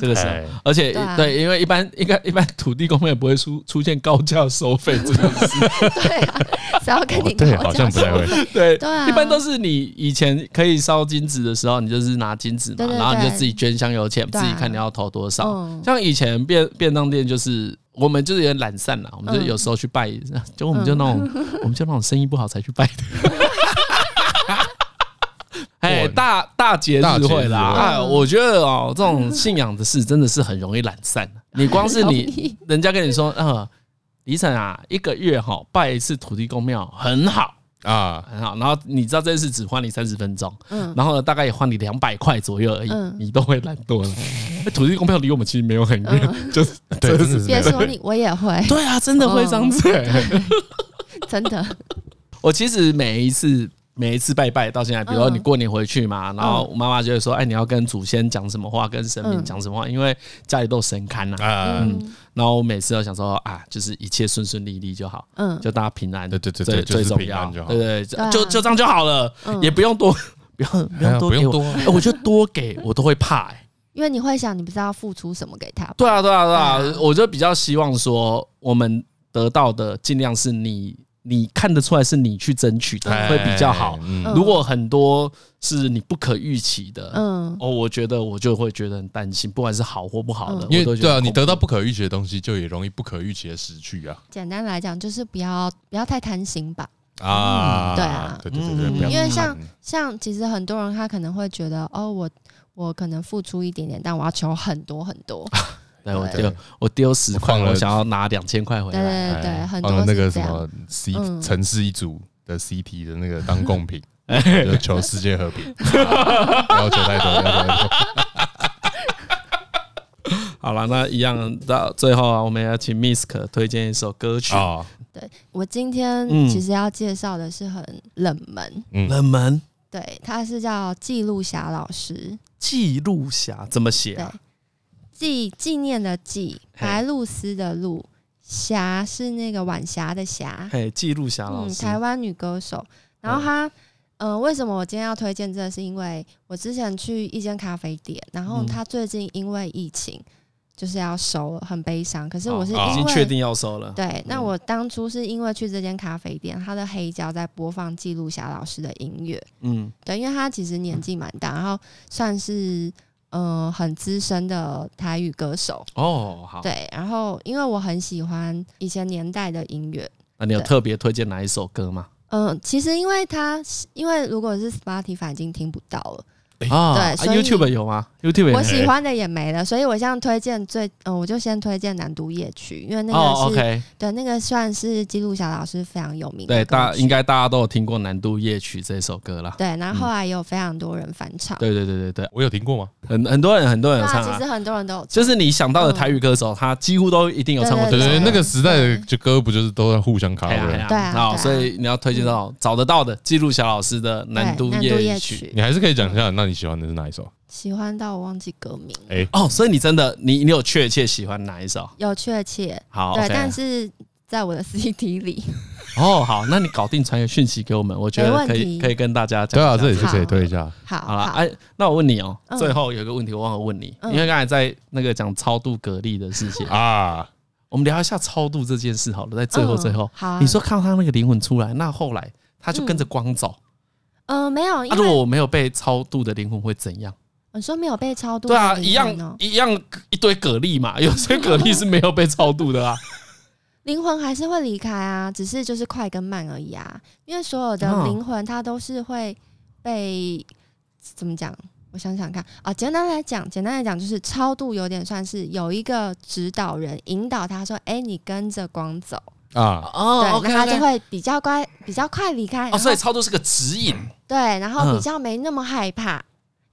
S2: 这个实用。
S1: 哎
S2: 而且
S4: 对啊
S2: 对，因为一般应该一般土地公们也不会出出现高价收费这个事，
S4: 对啊，只要跟
S1: 哦
S4: 你
S1: 对，
S4: 搞
S1: 好
S4: 这
S1: 像
S4: 样
S1: 不太会
S4: 说，
S2: (laughs) 对，
S4: 对啊，
S2: 一般都是你以前可以烧金纸的时候，你就是拿金纸嘛，
S4: 对对
S2: 然后你就
S4: 对
S2: 自己捐香油钱，自
S4: 对啊
S2: 己看你要投多少。
S4: 嗯
S2: 像以前便便当店就是。我们就是有点懒散啦，我们就
S4: 嗯
S2: 有时候去拜，就我们就那种，我们就那种生意不好才去拜的。
S4: (laughs)
S2: 哎，
S1: 哇
S2: 大大节日
S1: 大节
S2: 会啦！
S1: 日
S4: 会嗯
S2: 哎，我觉得哦，这种信仰的事真的是很容易懒散。啊你光是
S4: 很 (laughs) 容
S2: 你 (laughs)
S4: 易，
S2: 人家跟你说，呃，李晨啊，一个月哈、拜一次土地公庙很好，
S1: 啊。
S2: 很好。然后你知道这件事只花你三十分钟，
S4: 嗯
S2: 然后呢，大概也花你两百块左右而已，
S4: 嗯
S2: 你都会懒惰了。 (laughs) 哎土地公庙离我们其实没有很远，
S4: 嗯
S2: 就是
S4: (laughs)
S1: 对，真的是
S4: 别
S1: 没有
S4: 说你，我也会，
S2: (laughs) 对啊，真的会这样子、
S4: 哦 (laughs) 真的，
S2: (laughs) 我其实每一次。每一次拜拜到现在，比如
S4: 嗯
S2: 说你过年回去嘛，然后我妈妈就会说：“哎，你要跟祖先讲什么话，跟神明
S4: 嗯
S2: 讲什么话，因为家里都有神龛呐。
S1: (laughs) 啊，
S4: 嗯
S2: 然后我每次都想说：“啊，就是一切顺顺利利就好，
S4: 嗯，
S2: 就大家平安，
S1: 对对对
S2: 最
S1: 对，就
S2: 最
S1: 是
S2: 重
S1: 平
S2: 要
S1: 安就，好
S2: 对，对，
S4: 对
S2: 对
S4: 啊
S2: 就就这样就好了，
S4: 嗯
S2: 也不用多，不用不
S1: 哎呀
S2: 用多
S1: 不
S2: 给
S1: 用
S2: 我，
S1: 多
S2: 哎我觉得多给我都会怕，哎，
S4: 因为你会想，你不知道付出什么给他吧，
S2: 对啊，对啊，对啊
S4: 对啊，
S2: 我就比较希望说，我们得到的尽量是你你看得出来是你去争取的，
S1: 哎
S2: 会比较好。
S1: 嗯
S4: 嗯
S2: 如果很多是你不可预期的，
S4: 嗯，
S2: 哦，我觉得我就会觉得很担心，不管是好或不好的，
S4: 嗯
S1: 因
S2: 我都
S1: 为
S2: 觉
S1: 对啊，
S2: 很
S1: 你
S2: 恐怖
S1: 得到不可预期的东西，就也容易不可预期的失去啊
S4: 简单来讲就是不要不要太贪心吧，
S1: 啊！
S4: 嗯对啊
S1: 对对对对，不要
S4: 因为
S1: 看
S4: 像像其实很多人他可能会觉得，哦，我我可能付出一点点，但我要求很多很多。
S2: 对我
S4: 对
S2: 丢我丢十块，
S1: 放了
S2: 我想要拿两千块回
S4: 对
S2: 哦来，
S4: 对对，
S1: 哎
S4: 很
S1: 放
S4: 多
S1: 了那个
S4: 是
S1: 什
S4: 这样。
S1: 么 C
S4: 嗯
S1: 城市一组的 CT 的那个当贡
S2: (laughs)
S1: 品，就求世界和
S4: (laughs)
S1: 平，不要求太多，不要求太多。
S2: 好了，那一样到最后啊，我们要请 Misk 推荐一首歌曲，
S1: 啊，
S4: 我今天
S2: 嗯
S4: 其实要介绍的是很冷门，
S1: 嗯
S2: 冷门
S4: 对，他是叫记录霞老师，
S2: 记录侠怎么写
S4: 对
S2: 啊？，
S4: 纪纪念的纪，
S2: 嘿
S4: 白露丝的露，霞是那个晚霞的霞，
S2: 嘿，记录侠老
S4: 嗯，
S2: 师，
S4: 台湾女歌手。然后她，嗯、为什么我今天要推荐这个？是因为我之前去一间咖啡店，然后
S2: 嗯
S4: 她最近因为疫情就是要收了，很悲伤。可是我是因
S1: 哦
S4: 为、
S2: 已经确定要收了。
S4: 对，那
S2: 嗯
S4: 我当初是因为去这间咖啡店，它的黑胶在播放记录霞老师的音乐。
S2: 嗯，
S4: 对，因为她其实年纪蛮大，然后算是嗯、呃很资深的台语歌手。
S2: 哦，好，
S4: 对，然后因为我很喜欢以前年代的音乐，
S2: 那你有
S4: 对
S2: 特别推荐哪一首歌吗？
S4: 嗯，其实因为它是，因为如果是 Spotify 已经听不到了，
S2: 啊
S4: 对
S2: 啊
S4: 所以
S2: ，YouTube 有吗？YouTube 也
S4: 我喜欢的也没了，所以我现在推荐最，嗯，我就先推荐《南都夜曲》，因为那
S2: 哦
S4: 个是、
S2: ，OK，
S4: 对那个算是记录小老师非常有名的
S2: 对，大
S4: 歌曲
S2: 应该大家都有听过《南都夜曲》这首歌啦。
S4: 对，然后后来也有非常多人翻唱，
S2: 对对对对对，
S1: 我有听过吗？
S2: 很很多人很多人
S4: 对
S2: 有唱
S4: 啊，
S2: 啊
S4: 其，实很多人都有唱，
S2: 就是你想到的台语歌手，他几乎都一定有唱过这
S1: 对
S2: 首
S1: 对，对
S2: 歌。
S1: 那个时代的就歌不就是都在互相 cover？
S4: 对啊嗯
S2: 好，
S4: 对啊
S2: 所以你要推荐到找得到的记录小老师的《
S4: 对
S2: 南都
S4: 南都夜
S2: 曲》
S1: 你还是可以讲一下，那你喜欢的是哪一首？
S4: 喜欢到我忘记歌名，
S1: 哎，
S2: 哦，所以你真的你你有确切喜欢哪一首？
S4: 有确切，
S2: 好，
S4: 对
S2: OK
S4: 但是在我的 (laughs) CD 里，
S2: 哦，好，那你搞定传个讯息给我们，我觉
S4: 没
S2: 得
S4: 问
S2: 可以
S4: 题
S2: 可以跟大家讲
S1: 对
S2: 一下。
S1: 啊，这里是可以推一下。
S4: 好
S2: 好了，哎，那我问你哦、
S4: 嗯
S2: 最后有一个问题我忘了问你，
S4: 嗯
S2: 因为刚才在那个讲超度隔离的事情，
S1: 啊，
S2: 我们聊一下超度这件事好了。在最后
S4: 嗯
S2: 最后，
S4: 好啊
S2: 你说看到他那个灵魂出来，那后来他就跟着光走。
S4: 嗯、没
S2: 那、
S4: 有，因
S2: 如果
S4: 为
S2: 我没有被超度的灵魂会怎样？
S4: 你说没有被超度
S2: 对
S4: 的
S2: 啊，
S4: 灵
S2: 一
S4: 魂
S1: (laughs)
S2: (laughs)
S4: 哦
S2: 样一样一堆蛤蜊嘛，有些蛤蜊是没有被超度的啊。
S4: 灵魂还是会离开啊，只是就是快跟慢而已啊。因为所有
S2: 哦
S4: 的灵魂它都是会被怎么讲？我想想看啊，简单来讲，简单来讲就是超度有点算是有一个指导人引导他说：“哎、你跟着光走。
S1: 啊，
S4: 对
S2: 哦
S4: 那他就会比较乖，比较快离开。然
S2: 哦，
S4: 后
S2: 所以超度是个指引，
S4: 对，然后
S2: 嗯
S4: 比较没那么害怕，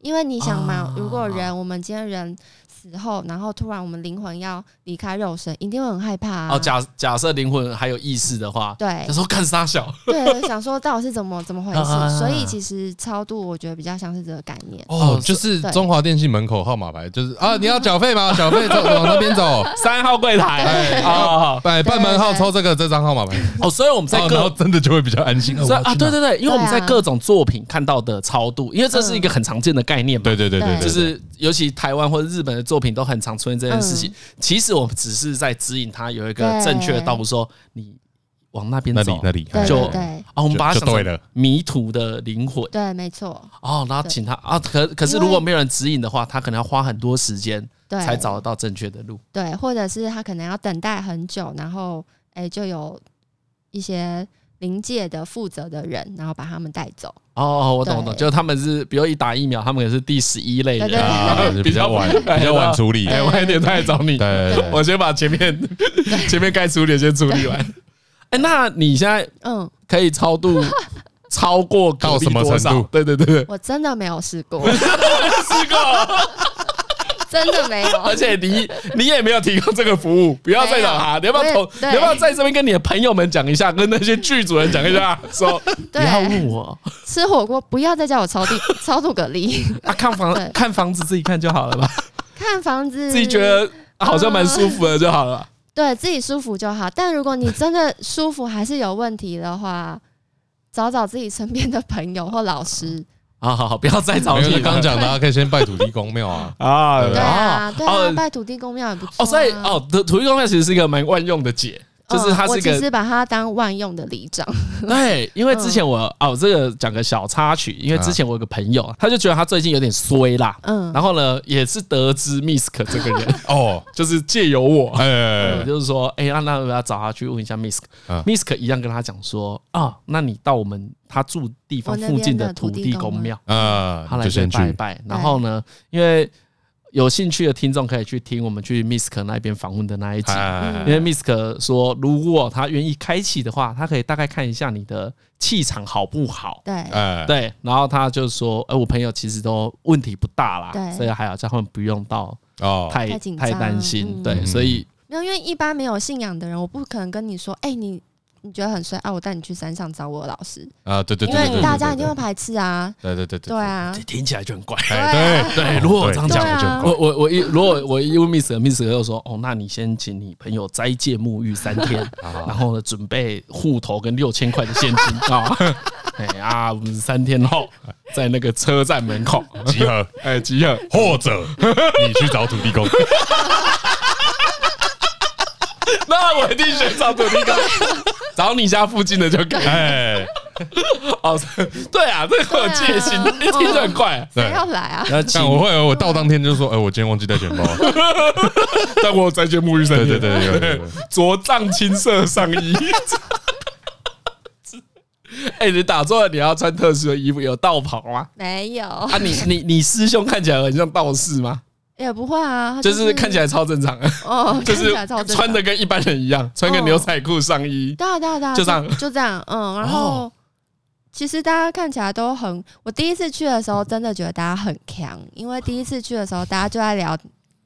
S4: 因为你想嘛
S2: 啊，
S4: 如果人我们今天人死后，然后突然我们灵魂要离开肉身，一定会很害怕、啊。
S2: 哦，假假设灵魂还有意识的话，(laughs)
S4: 对
S2: 他说干啥小？
S4: 对，想说到底是怎么怎么回
S2: 啊啊啊啊
S4: 事，所以其实超度我觉得比较像是这个概念。
S1: 哦，就是
S4: 对
S1: 中华电信门口号码牌，就是啊，你要缴费吗？缴费走往那边走，
S2: 三号柜台
S1: 哎
S2: (laughs) 哦
S1: 哎，
S4: 对
S1: 办门号抽这个这张号码牌，
S2: 哦，所以我们在
S1: 哦然
S2: 各
S1: 后真的就会比较安心。哦
S2: 所以啊，对对对，因为我们在
S4: 对啊嗯
S2: 各种作品看到的超度，因为这是一个很常见的概念嘛，
S1: 对对对对，
S4: 对
S1: 对
S2: 就是尤其台湾或者日本的作品都很常出现这件事情。其实我们只是在指引他有一个
S4: 嗯对
S2: 正确的道路，说你往那边
S1: 那里
S2: 走
S1: 那里
S4: 对
S2: 就
S4: 对对
S2: 啊，我们把它
S1: 就
S2: 想成
S1: 对了
S2: 迷途的灵魂
S4: 对，没错，
S2: 哦，然后请他啊，可可是
S4: 因为
S2: 如果没有人指引的话，他可能要花很多时间
S4: 对，
S2: 才找得到正确的路。
S4: 对，或者是他可能要等待很久，然后哎、就有一些灵界的负责的人，然后把他们带走。
S2: 哦哦，我懂我
S4: 对
S2: 懂，就是他们是比如一打疫苗，他们也是第十一类的
S4: 对对
S2: 人，
S1: 啊，就比较晚比较晚处理，
S2: 哎，晚一点再来找
S1: 对
S2: 你。
S1: 对对
S2: (laughs) 我先把前面前面该处理的先处理完。哎、那你现在
S4: 嗯，
S2: 可以超
S4: (laughs)
S2: 度超过
S1: 到
S2: 隔壁
S1: 什么
S2: 多
S1: 程
S2: 少
S1: 度
S2: 对对对对，
S4: 我真的没有试
S2: (laughs)
S4: 过，
S2: 试过，
S4: 真的没有。
S2: (laughs) 而且你你也没有提供这个服务，不要再找他。你要不要
S4: 我也
S2: 投？
S4: 对
S2: 你要不要在这边跟你的朋友们讲一下，跟那些剧组人讲一
S4: (laughs)
S2: 下，说不
S4: 对
S2: 要问我
S4: 吃火锅不要再叫我超地超度蛤蜊，
S2: (laughs) 啊，看房
S4: 对
S2: 看房子自己看就好了吧，
S4: 看房子
S2: 自己觉得好像蛮舒服的就好了吧。
S4: 对自己舒服就好。但如果你真的舒服还是有问题的话，找找自己身边的朋友或老
S2: 嗯
S4: 师。
S2: 好
S4: 嗯
S2: 好好，不要再找
S1: 没有
S2: 你了
S1: 就刚讲的啊，可以先拜土地公庙啊，
S2: 啊，
S1: 对
S4: 对啊
S2: 哦，
S4: 对啊，
S2: 哦
S4: 拜土地公庙也不错、啊。嗯
S2: 哦，所以，哦，土土地公庙其实是一个蛮万用的解，就是它是
S4: 我
S2: 一个
S4: 只是把它当万用的礼长。
S2: 对，因为之前我、
S4: 嗯
S2: 哦，这个讲个小插曲，因为之前我有个朋友，他就觉得他最近有点衰啦，
S4: 嗯，
S2: 然后呢，也是得知 Misk 这个人，
S1: 哦，
S2: 就是借由我，
S1: (laughs) 哎
S2: 我，就是说，哎、那那我要找他去问一下 Misk，Misk、
S1: 嗯
S2: Misk 一样跟他讲说，啊，那你到我们他住地方
S4: 我那
S2: 附近
S4: 边的
S2: 的土
S4: 土地
S2: 地
S4: 公
S2: 公
S4: 吗
S2: 庙，
S1: 啊
S2: 他，来
S1: 就
S2: 这
S1: 先
S2: 里
S1: 去
S2: 拜一拜，然后呢，因为有兴趣的听众可以去听我们去 Misk 那边访问的那一集，
S1: 哎
S2: 因为 Misk 说，如果他愿意开启的话，他可以大概看一下你的气场好不好。
S4: 对、
S1: 哎，
S2: 对，然后他就说，哎、我朋友其实都问题不大啦，
S4: 对
S2: 所以还好，叫他们不用到
S1: 哦，
S2: 太、
S4: 太紧张
S2: 太担心。
S4: 嗯
S2: 对，
S1: 嗯
S2: 所以
S4: 没有，因为一般没有信仰的人，我不可能跟你说，哎、你你觉得很衰啊，我带你去山上找我老师，
S1: 啊，对对
S4: 因
S1: 对，对
S4: 为
S1: 对
S4: 大家一定
S1: 对
S4: 会排斥啊。
S1: 对对对对
S4: 对，啊，
S2: 听起来就很怪。
S1: 哎 (laughs) 对
S2: 对 (laughs) 如果我这样讲
S1: 对
S4: 我就很
S2: 我我我一如果我一问 Misk，Misk 又说，哦，那你先请你朋友斋戒沐浴三天，
S1: 啊
S2: (laughs) 然后呢准备户头跟六千块的现金啊。 (laughs) 哎啊，我们三天后在那个车站门口， (laughs)
S1: (laughs) 集合，
S2: 哎，集合。
S1: 或者你去找土地公，
S2: 那我一定选找土地公，找你家附近的就可以。
S1: (laughs) 哎，
S2: (laughs) 哦，对啊，这个有戒心，
S4: 对啊
S2: 一听就很怪。
S1: 对
S4: 谁要来啊？ (laughs)
S2: 然后
S1: 但我会，我到当天就说，哎，我今天忘记带钱 (laughs) 包了，
S2: 但我有再见沐浴
S1: 对
S2: 神
S1: 对对对对，对 (laughs)
S2: 着藏青色上衣。 (laughs) 哎、你打坐你要穿特殊的衣服，有道袍吗？
S4: 没有，
S2: 啊，你你你师兄看起来很像道士吗？
S4: 也不会啊，他
S2: 就是看起来超正常的，
S4: 哦，
S2: 就
S4: 看起
S2: 是
S4: 来超正常哦
S2: 穿的跟一般人一样，穿个牛仔裤上衣。
S4: 对啊对啊对啊，
S2: 就这样哦
S4: 就这样，嗯，然后、其实大家看起来都很，我第一次去的时候真的觉得大家很强，因为第一次去的时候大家就在聊，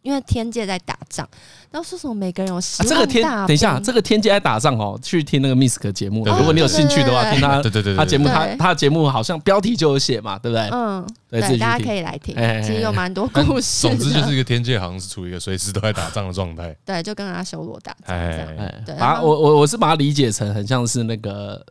S4: 因为天界在打仗，然后说什么每个人有十
S2: 啊、
S4: 万
S2: 这个天
S4: 大，兵
S2: 等一下，这个天界在打仗哦，去听那个 Misk 节目
S1: 对
S2: 啊，如果你有兴趣的话，
S4: 对
S2: 听他
S1: 对对对对
S2: 他节目他
S4: 对
S2: 他的节目好像标题就有写嘛，对不对？
S4: 嗯，
S2: 对
S4: 对
S2: 自己，去
S4: 大家
S2: 听
S4: 可以来听
S2: 哎哎哎，
S4: 其实有蛮多故事的。
S1: 总之就是一个天界，好像是处于一个随时都在打仗的状态，
S4: 对，就跟阿修罗
S2: (laughs)
S4: 打仗这样。
S1: (laughs) 哎，
S2: 哎
S4: 对，
S2: 把
S4: 然后
S2: 我我我是把它理解成很像是那个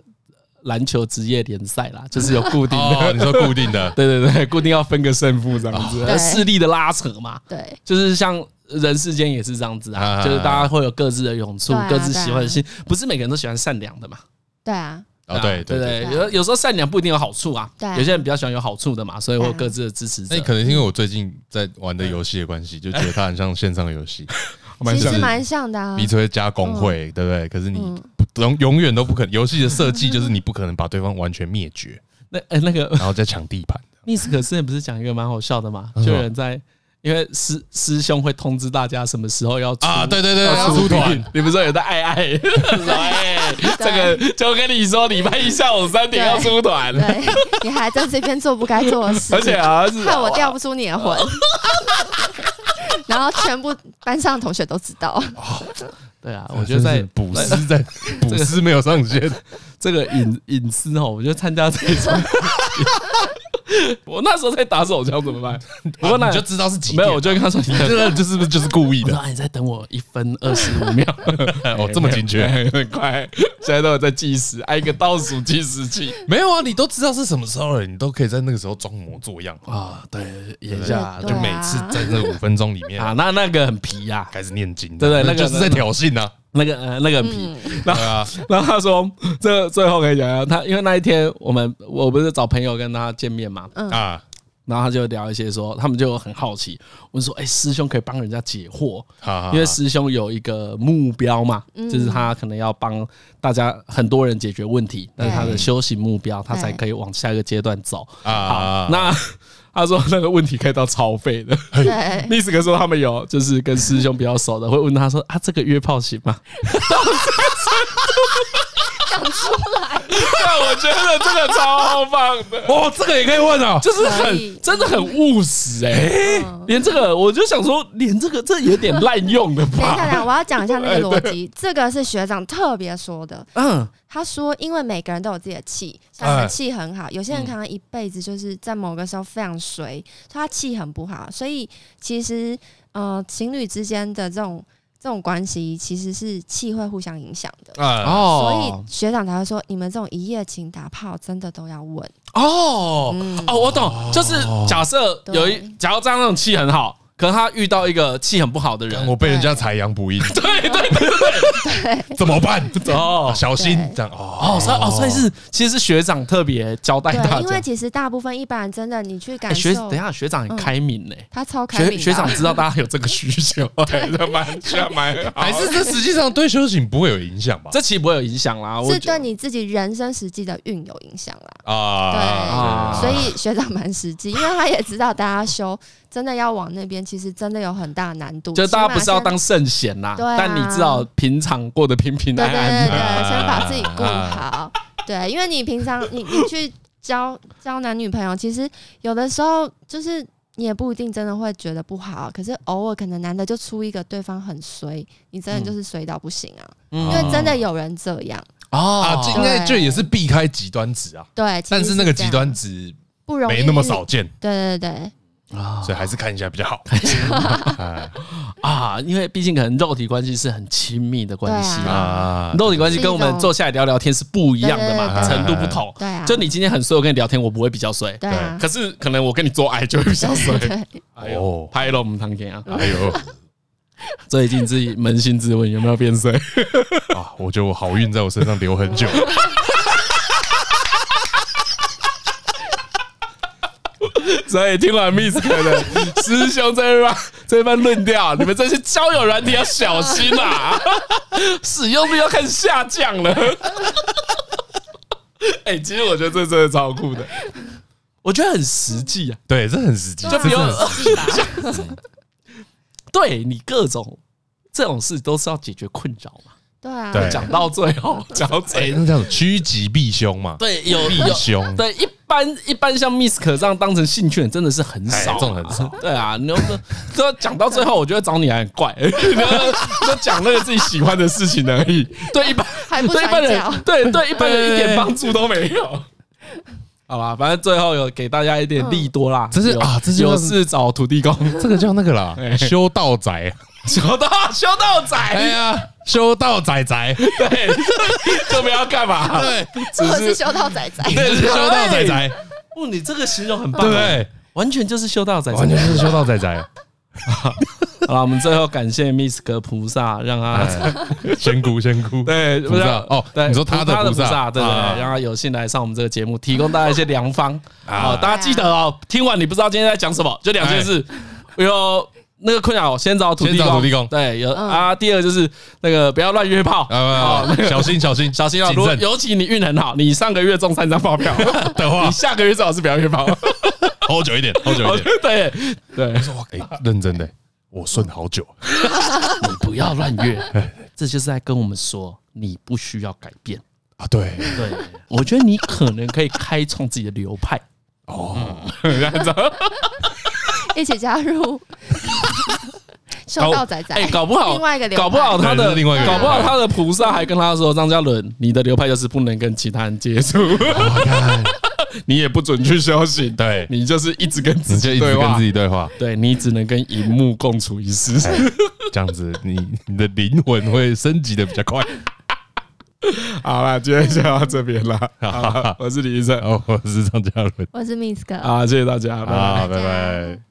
S2: 篮球职业联赛啦，就是有固定
S1: 哦，
S2: 的，
S1: 你说固定 (laughs) 的，
S2: (laughs) 对对对，固定要分个胜负这
S1: 哦
S2: 样子，呃
S4: 对
S2: 势力的拉扯嘛，
S4: 对
S2: 就是像。人世间也是这样子啊，
S1: 啊
S2: 就是大家会有各自的用处
S4: 对，啊
S2: 各自喜欢的心，不是每个人都喜欢善良的嘛。
S4: 对啊，
S1: 哦对
S2: 对
S1: 对对，
S2: 对，
S4: 对
S2: 有有时候善良不一定有好处啊，
S4: 对啊
S2: 有些人比较喜欢有好处的嘛，所以我有
S4: 对啊
S2: 各自的支持者
S1: 那。可能是因为我最近在玩的游戏的关系，就觉得它很像线上游戏， (laughs) 蛮
S4: 其
S1: 像
S4: 实
S1: 是
S4: 蛮像的啊
S1: 鼻。吹加工会，对不对？可是你
S4: 嗯
S1: 不永永远都不可能，游戏的设计就是你不可能把对方完全灭绝，
S2: 那哎、那个 (laughs)
S1: 然后再抢地盘。
S2: Miss 可之前不是讲一个蛮好笑的嘛？
S1: 嗯
S2: 就有人在，因为师师兄会通知大家什么时候要出
S1: 啊对对对
S2: 要
S1: 要出团。
S2: 你们说有的爱爱，
S1: (laughs)
S2: 说哎，这个就跟你说礼拜一下午三点要出团，
S4: 对，你还在这边做不该做的
S2: (laughs)
S4: 事，
S2: 而且好像是啊哦
S4: 害我调不出你的魂。 (laughs) 然后全部班上同学都知道，
S2: 对啊，我觉
S1: 真
S2: 得
S1: 是
S2: 在
S1: 补师
S2: (laughs)
S1: 在补师没有上限，
S2: 这个隐隐私哦，我觉得参加这种。
S1: (laughs)
S2: 我那时候在打手枪怎么办？不
S1: 啊
S2: 过那
S1: 你就知道是几
S2: 没
S1: 点
S2: 有，我就跟他说你
S1: 这个
S2: 等。 (laughs)
S1: 就是不是就是故意
S2: 我说 (laughs)
S1: 的？
S2: 啊，你再等我一分二十
S1: (laughs)
S2: 五秒，
S1: 哦，这么精确？
S2: (laughs) 哎，有点快，现在都有在计时，按一个倒数计时器。
S1: 没有啊，你都知道是什么时候了，你都可以在那个时候装模作样，
S2: 啊，对，眼
S4: 下
S2: 下
S4: 对啊
S1: 就每次在那五分钟里面
S2: 啊，那那个很皮呀、
S1: 开始念经，
S2: 对对那个
S1: 就是在挑衅啊，
S2: 那个呃，那个很皮。
S1: 对啊，
S2: 然后 (laughs) 他说，这最后可以讲讲他，因为那一天我们我不是找朋友跟他见面嘛，
S4: 嗯
S1: 啊，
S2: 然后他就聊一些说，他们就很好奇，我们说，哎、师兄可以帮人家解惑，
S1: 好好，
S2: 因为师兄有一个目标嘛，就是他可能要帮大家很多人解决问题，但是他的修行目标，他才可以往下一个阶段走。
S1: 啊
S2: 好，那他说那个问题可以到超费的。
S4: 对，
S2: (laughs) 历史哥说他们有，就是跟师兄比较熟的，会问他说啊，这个约炮行吗？
S4: 讲出来，
S2: 但我觉得这个超棒的，
S1: 哦，这个也可以问啊，
S2: 就是
S4: 可
S2: 很
S4: 以嗯
S2: 真的很务实哎、连这个我就想说，连这个这有点滥用了
S4: 等一下，等一
S2: 吧？
S4: 下，我要讲一
S2: (laughs)
S4: 下那
S2: 哎
S4: 个逻辑。这个是学长特别说的，
S2: 嗯，
S4: 他说，因为每个人都有自己的气，
S2: 哎
S4: 像他气很好，有些人可能一辈子就是在某个时候非常衰，所以他气很不好。所以其实，呃，情侣之间的这种这种关系，其实是气会互相影响的。
S1: 啊，
S2: 哦
S4: 所以学长才会说，你们这种一夜情打炮真的都要问。
S2: 哦
S4: 嗯
S2: 哦，我懂，就是假设有一
S4: 对，
S2: 假如张那种气很好，可能他遇到一个气很不好的人，
S1: 我被人家采阳补阴，
S2: 对对对
S1: 怎么办？
S2: 哦
S1: 小心
S4: 对
S1: 这样哦
S2: 哦， (laughs) 所以哦，所以是其实是学长特别交代哎大
S4: 对，因
S2: 家
S4: 为。其实大部分一般人真的，你去
S2: 哎
S4: 感
S2: 学，
S4: 受，
S2: 等一下，学长很开明呢、
S4: 他超开明的
S2: 学
S4: 啊
S2: 学长知道大家有这个需求， (laughs) 对，这蛮这蛮好
S1: 还是这实际上对修行不会有影响吧？
S2: 这其实不会有影响啦。我
S4: 是
S2: 觉
S4: 对你自己人生实际的运有影响啦。
S1: 啊，
S4: 对，所以学长蛮实际，因为他也知道大家修真的要往那边，其实真的有很大难度。
S2: 就大家不是要
S4: 起码
S2: 当圣贤啦，
S4: 对啊
S2: 但你至少平常过得平平
S4: 先对
S2: 安
S4: 对
S2: 安的。
S4: 对对，
S1: 啊
S4: 先把自己顾好。对，因为你平常你你去交交男女朋友，其实有的时候就是你也不一定真的会觉得不好，可是偶尔可能男的就出一个对方很衰，你真的就是衰到不行啊，
S2: 嗯
S4: 因为真的有人这样。
S1: 啊，
S2: 哦
S1: 这应该就也是避开极端值啊，
S4: 对，其实
S1: 但是那个
S4: 这
S1: 极
S4: 样
S1: 端值
S4: 不容易
S1: 没那么
S4: 是
S1: 少。见，
S4: 对对对
S2: 啊
S1: 所以还是看一下比较好。哎
S2: 啊，因为毕竟可能肉体关系是很亲密的关系
S4: 对
S2: 啦，
S1: 啊，
S2: 肉体关系跟我们坐下来聊聊天是不一样的嘛，
S1: 对对
S2: 程
S1: 对
S2: 度不同。
S4: 对啊，
S2: 就你今天很衰，我跟你聊天，我不会比较衰，
S4: 对啊，
S2: 可是可能我跟你做爱就会比较衰。哎呦，
S1: 哦，
S2: 拍了我们堂天啊！
S1: 哎呦
S2: 最近自己扪心自问，有没有变衰？
S1: 啊，我觉得我好运在我身上留很久。
S2: 所以听完 Miss 哥的 (laughs) 师兄这一番这一番论调，你们这些交友软体要小心啊， (laughs) 使用率要开始下降 (laughs) 了。哎、其实我觉得这真的超酷的，我觉得很实际啊，
S1: 对，这很实际，
S2: 就
S1: 这
S2: 不
S1: 真
S2: 用
S1: 的很实际。
S2: 对你各种这种事都是要解决困扰嘛。
S4: 对啊，
S1: 对
S2: 讲到最后， (laughs) 讲到
S1: 哎，
S2: 最后，
S1: 那叫趋吉避凶嘛，
S2: 对，有
S1: 避
S2: 有
S1: 凶。
S2: 对，一般一般像 Miss 可这样当成兴趣的人真的是很
S1: 哎
S2: 少啊，
S1: 这种很少
S2: 对啊，你要说 (laughs) 这讲到最后，我觉得找你还很怪， (laughs) 你要就讲那个自己喜欢的事情而已。对一般
S4: 还不
S2: 对一般
S4: 传教
S2: 人，对对一般人一
S1: 对
S2: 点帮助都没有。好啦，反正最后有给大家一点利多啦，
S1: 这是
S2: 有
S1: 啊这就
S2: 有 (laughs)
S1: 是
S2: 事找土地公，
S1: 这个叫那个啦，
S2: (laughs) 哎
S1: 修道宅。啊
S2: 修道修道
S1: 哎
S2: 仔，
S1: 呀，修道宅宅，
S2: 对，就不要干嘛。
S1: 对，
S4: 或者是修道仔仔，
S1: 对，是修道宅宅，
S2: 哦，你这个形容很
S1: 对
S2: 棒，哦
S1: 不，对？
S2: 完全就是修道仔，
S1: 完全就是修道宅宅，
S2: 好了，我们最后感谢 Miss 格菩萨，让他
S1: 哎仙姑仙姑，
S2: 对啊
S1: 菩萨哦
S2: 对，
S1: 你说他的
S2: 他
S1: 菩
S2: 菩萨，
S1: 萨
S2: 对对
S1: 啊
S2: 对，让他有幸来上我们这个节目，提供大家一些良方。
S1: 啊
S2: 好，大家记得哦，听完你不知道今天在讲什么，就两件事，有那个困扰，先找土地
S1: 哎先
S2: 公。
S1: 找土地公
S2: 对，有
S4: 嗯
S2: 啊。第二就是那个不要乱约炮，
S1: 啊，小心小心
S2: 小心啊！
S1: 谨
S2: 如果
S1: 慎
S2: 尤其你运很好，你上个月中三张发票，
S1: (laughs) 的话
S2: 你，下个月最好是不要约
S1: (laughs)
S2: 炮。
S1: hold 久一点，hold 久一点。
S2: (laughs) 对对，
S1: 哎，认真的，我顺好久，
S2: 你不要乱约，这就是在跟我们说，你不需要改变。
S1: 啊， (laughs) 对，
S2: 对， (laughs) 我觉得你可能可以开创自己的流派。嗯
S1: 哦，
S4: (laughs)
S2: (laughs)
S4: 一起加入修道仔仔，
S2: 哎，搞不好
S4: 另外一个流派
S2: 搞不好他
S1: 对
S2: 的
S1: 是另外一个流
S2: 搞
S1: 派
S2: 不好他的菩萨还跟他说：“张嘉伦，你的流派就是不能跟其他人接 (laughs) 触，你也不准去修行，
S1: 对，
S2: 你就是一直跟自
S1: 你就
S2: 己
S1: 一直
S2: 对
S1: 跟
S2: 话
S1: 自，己对话，
S2: 对你只能跟荧幕共处一室。”
S1: 哎这样子你你的灵魂会升级的比较快。
S2: (laughs) 好啦，今天就到这边啦。
S1: 好
S2: (laughs) 我是李医生
S1: (laughs) 哦，我是张嘉伦，
S4: 我是 Miss 哥，
S2: 啊，谢谢大家，拜拜。
S1: 啊，拜拜。